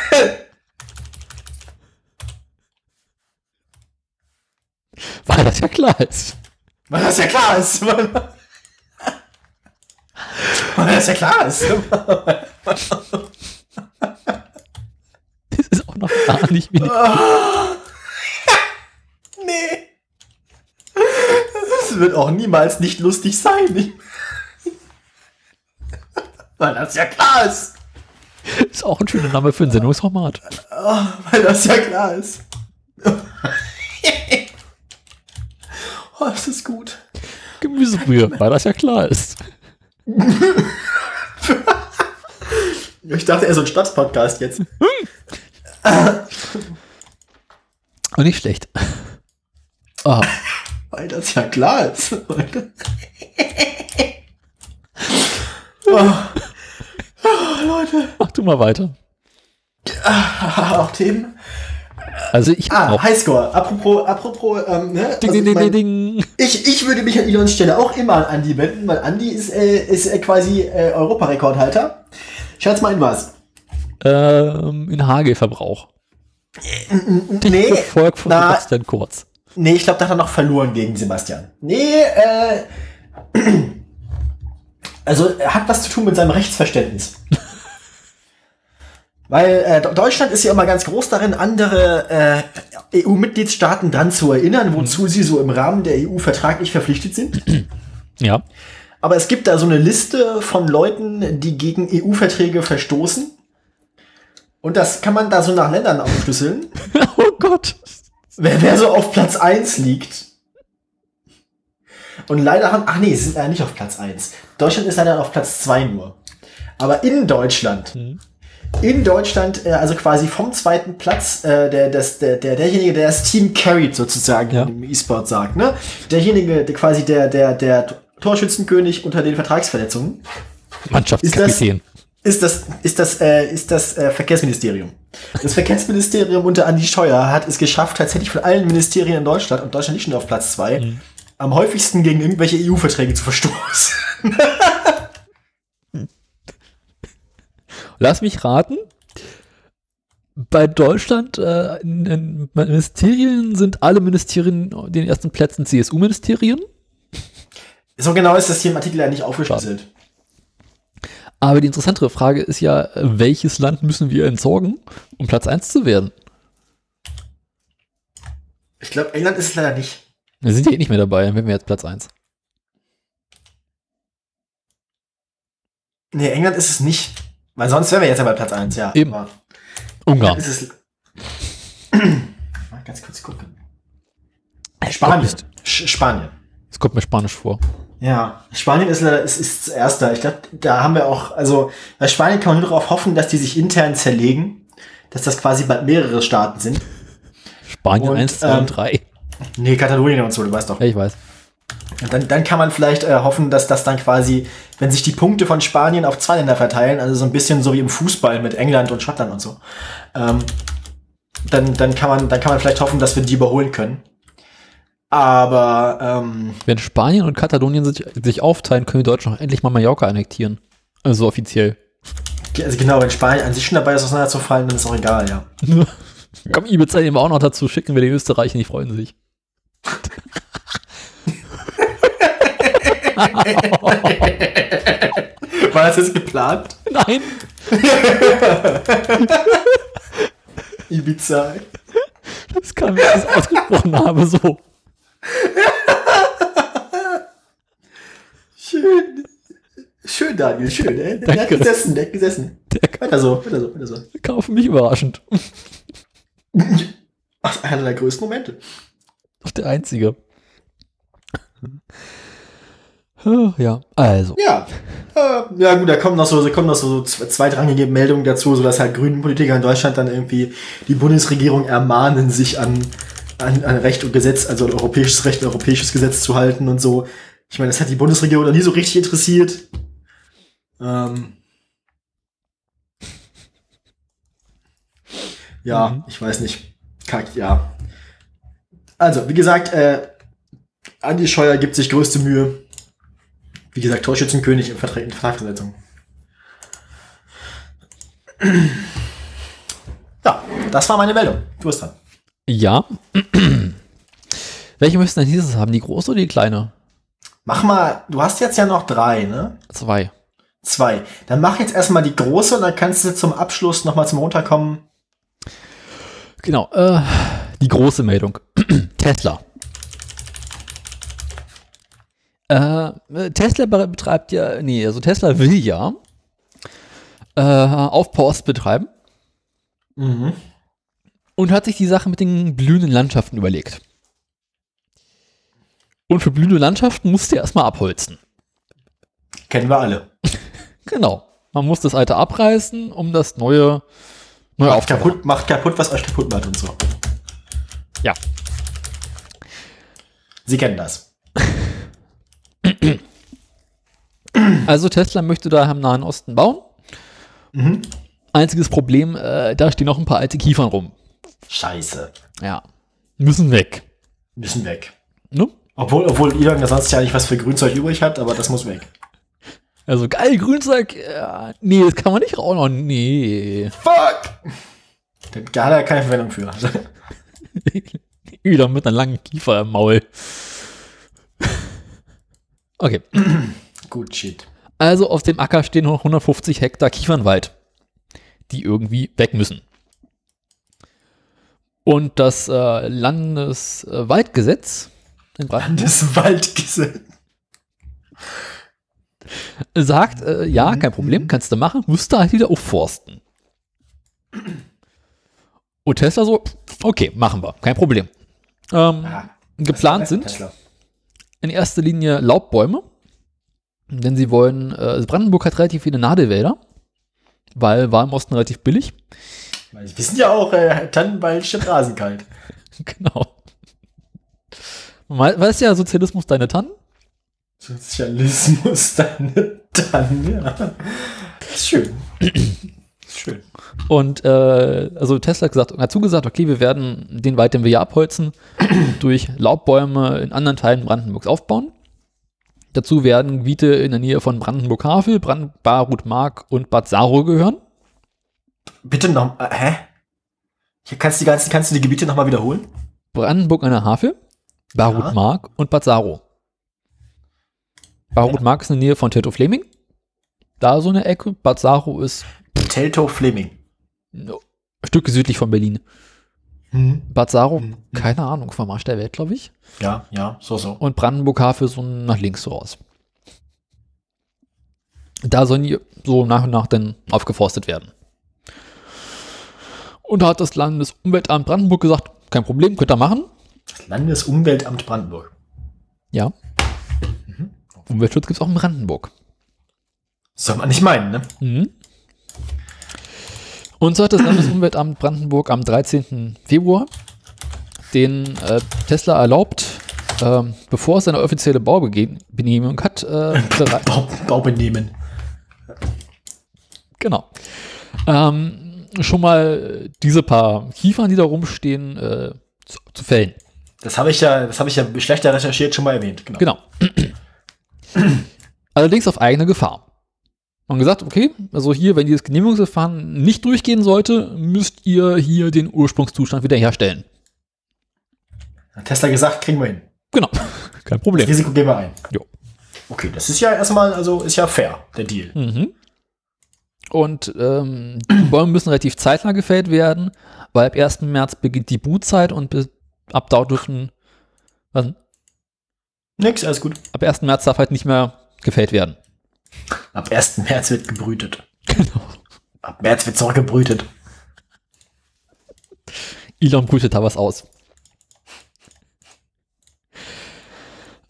Weil das ja klar ist.
Weil das ja klar ist. Weil weil das ja klar ist.
Das ist auch noch gar nicht wie
Nee. Das wird auch niemals nicht lustig sein. Ich- Weil das ja klar ist.
Ist auch ein schöner Name für ein Sendungsformat.
Weil das ja klar ist. Oh, das ist gut.
Gemüsebrühe, weil das ja klar ist.
Ich dachte, er ist so ein Stadtpodcast jetzt.
Und nicht schlecht. Ah,
Weil das ja klar ist. Leute.
mach du mal weiter.
Auch Themen.
Also ich
Ah,
auch.
Highscore. Apropos, apropos, ähm, ne?
Ding,
Also
ding, ding,
mein,
ding, ding.
Ich, ich würde mich an Elons Stelle auch immer an Andi wenden, weil Andi ist, äh, ist äh, quasi äh, Europarekordhalter. Schatz mal in was.
Ähm, in Hagelverbrauch.
Nee,
Gefolgt von
na,
Sebastian Kurz.
nee ich glaube, da hat er noch verloren gegen Sebastian. Nee, äh. Also, er hat was zu tun mit seinem Rechtsverständnis. Weil äh, Do- Deutschland ist ja immer ganz groß darin, andere äh, EU-Mitgliedstaaten dran zu erinnern, wozu sie so im Rahmen der EU vertraglich verpflichtet sind.
Ja.
Aber es gibt da so eine Liste von Leuten, die gegen EU-Verträge verstoßen. Und das kann man da so nach Ländern aufschlüsseln.
Oh Gott.
Wer, wer so auf Platz 1 liegt. Und leider haben. Ach nee, sie sind leider nicht auf Platz 1. Deutschland ist leider auf Platz 2 nur. Aber in Deutschland. In Deutschland, äh, also quasi vom zweiten Platz, äh, der, das, der, der, derjenige, der das Team carried, sozusagen,
Ja.
im E-Sport sagt, ne? Derjenige, der quasi der, der, der Torschützenkönig unter den Vertragsverletzungen,
Mannschaftskapitän.
ist das, ist das, äh, ist das äh, Verkehrsministerium. Das Verkehrsministerium unter Andi Scheuer hat es geschafft, tatsächlich von allen Ministerien in Deutschland, und Deutschland liegt schon auf Platz zwei, am häufigsten gegen irgendwelche EU-Verträge zu verstoßen.
Lass mich raten. Bei Deutschland, äh, in, in Ministerien sind alle Ministerien den ersten Plätzen CSU-Ministerien.
So genau ist das hier im Artikel ja nicht aufgeschlüsselt.
Aber die interessantere Frage ist ja, äh, welches Land müssen wir entsorgen, um Platz 1 zu werden?
Ich glaube, England ist es leider nicht.
Wir sind ja eh nicht mehr dabei, dann wären wir jetzt Platz 1.
Nee, England ist es nicht. Weil sonst wären wir jetzt ja bei Platz eins. ja.
Eben.
Aber
Ungarn.
Ist es Mal ganz kurz gucken.
Spanien.
Äh, Spanien. Sch Spanien.
Das kommt mir spanisch vor.
Ja, Spanien ist leider ist, ist zuerst da. Ich glaube, da haben wir auch, also bei Spanien kann man nur darauf hoffen, dass die sich intern zerlegen, dass das quasi bald mehrere Staaten sind.
Spanien
Und,
1, 2
ähm,
und 3.
Nee, Katalonien und so, du weißt doch.
Ja, ich weiß.
Und dann, dann kann man vielleicht äh, hoffen, dass das dann quasi, wenn sich die Punkte von Spanien auf zwei Länder verteilen, also so ein bisschen so wie im Fußball mit England und Schottland und so, ähm, dann, dann, kann man, dann kann man vielleicht hoffen, dass wir die überholen können. Aber ähm,
Wenn Spanien und Katalonien sich, sich aufteilen, können die Deutschen auch endlich mal Mallorca annektieren. Also offiziell.
ge- also genau, wenn Spanien an sich schon dabei ist, auseinanderzufallen, dann ist auch egal, ja.
Komm, Ibiza eben auch noch dazu, schicken wir den Österreichern, die freuen sich.
War das jetzt geplant?
Nein!
Ibiza.
Das kann ich das ausgesprochen habe, so.
Schön. Schön, Daniel, schön. Ey. Der hat
Danke.
gesessen, der hat gesessen.
Der kam-
Weiter so, weiter so, weiter so.
kam für mich überraschend.
Ach, einer der größten Momente.
Auch der einzige. Ja, also.
Ja. Äh, ja, gut, da kommen noch so, da kommen noch so z- zweitrangige Meldungen dazu, sodass halt grünen Politiker in Deutschland dann irgendwie die Bundesregierung ermahnen, sich an, an, an Recht und Gesetz, also an europäisches Recht, und europäisches Gesetz zu halten und so. Ich meine, das hat die Bundesregierung noch nie so richtig interessiert. Ähm. Ja,
Mhm.
ich weiß nicht. Kack, ja. Also, wie gesagt, äh, Andi Scheuer gibt sich größte Mühe. Wie gesagt, Torschützenkönig im Vertrag in Vertragsversetzung. Ja, das war meine Meldung. Du bist dran.
Ja. Welche müssten denn dieses haben? Die große oder die kleine?
Mach mal, du hast jetzt ja noch drei, ne?
Zwei.
Zwei. Dann mach jetzt erstmal die große und dann kannst du zum Abschluss nochmal zum Runterkommen.
Genau. Äh, die große Meldung. Tesla. Äh, Tesla be- betreibt ja, nee, also Tesla will ja äh, Aufpost betreiben
Mhm.
und hat sich die Sache mit den blühenden Landschaften überlegt. Und für blühende Landschaften musste er erstmal abholzen.
Kennen wir alle.
Genau. Man muss das alte abreißen, um das neue, neue
Macht
aufzubauen.
kaputt, macht kaputt, was euch kaputt macht und so.
Ja.
Sie kennen das.
Also Tesla möchte da im Nahen Osten bauen. Einziges Problem, äh, da stehen noch ein paar alte Kiefern rum.
Scheiße.
Ja. Müssen weg.
Müssen weg.
Ne?
Obwohl, obwohl Elon ja sonst ja nicht was für Grünzeug übrig hat, aber das muss weg.
Also geil, Grünzeug. Äh, nee, das kann man nicht rauchen. Nee.
Fuck! Da hat er keine Verwendung für.
Üder mit einer langen Kiefer im Maul. Okay.
Gut, shit.
Also auf dem Acker stehen noch 150 Hektar Kiefernwald, die irgendwie weg müssen. Und das äh, Landeswaldgesetz äh, in Brandenburg
Das Waldgesetz.
sagt, äh, ja, kein Problem, kannst du machen, musst du halt wieder aufforsten. Und Tesla so, okay, machen wir, kein Problem. Ähm,
Ah,
geplant sind
Tesla.
in erster Linie Laubbäume, denn sie wollen, äh, Brandenburg hat relativ viele Nadelwälder, weil war im Osten relativ billig.
Weil Wir wissen ja auch, äh, Tannenwald statt Rasenkalt.
Genau. We- Weißt ja, Sozialismus deine Tannen?
Sozialismus, deine Tanne. Ja. Ist schön. Ist schön.
Und äh, also Tesla hat gesagt, hat zugesagt, okay, wir werden den Wald, den wir hier abholzen, durch Laubbäume in anderen Teilen Brandenburgs aufbauen. Dazu werden Gebiete in der Nähe von Brandenburg-Havel, Brand Barut-Mark und Bad Saro gehören.
Bitte noch. Äh, hä? Hier kannst du die ganzen, kannst du die Gebiete nochmal wiederholen?
Brandenburg an der Havel, Barut-Mark und Bad Saro. Barut-Mark ist in der Nähe von Teto Fleming. Da so eine Ecke. Bad Saro ist
Teltow Fleming.
ein Stück südlich von Berlin.
Hm.
Bad Saro, keine Ahnung, vom Arsch der Welt, glaube ich.
Ja, ja, so, so.
Und Brandenburg Havel so nach links so raus. Da sollen die so nach und nach dann aufgeforstet werden. Und da hat das Landesumweltamt Brandenburg gesagt, kein Problem, könnt ihr machen.
Das Landesumweltamt Brandenburg.
Ja.
Mhm.
Umweltschutz gibt es auch in Brandenburg.
Soll man nicht meinen, ne?
Mhm. Und so hat das Landesumweltamt Brandenburg am 13. Februar den äh, Tesla erlaubt, ähm, bevor es seine offizielle Baugenehmigung hat, äh, berei-
Bau, Baubenehmen.
genau, ähm, schon mal diese paar Kiefern, die da rumstehen, äh, zu, zu fällen.
Das habe ich ja, das habe ich ja schlechter recherchiert schon mal erwähnt. Genau.
Genau. Allerdings auf eigene Gefahr. Man gesagt, okay, also hier, wenn dieses Genehmigungsverfahren nicht durchgehen sollte, müsst ihr hier den Ursprungszustand wiederherstellen.
Hat Tesla gesagt, kriegen wir hin.
Genau, kein
Das
Problem.
Risiko gehen wir ein.
Jo.
Okay, das ist ja erstmal, also ist ja fair, der Deal.
Mhm. Und ähm, die Bäume müssen relativ zeitnah gefällt werden, weil ab 1. März beginnt die Brutzeit und bis, ab dort dürfen, was,
Nix, alles gut.
ab 1. März darf halt nicht mehr gefällt werden.
Ab 1. März wird gebrütet.
Genau.
Ab März wird zurückgebrütet.
Elon brütet da was aus.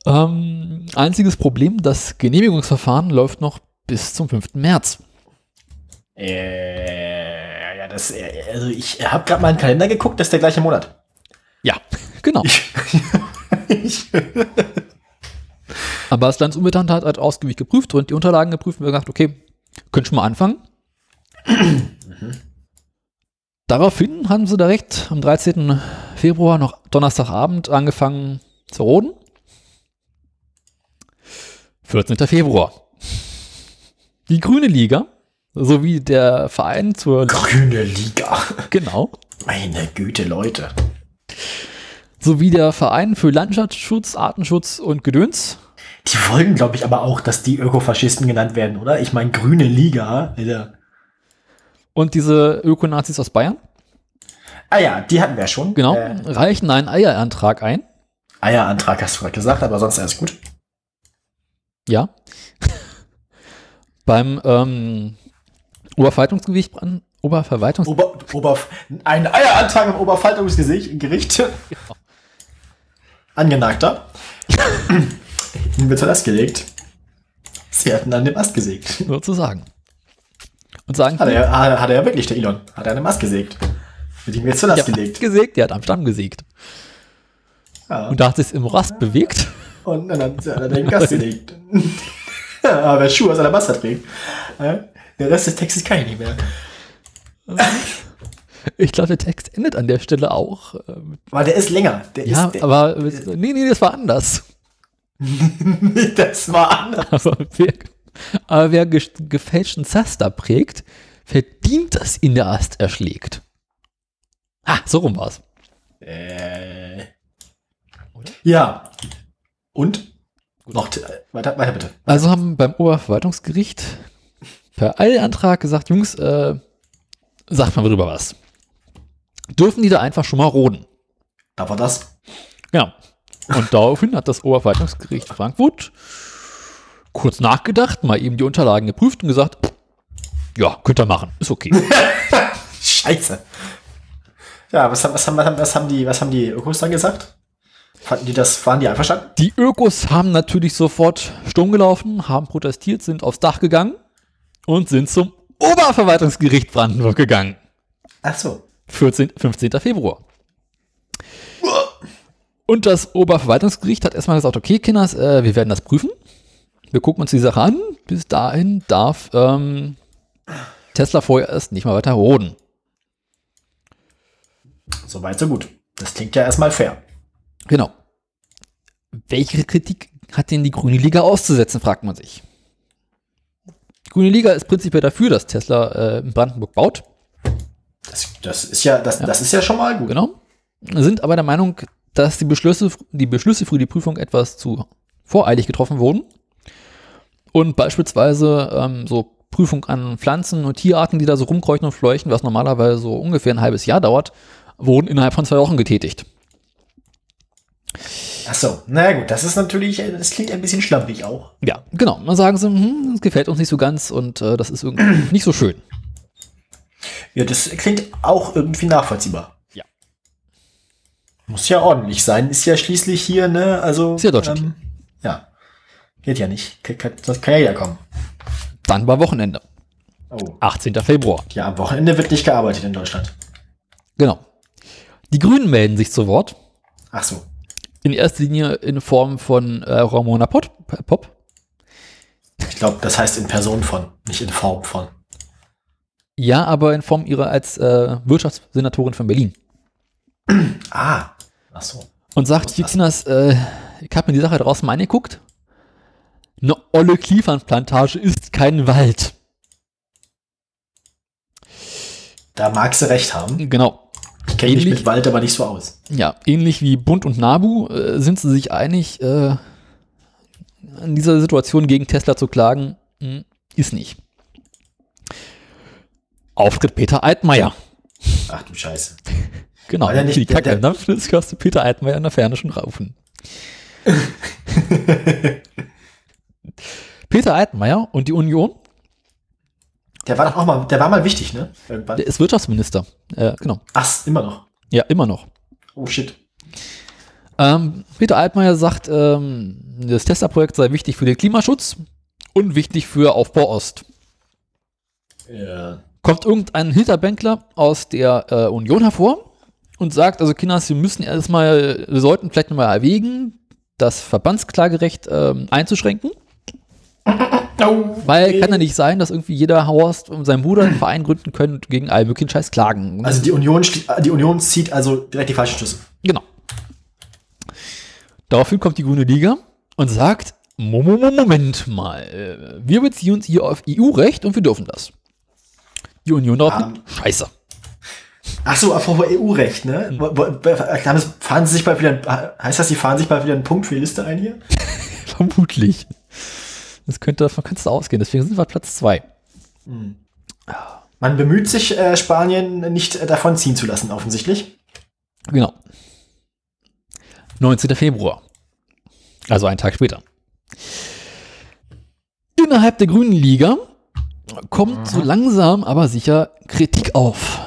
Ähm, einziges Problem, das Genehmigungsverfahren läuft noch bis zum 5. März.
Äh, ja, das, äh, also ich habe gerade mal einen Kalender geguckt, das ist der gleiche Monat.
Ja, genau.
Ich, ich,
Aber das Landesumweltamt hat, hat ausgiebig geprüft und die Unterlagen geprüft und gesagt, okay, könnt schon mal anfangen. Daraufhin haben sie da recht am 13. Februar, noch Donnerstagabend, angefangen zu roden. 14. Februar. Die Grüne Liga sowie der Verein zur
grüne Liga.
genau
Meine Güte, Leute.
sowie der Verein für Landschaftsschutz, Artenschutz und Gedöns
Die wollen, glaube ich, aber auch, dass die Ökofaschisten genannt werden, oder? Ich meine, grüne Liga. Alter.
und diese Ökonazis aus Bayern
Ah ja, die hatten wir ja schon.
genau
Äh,
reichen einen Eierantrag ein.
Eierantrag hast du gerade gesagt, aber sonst alles gut.
Ja. Beim ähm, Oberverwaltungsgericht, Brand- Oberverwaltungs
Ober, Ober, ein Eierantrag im Oberverwaltungsgericht. Gericht. Angenagter. Ihnen wird zur Last gelegt. Sie hatten an dem Ast gesägt.
sozusagen. Und sagen,
Hat er, hat er- hat er ja wirklich, der Elon. Hat er an dem Ast gesägt. Wird ihm jetzt zur Last
der hat
gelegt.
gesägt, der hat am Stamm gesägt.
Ja.
Und da hat sich im Rast bewegt.
Und dann hat er den Gast gelegt. ja, aber wer Schuhe aus Alabaster trägt. Ja, Der Rest des Textes kann ich nicht mehr.
Ich glaube, der Text endet an der Stelle auch. Ähm,
Aber der ist länger. Der
Ja,
ist, der,
aber äh, nee, nee, das war anders.
das war anders.
Aber wer, aber wer ges- gefälschten Zaster prägt, verdient, dass ihn der Ast erschlägt. Ah, so rum war's.
Äh.
Oder?
Ja. Und? Noch t- äh, weiter, weiter bitte.
Also haben beim Oberverwaltungsgericht per Eilantrag gesagt, Jungs, äh, sagt mal drüber was. Dürfen die da einfach schon mal roden?
Darf er das?
Ja. Und daraufhin hat das Oberverwaltungsgericht Frankfurt kurz nachgedacht, mal eben die Unterlagen geprüft und gesagt, ja, könnt ihr machen, ist okay.
Scheiße. Ja, was, haben- was, haben, was, haben, was haben die, was haben die Ökos dann gesagt? Fanden die das, waren die einverstanden?
Die Ökos haben natürlich sofort stumm gelaufen, haben protestiert, sind aufs Dach gegangen und sind zum Oberverwaltungsgericht Brandenburg gegangen.
Ach so.
14, 15. Februar. Und das Oberverwaltungsgericht hat erstmal gesagt, okay, Kinders, äh, wir werden das prüfen. Wir gucken uns die Sache an. Bis dahin darf ähm, Tesla vorerst nicht mal weiter roden.
Soweit, so gut. Das klingt ja erstmal fair.
Genau. Welche Kritik hat denn die Grüne Liga auszusetzen, fragt man sich. Die Grüne Liga ist prinzipiell dafür, dass Tesla äh, in Brandenburg baut.
Das, das ist ja, das, das ist ja schon mal gut.
Genau. Sind aber der Meinung, dass die Beschlüsse, die Beschlüsse für die Prüfung etwas zu voreilig getroffen wurden. Und beispielsweise ähm, so Prüfung an Pflanzen und Tierarten, die da so rumkreuchen und fleuchen, was normalerweise so ungefähr ein halbes Jahr dauert, wurden innerhalb von zwei Wochen getätigt.
Ach so. Na gut, das ist natürlich, äh, das klingt ein bisschen schlampig auch.
Ja, genau. Dann sagen sie, hm, das gefällt uns nicht so ganz und äh, das ist irgendwie nicht so schön.
Ja, das klingt auch irgendwie nachvollziehbar.
Ja.
Muss ja ordentlich sein. Ist ja schließlich hier, ne? Also.
Ist ja Deutschland.
Ähm, ja. Geht ja nicht. Kann- kann- Das kann ja ja kommen.
Dann war Wochenende,
Oh.
18. Februar.
Ja, am Wochenende wird nicht gearbeitet in Deutschland.
Genau. Die Grünen melden sich zu Wort.
Ach so.
In erster Linie in Form von äh, Ramona Pott, Pop,
Ich glaube, das heißt in Person von, nicht in Form von.
Ja, aber in Form ihrer als äh, Wirtschaftssenatorin von Berlin.
Ah, ach so.
Und sagt, hier, Kinders, äh, ich habe mir die Sache draußen mal angeguckt. Eine olle Kiefernplantage ist kein Wald.
Da mag sie recht haben.
Genau.
Ich kenne mich
Ähnlich-
mit Wald aber nicht so aus.
Ja, ähnlich wie Bund und Nabu äh, sind sie sich einig, äh, in dieser Situation gegen Tesla zu klagen, hm, ist nicht. Auftritt Peter Altmaier.
Ach du Scheiße.
Genau,
War der nicht
die
der,
Kacke ne?
der-
im Dampfschlitz hörst du Peter Altmaier in der Ferne schon raufen. Peter Altmaier und die Union,
Der war doch auch mal, der war mal wichtig, ne? Irgendwann.
der ist Wirtschaftsminister. Äh, genau,
Ach, immer noch.
ja, immer noch.
Oh shit.
Ähm, Peter Altmaier sagt, ähm, das Tesla-Projekt sei wichtig für den Klimaschutz und wichtig für Aufbau Ost.
Ja.
Kommt irgendein Hinterbänkler aus der äh, Union hervor und sagt, also Kinders, wir müssen erstmal, wir sollten vielleicht nochmal erwägen, das Verbandsklagerecht ähm, einzuschränken,
Oh,
weil
nee.
kann ja nicht sein, dass irgendwie jeder Horst und sein Bruder einen Verein gründen können und gegen all möglichen Scheiß klagen.
Also die Union, schli- die Union zieht also direkt die falschen Schlüsse.
Genau. Daraufhin kommt die Grüne Liga und sagt, "Mo- mo- mo- Moment mal, äh, wir beziehen uns hier auf EU-Recht und wir dürfen das. Die Union daraufhin, scheiße.
Ach so, apropos EU-Recht, ne?
Hm.
Wo- wo- Haben es- Fahren sie sich bald wieder, heißt das, sie fahren sich bald wieder einen Punkt für die Liste ein hier?
Vermutlich. Das könnte, davon kannst du ausgehen, deswegen sind wir Platz zwei.
Man bemüht sich, äh, Spanien nicht äh, davon ziehen zu lassen, offensichtlich.
Genau. 19. Februar. Also einen Tag später. Innerhalb der Grünen Liga kommt so langsam, aber sicher Kritik auf.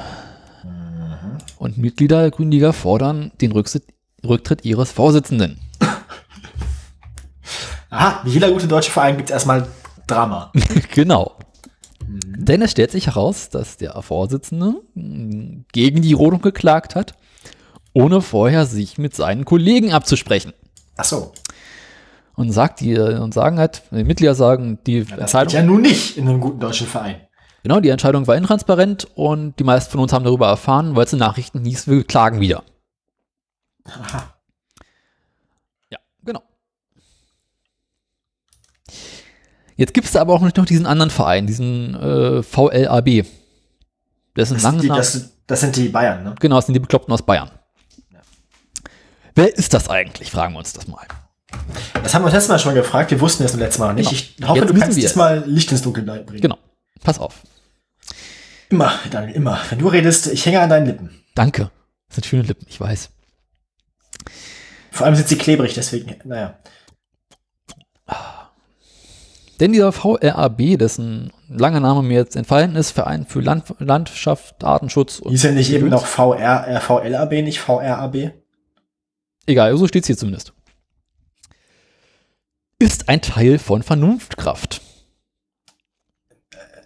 Und Mitglieder der Grünen Liga fordern den Rücksitt, Rücktritt ihres Vorsitzenden.
Aha, wie jeder gute deutsche Verein gibt es erstmal Drama.
genau. Denn es stellt sich heraus, dass der Vorsitzende mh, gegen die Rodung geklagt hat, ohne vorher sich mit seinen Kollegen abzusprechen.
Ach so.
und sagt die und sagen halt, die Mitglieder sagen, die
Das geht
Entscheidung,
ja nun nicht in einem guten deutschen Verein.
genau, die Entscheidung war intransparent und die meisten von uns haben darüber erfahren, weil es in Nachrichten hieß, wir klagen wieder.
Aha.
Ja, genau. Jetzt gibt es da aber auch noch diesen anderen Verein, diesen äh, VLAB. Dessen
Das,
langen
sind die,
Namen-
das, das sind die Bayern, ne?
Genau, das sind die Bekloppten aus Bayern. Wer ist das eigentlich? Fragen wir uns das mal.
Das haben wir uns letztes Mal schon gefragt, wir wussten das beim letzten Mal noch nicht. Ich hoffe,
Genau. Jetzt
du
wissen
kannst
wir es.
diesmal Licht ins Dunkel bringen.
Genau. Pass auf.
Immer, Daniel, immer. Wenn du redest, ich hänge an deinen Lippen.
Danke. Das sind schöne Lippen, ich weiß.
Vor allem sind sie klebrig, deswegen, naja.
Denn dieser VRAB, dessen langer Name mir jetzt entfallen ist, Verein für Land Landschaft, Artenschutz und
Hieß ja nicht eben
Gedöns.
noch VR, äh, VLAB, nicht VRAB?
Egal, so steht es hier zumindest. Ist ein Teil von Vernunftkraft.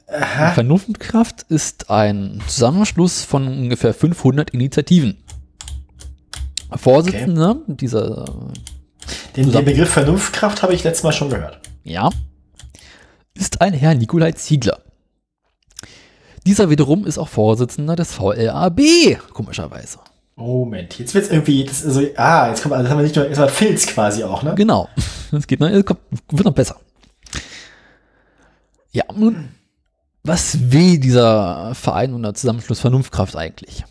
Aha.
Vernunftkraft ist ein Zusammenschluss von ungefähr 500 Initiativen. Vorsitzender dieser,
Den,
Zusammen-
den Begriff Vernunftkraft habe ich letztes Mal schon gehört.
ja, ist ein Herr Nikolai Ziegler. Dieser wiederum ist auch Vorsitzender des VLAB, komischerweise.
Moment, jetzt wird's irgendwie, das ist so, ah, jetzt kommt, also das haben wir nicht nur, erstmal Filz quasi auch, ne?
Genau. Es geht noch, es kommt, wird noch besser. Ja, nun, was will dieser Verein oder Zusammenschluss Vernunftkraft eigentlich?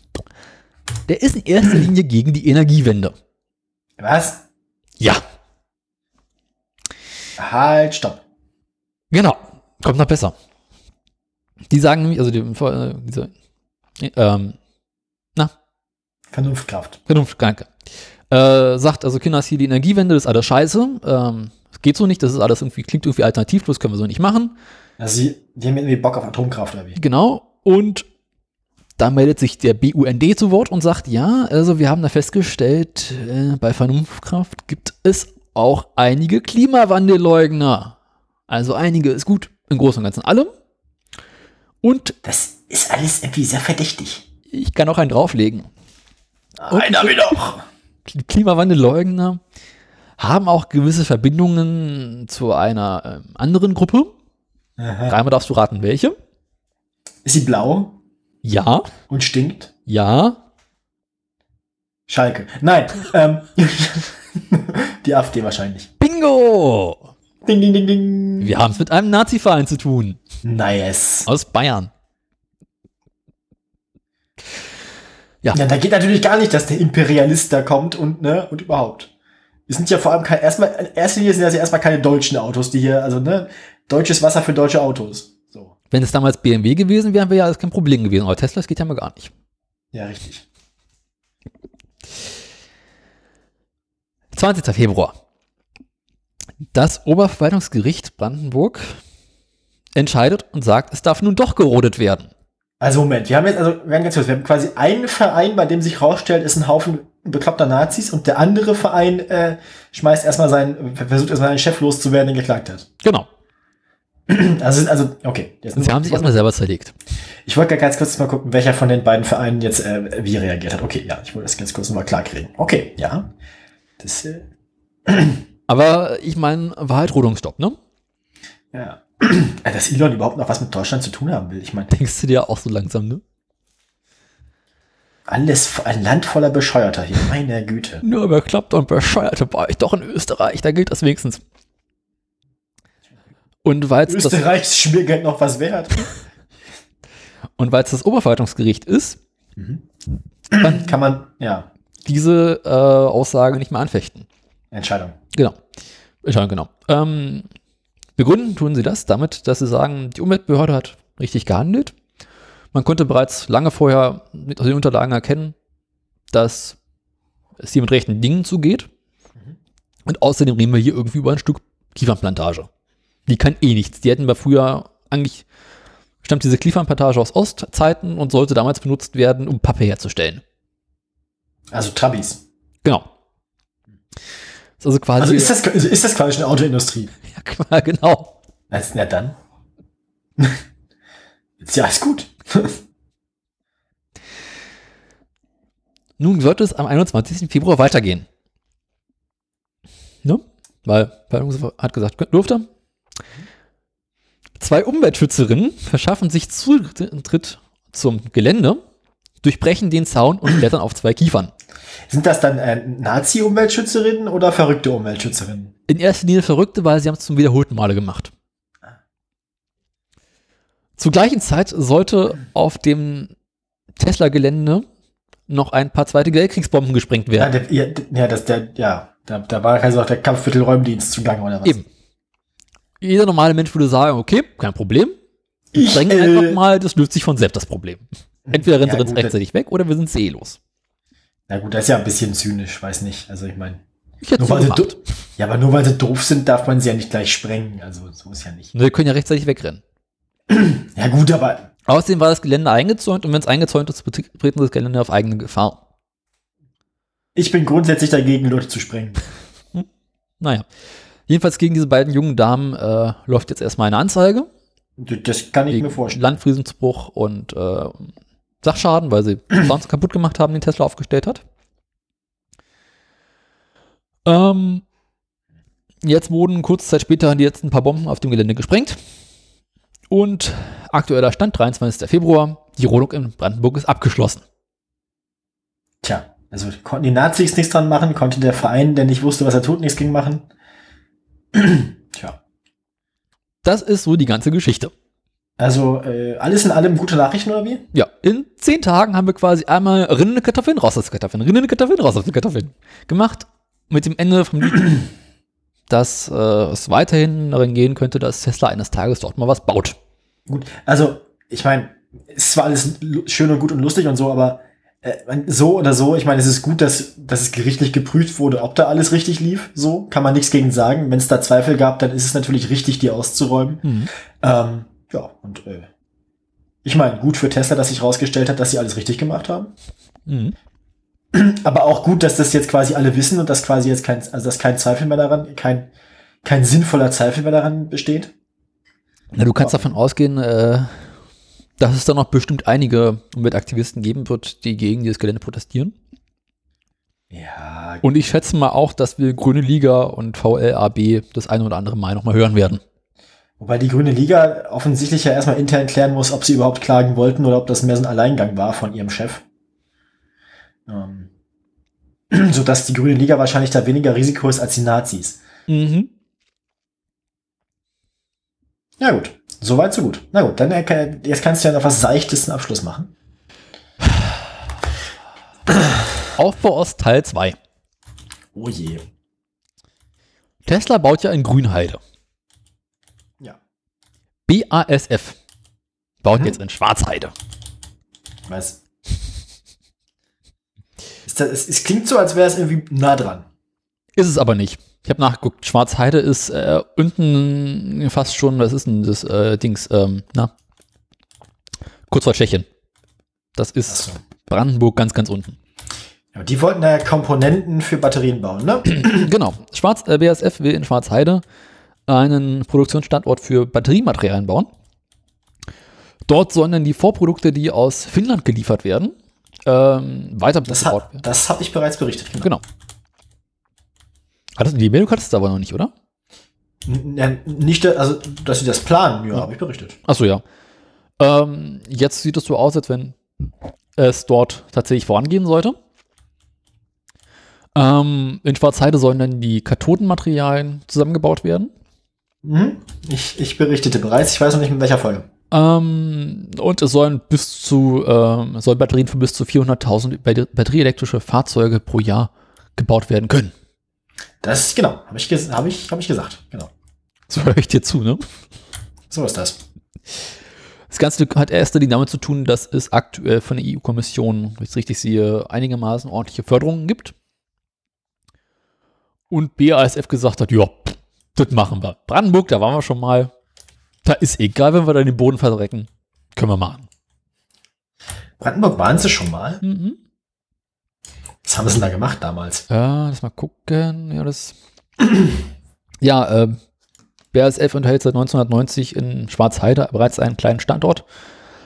Der ist in erster Linie gegen die Energiewende.
Was?
Ja,
Halt, stopp.
genau. Kommt noch besser. Die sagen nämlich, also die, äh, diese, äh, ähm,
Vernunftkraft.
Vernunft, danke. Äh, sagt also, Kinder, hier die Energiewende, das ist alles scheiße. Ähm, das geht so nicht, das ist alles irgendwie, klingt irgendwie alternativlos, können wir so nicht machen.
Also sie, die haben irgendwie Bock auf Atomkraft oder wie?
Genau. Und da meldet sich der BUND zu Wort und sagt, ja, also wir haben da festgestellt, äh, bei Vernunftkraft gibt es auch einige Klimawandelleugner. Also einige ist gut, im Großen und Ganzen allem. Und
Das ist alles irgendwie sehr verdächtig.
ich kann auch einen drauflegen.
Einer will doch.
Die Klimawandelleugner haben auch gewisse Verbindungen zu einer ähm, anderen Gruppe.
Aha.
Dreimal darfst du raten, welche.
Ist sie blau
Ja,
und stinkt?
ja,
Schalke. Nein, ähm, die AfD wahrscheinlich.
bingo!
Ding, ding, ding, ding.
Wir haben es mit einem Nazi-Verein zu tun.
Nice.
Aus Bayern.
Ja, da geht natürlich gar nicht, dass der Imperialist da kommt und, ne, und überhaupt. Wir sind ja vor allem kein, erstmal, in erster Linie sind das ja erstmal keine deutschen Autos, die hier, also, ne, deutsches Wasser für deutsche Autos. So.
Wenn es damals BMW gewesen wäre, wäre ja alles kein Problem gewesen. Aber Tesla, das geht ja mal gar nicht.
Ja, richtig.
20. Februar. Das Oberverwaltungsgericht Brandenburg entscheidet und sagt, es darf nun doch gerodet werden.
Also, Moment, wir haben jetzt, also, wir haben ganz kurz, wir haben quasi einen Verein, bei dem sich rausstellt, ist ein Haufen bekloppter Nazis und der andere Verein, äh, schmeißt erstmal seinen, versucht erstmal seinen Chef loszuwerden, den geklagt hat.
Genau.
Also, also, okay. Jetzt
Sie haben sich erstmal selber zerlegt.
Ich wollte ganz kurz mal gucken, welcher von den beiden Vereinen jetzt äh, wie reagiert hat. Okay, ja, ich wollte das ganz kurz mal klar kriegen. Okay, ja. Das, äh,
Aber ich meine, war halt Rodungsstopp, ne?
ja. Äh, Dass Elon überhaupt noch was mit Deutschland zu tun haben will. Ich meine,
Denkst du dir auch so langsam, ne?
alles ein Land voller Bescheuerter hier. Meine Güte.
Nur überklappt und bescheuerte war ich doch in Österreich. Da gilt das wenigstens. Und weil es das,
Österreichs Schmiergeld noch was wert.
und weil's das Oberverwaltungsgericht ist,
Mhm.
kann
Kann man, ja,
diese äh, Aussage nicht mehr anfechten.
Entscheidung.
Genau. Entscheidung, genau. Ähm, begründen tun sie das damit, dass sie sagen, die Umweltbehörde hat richtig gehandelt. Man konnte bereits lange vorher mit aus den Unterlagen erkennen, dass es hier mit rechten Dingen zugeht.
Mhm.
Und außerdem reden wir hier irgendwie über ein Stück Kiefernplantage. Die kann eh nichts. Die hätten wir früher eigentlich, stammt diese Kiefernplantage aus Ostzeiten und sollte damals benutzt werden, um Pappe herzustellen.
Also Trabis.
Genau. Ist also quasi.
Also ist das, also ist das quasi schon Autoindustrie?
ja, klar, genau.
Na, ist- na dann. Jetzt ja, ist gut.
Nun wird es am 21. Februar weitergehen. Ne? Weil Verwaltungsgericht hat gesagt, könnt- durfte. Zwei Umweltschützerinnen verschaffen sich Zutritt zum Gelände, durchbrechen den Zaun und klettern auf zwei Kiefern.
Sind das dann äh, Nazi-Umweltschützerinnen oder verrückte Umweltschützerinnen?
In erster Linie Verrückte, weil sie haben es zum wiederholten Male gemacht. Zur gleichen Zeit sollte auf dem Tesla-Gelände noch ein paar zweite Weltkriegsbomben gesprengt
Ja,
werden.
der, ja, d- ja, das, der, ja da, da war also auch der Kampfmittelräumdienst zugange oder was?
Eben. Jeder normale Mensch würde sagen, okay, kein Problem.
Ich,
Drängen
äh,
einfach mal, das löst sich von selbst das Problem. Entweder rennen sie
ja, gut,
rechtzeitig weg oder wir sind sie eh los.
na gut, das ist ja ein bisschen zynisch, weiß nicht. Also ich meine,
Ich hätte
nur
es so
weil sie
gemacht.
do- ja, aber nur weil sie doof sind, darf man sie ja nicht gleich sprengen. Also so ist ja nicht.
Ne, Wir können ja rechtzeitig wegrennen.
Ja gut, aber
Außerdem war das Gelände eingezäunt und wenn es eingezäunt ist, betreten sie das Gelände auf eigene Gefahr.
ich bin grundsätzlich dagegen, Leute zu sprengen.
Naja. Jedenfalls gegen diese beiden jungen Damen äh, läuft jetzt erstmal eine Anzeige.
D- Das kann ich
Wegen
mir vorstellen.
Landfriesensbruch und äh, Sachschaden, weil sie sonst kaputt gemacht haben, den Tesla aufgestellt hat. Ähm, jetzt wurden kurze Zeit später die letzten paar Bomben auf dem Gelände gesprengt. Und aktueller Stand, 23. Februar, die Rodung in Brandenburg ist abgeschlossen.
Tja, also konnten die Nazis nichts dran machen, konnte der Verein, der nicht wusste, was er tut, nichts gegen machen. Tja.
Das ist so die ganze Geschichte.
Also äh, alles in allem gute Nachrichten oder wie?
Ja, in zehn Tagen haben wir quasi einmal rinnende Kartoffeln, raus aus Kartoffeln, rinnende Kartoffeln, raus aus Kartoffeln gemacht. Mit dem Ende vom Lied, dass äh, es weiterhin darin gehen könnte, dass Tesla eines Tages dort mal was baut.
Gut, also ich meine, es ist zwar alles lu- schön und gut und lustig und so, aber äh, man- so oder so, ich meine, es ist gut, dass, dass es gerichtlich geprüft wurde, ob da alles richtig lief. So kann man nichts gegen sagen. Wenn es da Zweifel gab, dann ist es natürlich richtig, die auszuräumen.
Mhm.
Ähm, ja, und äh, ich meine, gut für Tesla, dass sich rausgestellt hat, dass sie alles richtig gemacht haben.
Mhm.
Aber auch gut, dass das jetzt quasi alle wissen und dass quasi jetzt kein, also dass kein Zweifel mehr daran, kein, kein sinnvoller Zweifel mehr daran besteht.
Na, du kannst davon ausgehen, äh, dass es da noch bestimmt einige Umweltaktivisten geben wird, die gegen dieses Gelände protestieren.
Ja,
Und ich schätze mal auch, dass wir Grüne Liga und VLAB das eine oder andere Mal nochmal hören werden.
Wobei die Grüne Liga offensichtlich ja erstmal intern klären muss, ob sie überhaupt klagen wollten oder ob das mehr so ein Alleingang war von ihrem Chef. Ähm, sodass die Grüne Liga wahrscheinlich da weniger Risiko ist als die Nazis.
Mhm.
Ja gut, soweit so gut. Na gut, dann erk- jetzt kannst du ja noch was seichtesten Abschluss machen.
Aufbau Ost Teil 2.
Oh je.
Tesla baut ja in Grünheide.
Ja,
BASF baut jetzt in Schwarzheide.
weiß. Ist das, es, es klingt so, als wäre es irgendwie nah dran.
Ist es aber nicht. Ich habe nachgeguckt. Schwarzheide ist äh, unten fast schon, was ist denn das äh, Dings? Ähm, na? Kurz vor Tschechien. Das ist
Ach so.
Brandenburg ganz, ganz unten.
Ja, die wollten ja Komponenten für Batterien bauen, ne?
genau. Schwarz, äh, BASF will in Schwarzheide einen Produktionsstandort für Batteriematerialien bauen. Dort sollen dann die Vorprodukte, die aus Finnland geliefert werden, ähm, weiter
Das
gebaut
hat,
werden.
das habe ich bereits berichtet. Genau.
Genau. Hattest du die Meldung hattest du aber noch nicht, oder?
N- n- Nicht, also, dass sie das planen, ja, habe ich berichtet.
Achso, ja. Ähm, jetzt sieht es so aus, als wenn es dort tatsächlich vorangehen sollte. Ähm, in Schwarzheide sollen dann die Kathodenmaterialien zusammengebaut werden.
Mhm. Ich, ich berichtete bereits, ich weiß noch nicht in welcher Folge.
Ähm, und es sollen bis zu, ähm, es sollen Batterien für bis zu 400.000 bat- batterieelektrische Fahrzeuge pro Jahr gebaut werden können.
Das, genau, habe ich, ges- hab ich, hab ich gesagt. Genau.
So höre ich dir zu, ne?
So ist das.
Das Ganze hat erst damit zu tun, dass es aktuell von der EU-Kommission, wenn ich es richtig sehe, einigermaßen ordentliche Förderungen gibt. Und BASF gesagt hat, ja, pff, das machen wir. Brandenburg, da waren wir schon mal. Da ist egal, wenn wir da den Boden verrecken. Können wir machen.
Brandenburg waren sie schon mal.
Mhm.
Was haben sie denn da gemacht damals?
Ja, lass mal gucken. Ja, das. ja, ähm, BASF unterhält seit 1990 in Schwarzheide bereits einen kleinen Standort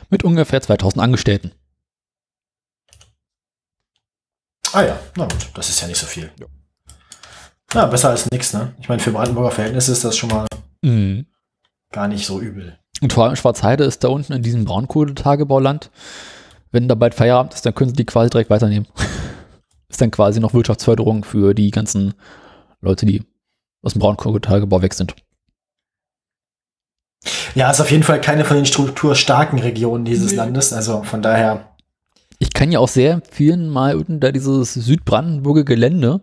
mit ungefähr 2000 Angestellten.
Ah ja, na gut, das ist ja nicht so viel. Ja, besser als nichts, ne? Ich meine, für Brandenburger Verhältnisse ist das schon mal
Mhm.
gar nicht so übel.
Und vor allem Schwarzheide ist da unten in diesem Braunkohletagebauland. Wenn da bald Feierabend ist, dann können sie die quasi direkt weiternehmen. ist dann quasi noch Wirtschaftsförderung für die ganzen Leute, die aus dem Braunkohletagebau weg sind.
Ja, ist auf jeden Fall keine von den strukturstarken Regionen dieses Landes, also von daher.
Ich kann ja auch sehr empfehlen, mal unten da dieses Südbrandenburger Gelände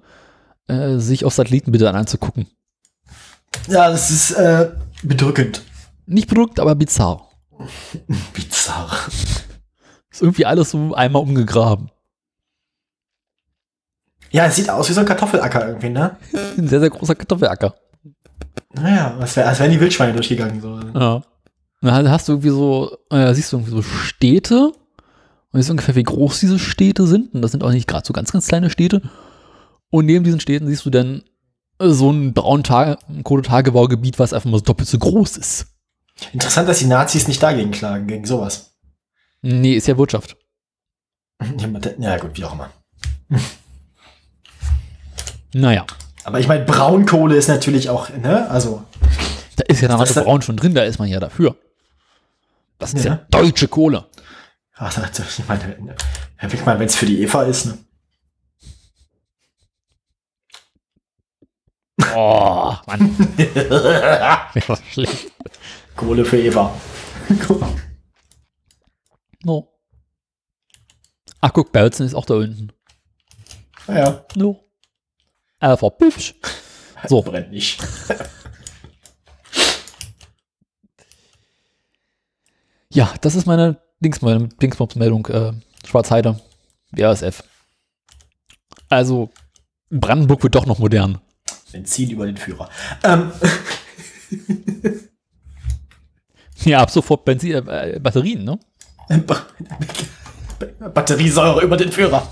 äh, sich auf Satellitenbildern anzugucken.
Ja, das ist äh, bedrückend.
Nicht Produkt, aber bizarr.
Bizarr.
Ist irgendwie alles so einmal umgegraben.
Ja, es sieht aus wie so ein Kartoffelacker irgendwie, ne?
Ein sehr, sehr großer Kartoffelacker.
Naja, als, wär, als wären die Wildschweine durchgegangen. So.
Ja. Und dann hast du irgendwie so, äh, siehst du irgendwie so Städte. Und siehst ungefähr, wie groß diese Städte sind. Und das sind auch nicht gerade so ganz, ganz kleine Städte. Und neben diesen Städten siehst du dann äh, so ein braun Kohletagebaugebiet, was einfach mal so doppelt so groß ist.
Interessant, dass die Nazis nicht dagegen klagen, gegen sowas.
Nee, ist ja Wirtschaft.
Ja, aber der- Ja, gut, wie auch immer.
Naja.
Aber ich meine, Braunkohle ist natürlich auch, ne? Also,
Da ist ja
das
der Mathe
da-
Braun schon drin, da ist man ja dafür. Das ist ja,
Ja.
deutsche Kohle.
ach, also, ich meine, ne? Herr Wickmann, wenn es für die Eva ist, ne?
Oh, Mann. Der war schlecht.
Kohle für Eva.
No. Ach, guck, Belzen ist auch da unten.
naja,
No. Äh, Frau Pipsch. So.
brennt nicht.
Ja, das ist meine Dings- meine Dingsbums-Meldung. Äh, Schwarzheide. BASF. Also, Brandenburg wird doch noch modern.
Benzin über den Führer. Ähm,
Ja, ab sofort Benzin, äh, Batterien, ne?
äh, Batteriesäure über den Führer.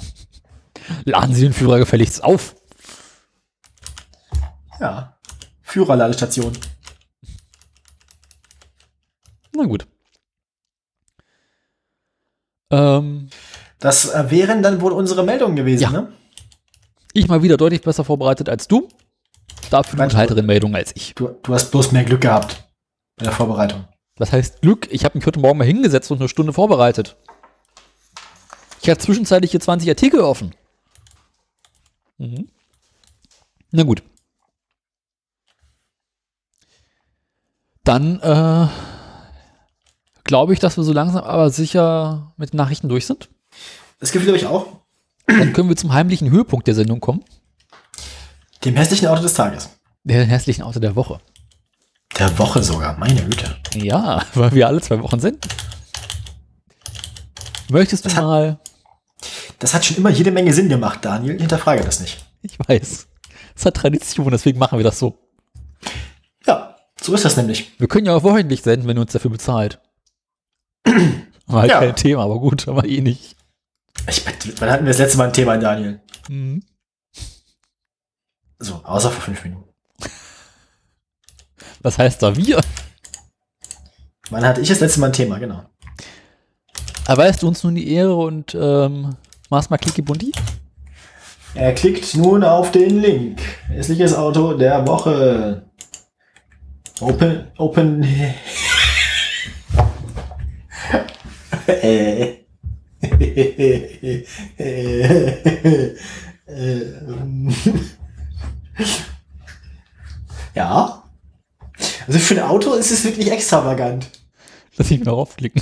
Laden Sie den Führer gefälligst auf.
Ja. Führerladestation.
Na gut. Ähm,
Das äh, wären dann wohl unsere Meldungen gewesen,
Ja.
ne?
ich mal wieder deutlich besser vorbereitet als du. Dafür eine
Meinst du?
halteren Meldung als ich.
Du, du hast bloß mehr Glück gehabt. Bei der Vorbereitung.
Was heißt Glück? Ich habe mich heute Morgen mal hingesetzt und eine Stunde vorbereitet. Ich hatte zwischenzeitlich hier 20 Artikel offen. Mhm. Na gut. Dann äh, glaube ich, dass wir so langsam aber sicher mit den Nachrichten durch sind.
Das Gefühl habe ich auch.
Dann können wir zum heimlichen Höhepunkt der Sendung kommen.
Dem hässlichen Auto des Tages.
Der hässlichen Auto der Woche.
Der Woche sogar, meine Güte.
Ja, weil wir alle zwei Wochen senden. Möchtest du
Das hat-
mal?
Das hat schon immer jede Menge Sinn gemacht, Daniel. Hinterfrage das nicht.
Ich weiß. Es hat Tradition, deswegen machen wir das so.
Ja, so ist das nämlich.
Wir können ja auch wöchentlich senden, wenn ihr uns dafür bezahlt. War halt
Ja.
kein Thema, aber gut, aber eh nicht.
Ich, wann hatten wir das letzte Mal ein Thema, Daniel?
Mhm.
So, außer vor fünf Minuten.
Was heißt da wir?
Wann hatte ich das letzte Mal ein Thema, genau.
Erweist du uns nun die Ehre und ähm, machst mal Klicki Bundi?
Er klickt nun auf den Link. Hässliches Auto der Woche. Open, open. Äh. Ähm. ja. Also für ein Auto ist es wirklich extravagant.
Lass ich mal raufklicken.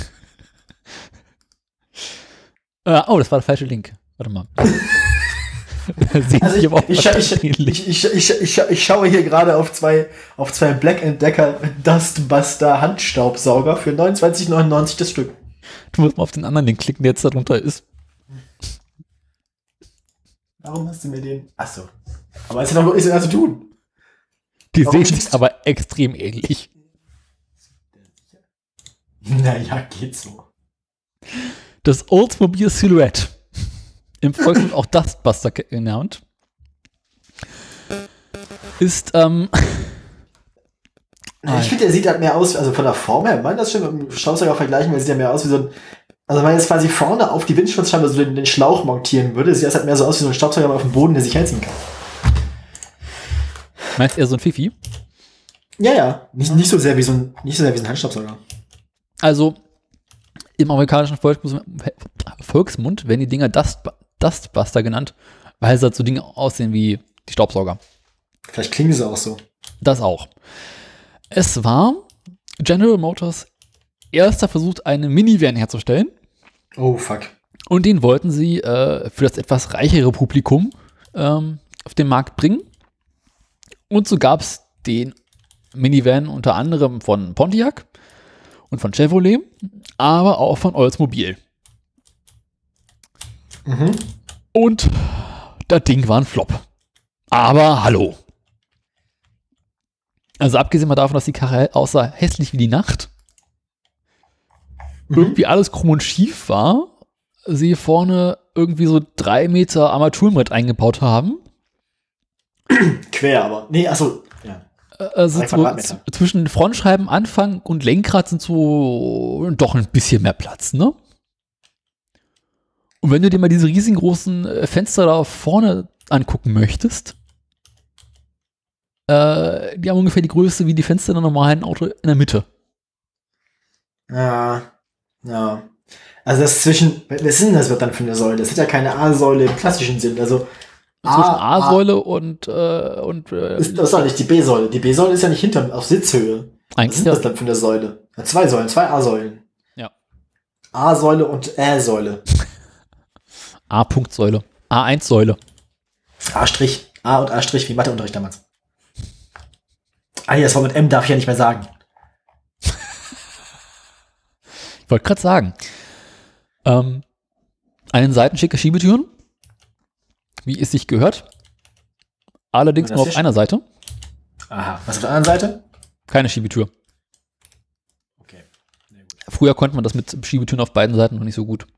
äh, oh, das war der falsche Link. Warte mal. Da Sehe
Also
ich
ich,
aber auch
ich,
was
ich,
auf den Link.
ich, ich, ich, ich, ich schaue hier gerade auf zwei, auf zwei Black Decker Dustbuster Handstaubsauger für 29,99 das Stück.
Du musst mal auf den anderen Link klicken, der jetzt darunter ist.
Warum hast du mir den? Achso. Aber es hat doch nichts mehr zu tun.
Die
Warum
sehen sich
schickst
aber extrem ähnlich.
Naja, geht so.
Das Oldsmobile Silhouette. Im Volksmund auch Dustbuster ge- genannt. Ist, ähm, Nein.
Ich finde, der sieht halt mehr aus, also von der Form her, man das schon mit dem Staubsauger vergleichen, weil er sieht ja mehr aus wie so ein. Also wenn man jetzt quasi vorne auf die Windschutzscheibe so den, den Schlauch montieren würde, sieht das halt mehr so aus wie so ein Staubsauger aber auf dem Boden, der sich herziehen kann.
meinst eher so ein Fifi?
Ja, ja. Nicht, nicht so sehr wie so ein, nicht so sehr wie so ein Handstaubsauger.
Also, im amerikanischen Volksmund, Volksmund werden die Dinger Dust, Dustbuster genannt, weil sie halt so Dinge aussehen wie die Staubsauger.
Vielleicht klingen sie auch so.
Das auch. Es war General Motors erster Versuch, einen Minivan herzustellen.
Oh, fuck.
Und den wollten sie äh, für das etwas reichere Publikum ähm, auf den Markt bringen. Und so gab es den Minivan unter anderem von Pontiac und von Chevrolet, aber auch von Oldsmobile.
Mhm.
Und das Ding war ein Flop. Aber hallo. Also abgesehen mal davon, dass die Karre aussah hässlich wie die Nacht,
Mhm.
irgendwie alles krumm und schief war, sie vorne irgendwie so drei Meter Armaturen mit eingebaut haben.
Quer, aber. Nee, achso. Ja.
Äh, Also
Drei
so
Quadratmeter.
z- zwischen Frontscheibenanfang und Lenkrad sind so doch ein bisschen mehr Platz, ne? Und wenn du dir mal diese riesengroßen äh, Fenster da vorne angucken möchtest, äh, die haben ungefähr die Größe wie die Fenster in einem normalen Auto in der Mitte.
Ja. Ja. Also das zwischen. Was ist denn das wird dann für eine Säule? Das hat ja keine A-Säule im klassischen Sinn. Also.
Zwischen
A-
A-Säule und, äh, und äh,
ah. Ist, das ist doch nicht die B-Säule. Die B-Säule ist ja nicht hinter, auf Sitzhöhe. Was
eigentlich
ist denn das dann für eine Säule? Ja, zwei Säulen, zwei A-Säulen.
Ja.
A-Säule und Ä-Säule.
A-Punkt-Säule. A1-Säule.
A-Strich. A und A-Strich, wie Matheunterricht damals. Ah, nee, das Wort mit M darf ich ja nicht mehr sagen.
Ich wollte gerade sagen. Ähm, an den Seiten schicke Schiebetüren. Wie es sich gehört. Allerdings
Das
nur auf
ist-
einer Seite.
Aha. Was auf der anderen Seite?
Keine Schiebetür.
Okay. Nee, gut.
Früher konnte man das mit Schiebetüren auf beiden Seiten noch nicht so gut.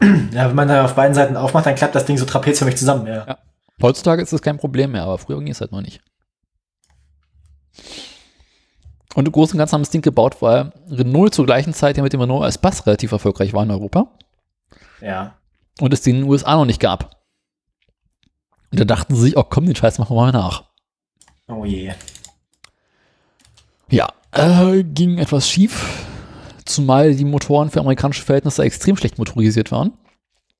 Ja, wenn man dann auf beiden Seiten aufmacht, dann klappt das Ding so trapezförmig zusammen. Ja.
Heutzutage ist das kein Problem mehr, aber früher ging es halt noch nicht. Und im Großen und Ganzen haben das Ding gebaut, weil Renault zur gleichen Zeit ja mit dem Renault als Bass relativ erfolgreich war in Europa
ja.
und es den in den USA noch nicht gab. Und da dachten sie sich, oh komm, den Scheiß machen wir mal nach.
Oh je.
Ja, Äh, ging etwas schief, zumal die Motoren für amerikanische Verhältnisse extrem schlecht motorisiert waren.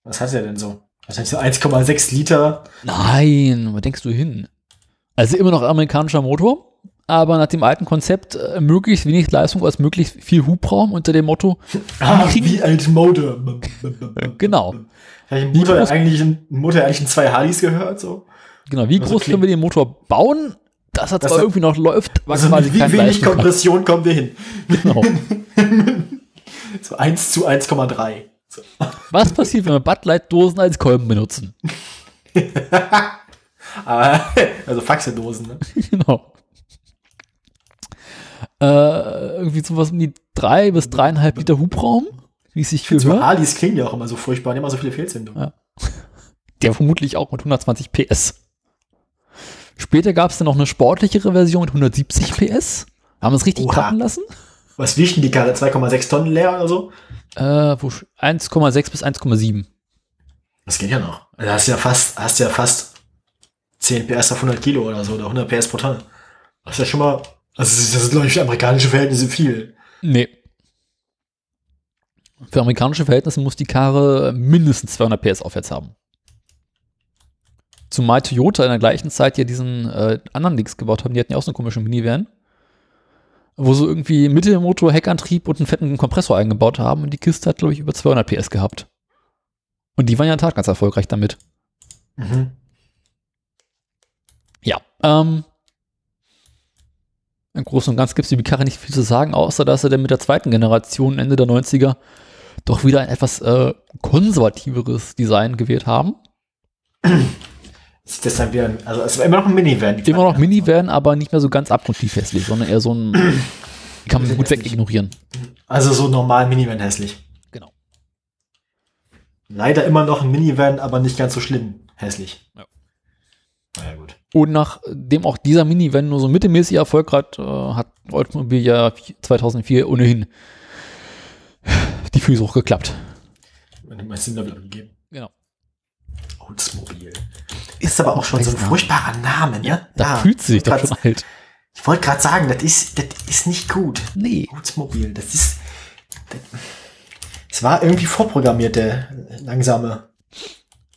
Was hat er denn so? Wahrscheinlich so 1,6 Liter.
Nein, wo denkst du hin? Also immer noch amerikanischer Motor, aber nach dem alten Konzept äh, möglichst wenig Leistung als möglichst viel Hubraum unter dem Motto,
Ah, wie alt Modem.
genau,
Hat ein Motor
groß-
eigentlich ein Motor eigentlich in zwei Harleys gehört so?
genau, wie
Also
groß können wir den Motor bauen, dass er
Das
zwar
hat-
irgendwie noch läuft, aber
Also
quasi
mit wie
keine
wenig
Leistung hat.
Kompression kommen wir hin?
Genau.
So 1 zu 1,3. So.
Was passiert, wenn wir Buttlight-Dosen als Kolben benutzen?
Aber, also Faxedosen, ne?
genau. Äh, irgendwie sowas um die drei bis dreieinhalb Liter Hubraum, wie es sich für
So
hört.
Alis klingen ja auch immer so furchtbar, die haben immer so viele Fehlzündungen.
Der vermutlich auch mit 120 PS. Später gab es dann noch eine sportlichere Version mit 170 PS. Haben wir es richtig
Oha.
klappen lassen?
Was wiegt denn die Karre? 2,6 Tonnen leer oder so?
Äh, wo sch- 1,6 bis 1,7.
Das geht ja noch. Also hast ja fast, hast ja fast 10 PS auf 100 Kilo oder so, oder 100 PS pro Tonne. Das ist ja schon mal, also das ist- das ist, glaube ich, für amerikanische Verhältnisse viel.
Nee. Für amerikanische Verhältnisse muss die Karre mindestens 200 PS aufwärts haben. Zumal Toyota in der gleichen Zeit ja diesen äh, anderen Dings gebaut haben, die hatten ja auch so einen komischen Minivan, wo so irgendwie Mittelmotor, Heckantrieb und einen fetten Kompressor eingebaut haben und die Kiste hat, glaube ich, über 200 PS gehabt. Und die waren ja in der Tat ganz erfolgreich damit.
Mhm.
Ja. Ähm, Im Großen und Ganzen gibt es über die Karre nicht viel zu sagen, außer dass er dann mit der zweiten Generation Ende der 90er doch wieder ein etwas äh, konservativeres Design gewählt haben.
Das ist deshalb wieder, ein- also es war immer noch ein Minivan.
Immer noch Minivan, aber nicht mehr so ganz abgrundtief hässlich, sondern eher so ein. kann man gut wegignorieren.
Also so normal Minivan hässlich.
Genau.
Leider immer noch ein Minivan, aber nicht ganz so schlimm hässlich.
Ja.
Na ja, gut.
Und nachdem auch dieser Minivan nur so mittelmäßig Erfolg hat, äh, hat Oldsmobile ja 2004 ohnehin die Füße hochgeklappt.
Wenn du mal Cinderella gegeben.
Genau.
Oldsmobile. Ist aber auch schon so ein furchtbarer Name, ne?
Da fühlt sie sich doch schon alt.
Ich wollte gerade sagen, das ist, das ist nicht gut.
Nee.
Oldsmobile, das ist. das- Es war irgendwie vorprogrammiert, der langsame.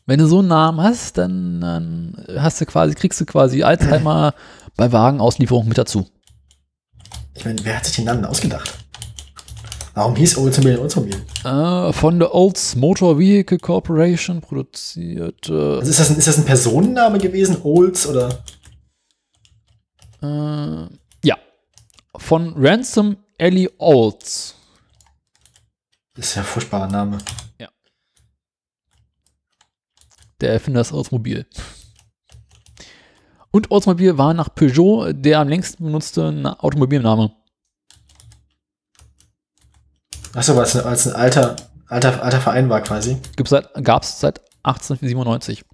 Wenn du so einen Namen hast, dann, dann hast du quasi, kriegst du quasi Alzheimer bei Wagenauslieferung mit dazu.
Ich meine, wer hat sich den Namen ausgedacht? Warum hieß Oldsmobile Oldsmobile?
Äh, von der Olds Motor Vehicle Corporation produziert. Äh,
Also ist das ein, ist das ein Personenname gewesen? Olds oder.
äh, ja. Von Ransom Ellie Olds.
Das ist ja ein furchtbarer Name.
der Erfinder des Oldsmobile. Und Oldsmobile war nach Peugeot der am längsten benutzte Na- Automobilname.
Achso, weil es ein, weil's ein alter, alter, alter Verein war quasi.
Gab es seit, gab's seit 1897.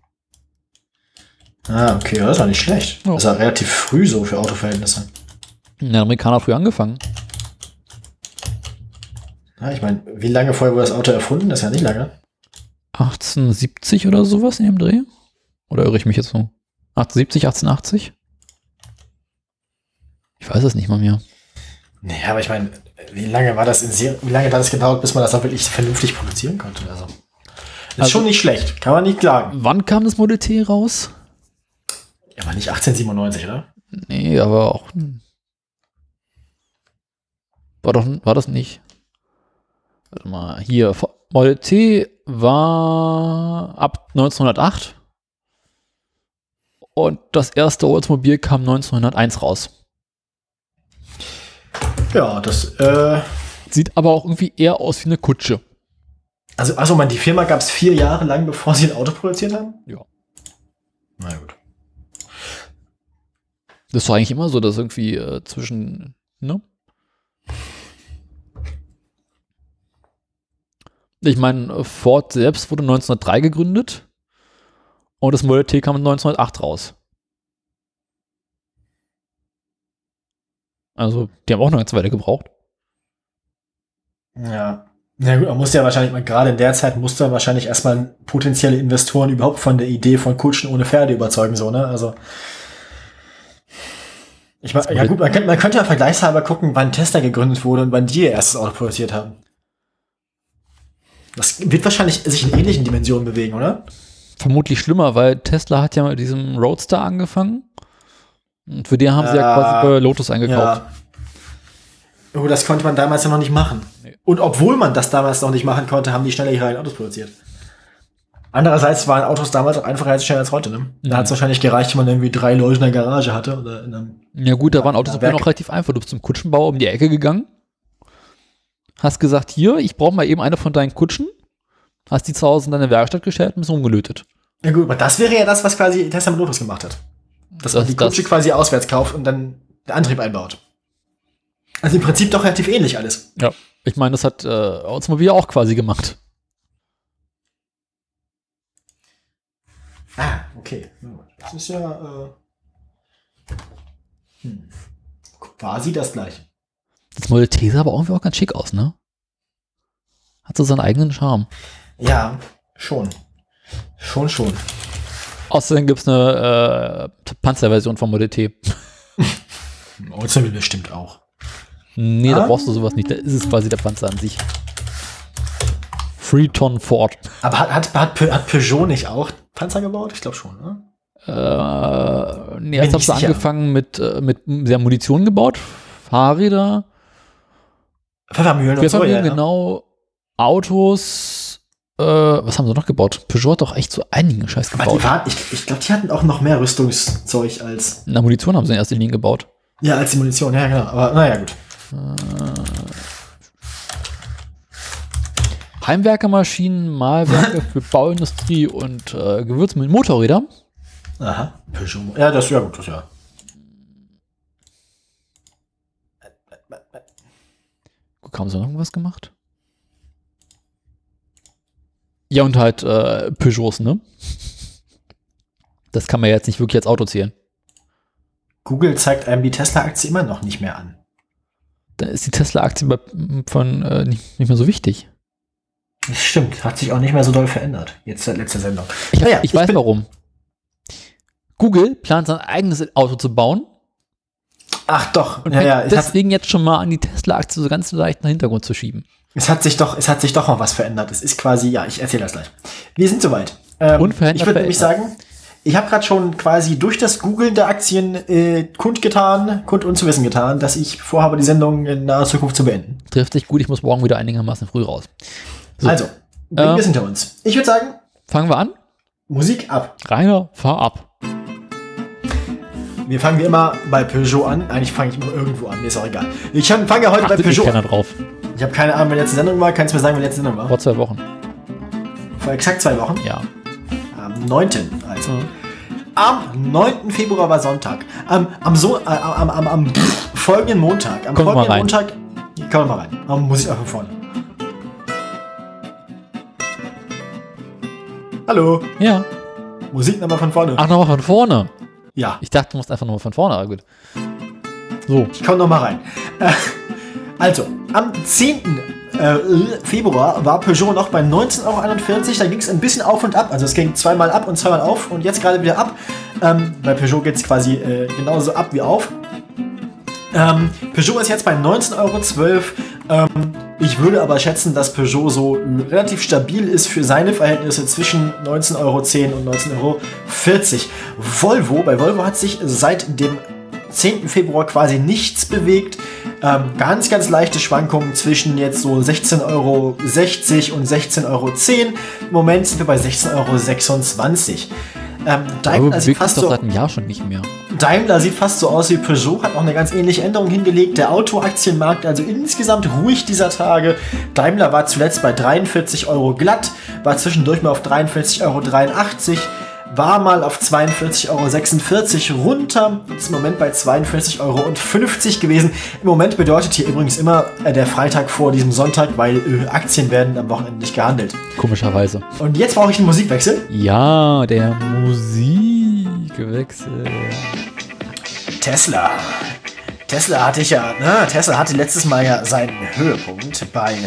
Ah, okay, das war nicht schlecht.
Ja.
Das war relativ früh so für Autoverhältnisse.
Der Amerikaner hat früh angefangen.
Ja, ich meine, wie lange vorher wurde das Auto erfunden? Das ist ja nicht lange.
1870 oder sowas in dem Dreh? Oder irre ich mich jetzt so? 1870, 1880? Ich weiß es nicht mal mehr.
Nee, aber ich meine, wie lange war das in Ser wie lange hat das gedauert, bis man das dann wirklich vernünftig produzieren konnte? Also, ist
Also-
schon nicht schlecht, kann man nicht klagen.
Wann kam das Model T raus?
Aber nicht 1897, oder?
Nee, aber auch. hm. War, doch, war das nicht? Warte mal, hier. Fo- Model T war ab 1908. Und das erste Oldsmobile kam 1901 raus.
Ja, das, äh,
Sieht aber auch irgendwie eher aus wie eine Kutsche.
also, also man, die Firma gab es vier Jahre lang, bevor sie ein Auto produziert haben?
Ja.
Na gut.
Das war eigentlich immer so, dass irgendwie äh, zwischen, ne? Ich meine, äh, Ford selbst wurde 1903 gegründet und das Model T kam 1908 raus. Also, die haben auch eine ganze Weile gebraucht.
Ja. Na gut, man muss ja wahrscheinlich, man, gerade in der Zeit musste man wahrscheinlich erstmal potenzielle Investoren überhaupt von der Idee von Kutschen ohne Pferde überzeugen, so, ne? Also. Ich mein, ja gut, man, kann, man könnte ja vergleichshalber gucken, wann Tesla gegründet wurde und wann die ihr erstes Auto produziert haben. Das wird wahrscheinlich sich in ähnlichen Dimensionen bewegen, oder?
Vermutlich schlimmer, weil Tesla hat ja mit diesem Roadster angefangen. Und für den haben sie ja
Ah,
quasi bei Lotus eingekauft.
Ja. Oh, das konnte man damals ja noch nicht machen. Und obwohl man das damals noch nicht machen konnte, haben die schneller ihre eigenen Autos produziert. Andererseits waren Autos damals auch einfacher herzustellen als heute. Ne?
Mhm.
Da hat es wahrscheinlich gereicht, wenn man irgendwie drei Leute in der Garage hatte. Oder in einem
Ja, gut, da waren Autos
da
früher noch
weg.
relativ einfach. Du bist zum Kutschenbauer um die Ecke gegangen, hast gesagt, hier, ich brauche mal eben eine von deinen Kutschen, hast die zu Hause in deine Werkstatt gestellt und bist rumgelötet.
ja gut, aber das wäre ja das, was quasi Tesla mit Lotus gemacht hat. Dass man
Das-
die
das-
Kutsche quasi auswärts kauft und dann den Antrieb einbaut. Also im Prinzip doch relativ ähnlich alles.
Ja. Ich meine, das hat äh, Oldsmobile auch quasi gemacht.
Ah, okay. Na gut. Das ist ja äh, hm. quasi das gleiche.
Das Model T sah aber irgendwie auch ganz schick aus, ne? Hat so seinen eigenen Charme.
Ja, schon. Schon, schon.
Außerdem gibt es eine äh, Panzerversion vom Model T.
Oldsmobile bestimmt auch.
Nee, da
Ah.
brauchst du sowas nicht. Da ist es quasi der Panzer an sich. Freeton Ford.
Aber hat, hat, hat, Pe- hat Peugeot nicht auch Panzer gebaut? Ich glaube schon, ne?
Äh, nee, erst
nicht
haben sie
sicher.
angefangen mit, äh, mit sie haben Munition gebaut, Fahrräder,
Pfeffermühlen und so,
Pfeffermühlen,
ja. ne?
genau, Autos, äh, was haben sie noch gebaut? Peugeot hat doch echt so einigen Scheiß
Aber
gebaut.
die waren, ich, ich glaube, die hatten auch noch mehr Rüstungszeug als,
Na, Munition haben sie in erster Linie gebaut.
ja, als die Munition. Ja, genau. Aber naja, gut.
Heimwerkermaschinen, Mahlwerke für Bauindustrie und äh, Gewürzmittel, Motorräder.
Aha. Peugeot. Ja, das, ja, gut, das, ja.
Guck, haben sie noch irgendwas gemacht? Ja, und halt äh, Peugeots, ne? Das kann man ja jetzt nicht wirklich als Auto zählen.
Google zeigt einem die Tesla-Aktie immer noch nicht mehr an.
dann ist die Tesla-Aktie bei- von äh, nicht, nicht mehr so wichtig.
Das stimmt. Hat sich auch nicht mehr so doll verändert. Jetzt seit letzter Sendung.
Ich,
Naja,
ich weiß
bin-
warum. Google plant sein eigenes Auto zu bauen
Ach doch.
und
ja, ja.
fängt
Es hat,
deswegen jetzt schon mal an, die Tesla-Aktie so ganz leicht in den Hintergrund zu schieben.
es hat sich doch, es hat sich doch mal was verändert. Es ist quasi, ja, ich erzähle das gleich. Wir sind soweit. Ähm,
Unverändert
ich würde nämlich sagen, ich habe gerade schon quasi durch das Googlen der Aktien äh, kundgetan, kund unzuwissen getan, dass ich vorhabe, die Sendung in naher Zukunft zu beenden.
Trifft sich gut, ich muss morgen wieder einigermaßen früh raus. So.
Also, bringen
Ähm.
wir es hinter uns. Ich würde sagen,
Fangen wir an.
Musik ab.
Rainer, fahr ab.
Wir fangen wie immer bei Peugeot an. Eigentlich fange ich immer irgendwo an, mir ist auch egal. Ich hab- fange ja heute bei
Achtet nicht
Peugeot
keiner
an.
drauf.
Ich habe keine Ahnung, wann die letzte Sendung war. Kannst du mir sagen, wann die letzte Sendung war?
Vor zwei Wochen.
Vor exakt zwei Wochen.
Ja.
Am 9. Also.
Mhm.
Am 9. Februar war Sonntag. Am, am, so, äh, am, am, am pff, folgenden Montag. Am
Komm mal
folgenden
rein.
Montag. Komm mal rein. Aber muss ich auch von vorne. Hallo.
Ja.
Musik nochmal von vorne.
Ach, nochmal von vorne.
Ja,
Ich dachte, du musst einfach nochmal von vorne, aber gut. So,
ich komm nochmal rein. Äh, Also, am 10. äh, Februar war Peugeot noch bei 19,41 Euro. Da ging es ein bisschen auf und ab. Also es ging zweimal ab und zweimal auf und jetzt gerade wieder ab. Ähm, bei Peugeot geht es quasi äh, genauso ab wie auf. Ähm, Peugeot ist jetzt bei 19,12 Euro. Ähm, ich würde aber schätzen, dass Peugeot so äh, relativ stabil ist für seine Verhältnisse zwischen 19,10 Euro und 19,40 Euro. Volvo, bei Volvo hat sich seit dem 10. Februar quasi nichts bewegt. Ähm, ganz, ganz leichte Schwankungen zwischen jetzt so 16,60 Euro und 16,10 Euro. Im Moment sind wir bei 16,26 Euro. Ähm,
aber
Daimler sieht
bewegt sich
fast
doch
so
seit einem Jahr schon nicht mehr.
Daimler sieht fast so aus wie Peugeot, hat auch eine ganz ähnliche Änderung hingelegt. Der Autoaktienmarkt also insgesamt ruhig dieser Tage. Daimler war zuletzt bei 43 Euro glatt, war zwischendurch mal auf 43,83 Euro, war mal auf 42,46 Euro runter, ist im Moment bei 42,50 Euro gewesen. Im Moment bedeutet hier übrigens immer äh, der Freitag vor diesem Sonntag, weil äh, Aktien werden am Wochenende nicht gehandelt.
Komischerweise.
Und jetzt brauche ich einen Musikwechsel.
Ja, der Musikwechsel.
Tesla. Tesla hatte ich ja, ne? Tesla hatte letztes Mal ja seinen Höhepunkt bei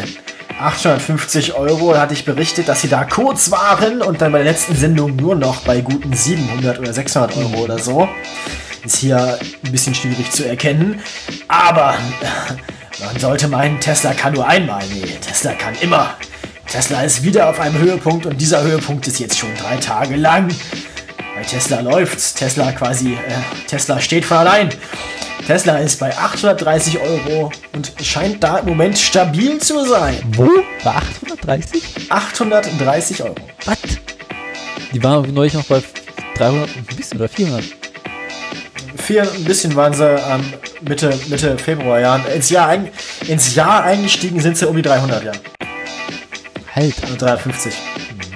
850 Euro. Da hatte ich berichtet, dass sie da kurz waren und dann bei der letzten Sendung nur noch bei guten 700 oder 600 Euro oder so. ist hier ein bisschen schwierig zu erkennen. Aber man sollte meinen, Tesla kann nur einmal. Nee, Tesla kann immer. Tesla ist wieder auf einem Höhepunkt und dieser Höhepunkt ist jetzt schon drei Tage lang. Bei Tesla läuft's. Tesla quasi, äh, Tesla steht von allein. Tesla ist bei 830 Euro und scheint da im Moment stabil zu sein.
Wo? Bei 830?
830 Euro.
Was? Die waren neulich noch bei 300 und ein bisschen oder 400.
Vier, ein bisschen waren sie ähm, Mitte, Mitte Februar, ja. Ins Jahr, ein, ins Jahr eingestiegen sind sie um die 300, ja.
Alter.
Also 350.
Halt,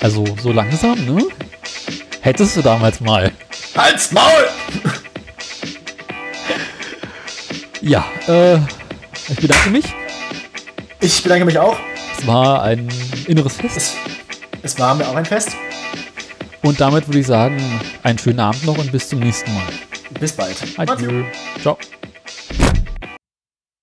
Also so langsam, ne? Hättest du damals mal.
Halt's Maul!
Ja, äh, ich bedanke mich.
Ich bedanke mich auch.
Es war ein inneres Fest.
Es, es war mir auch ein Fest.
Und damit würde ich sagen, einen schönen Abend noch und bis zum nächsten Mal.
Bis bald. Macht's gut.
Adieu. Ciao.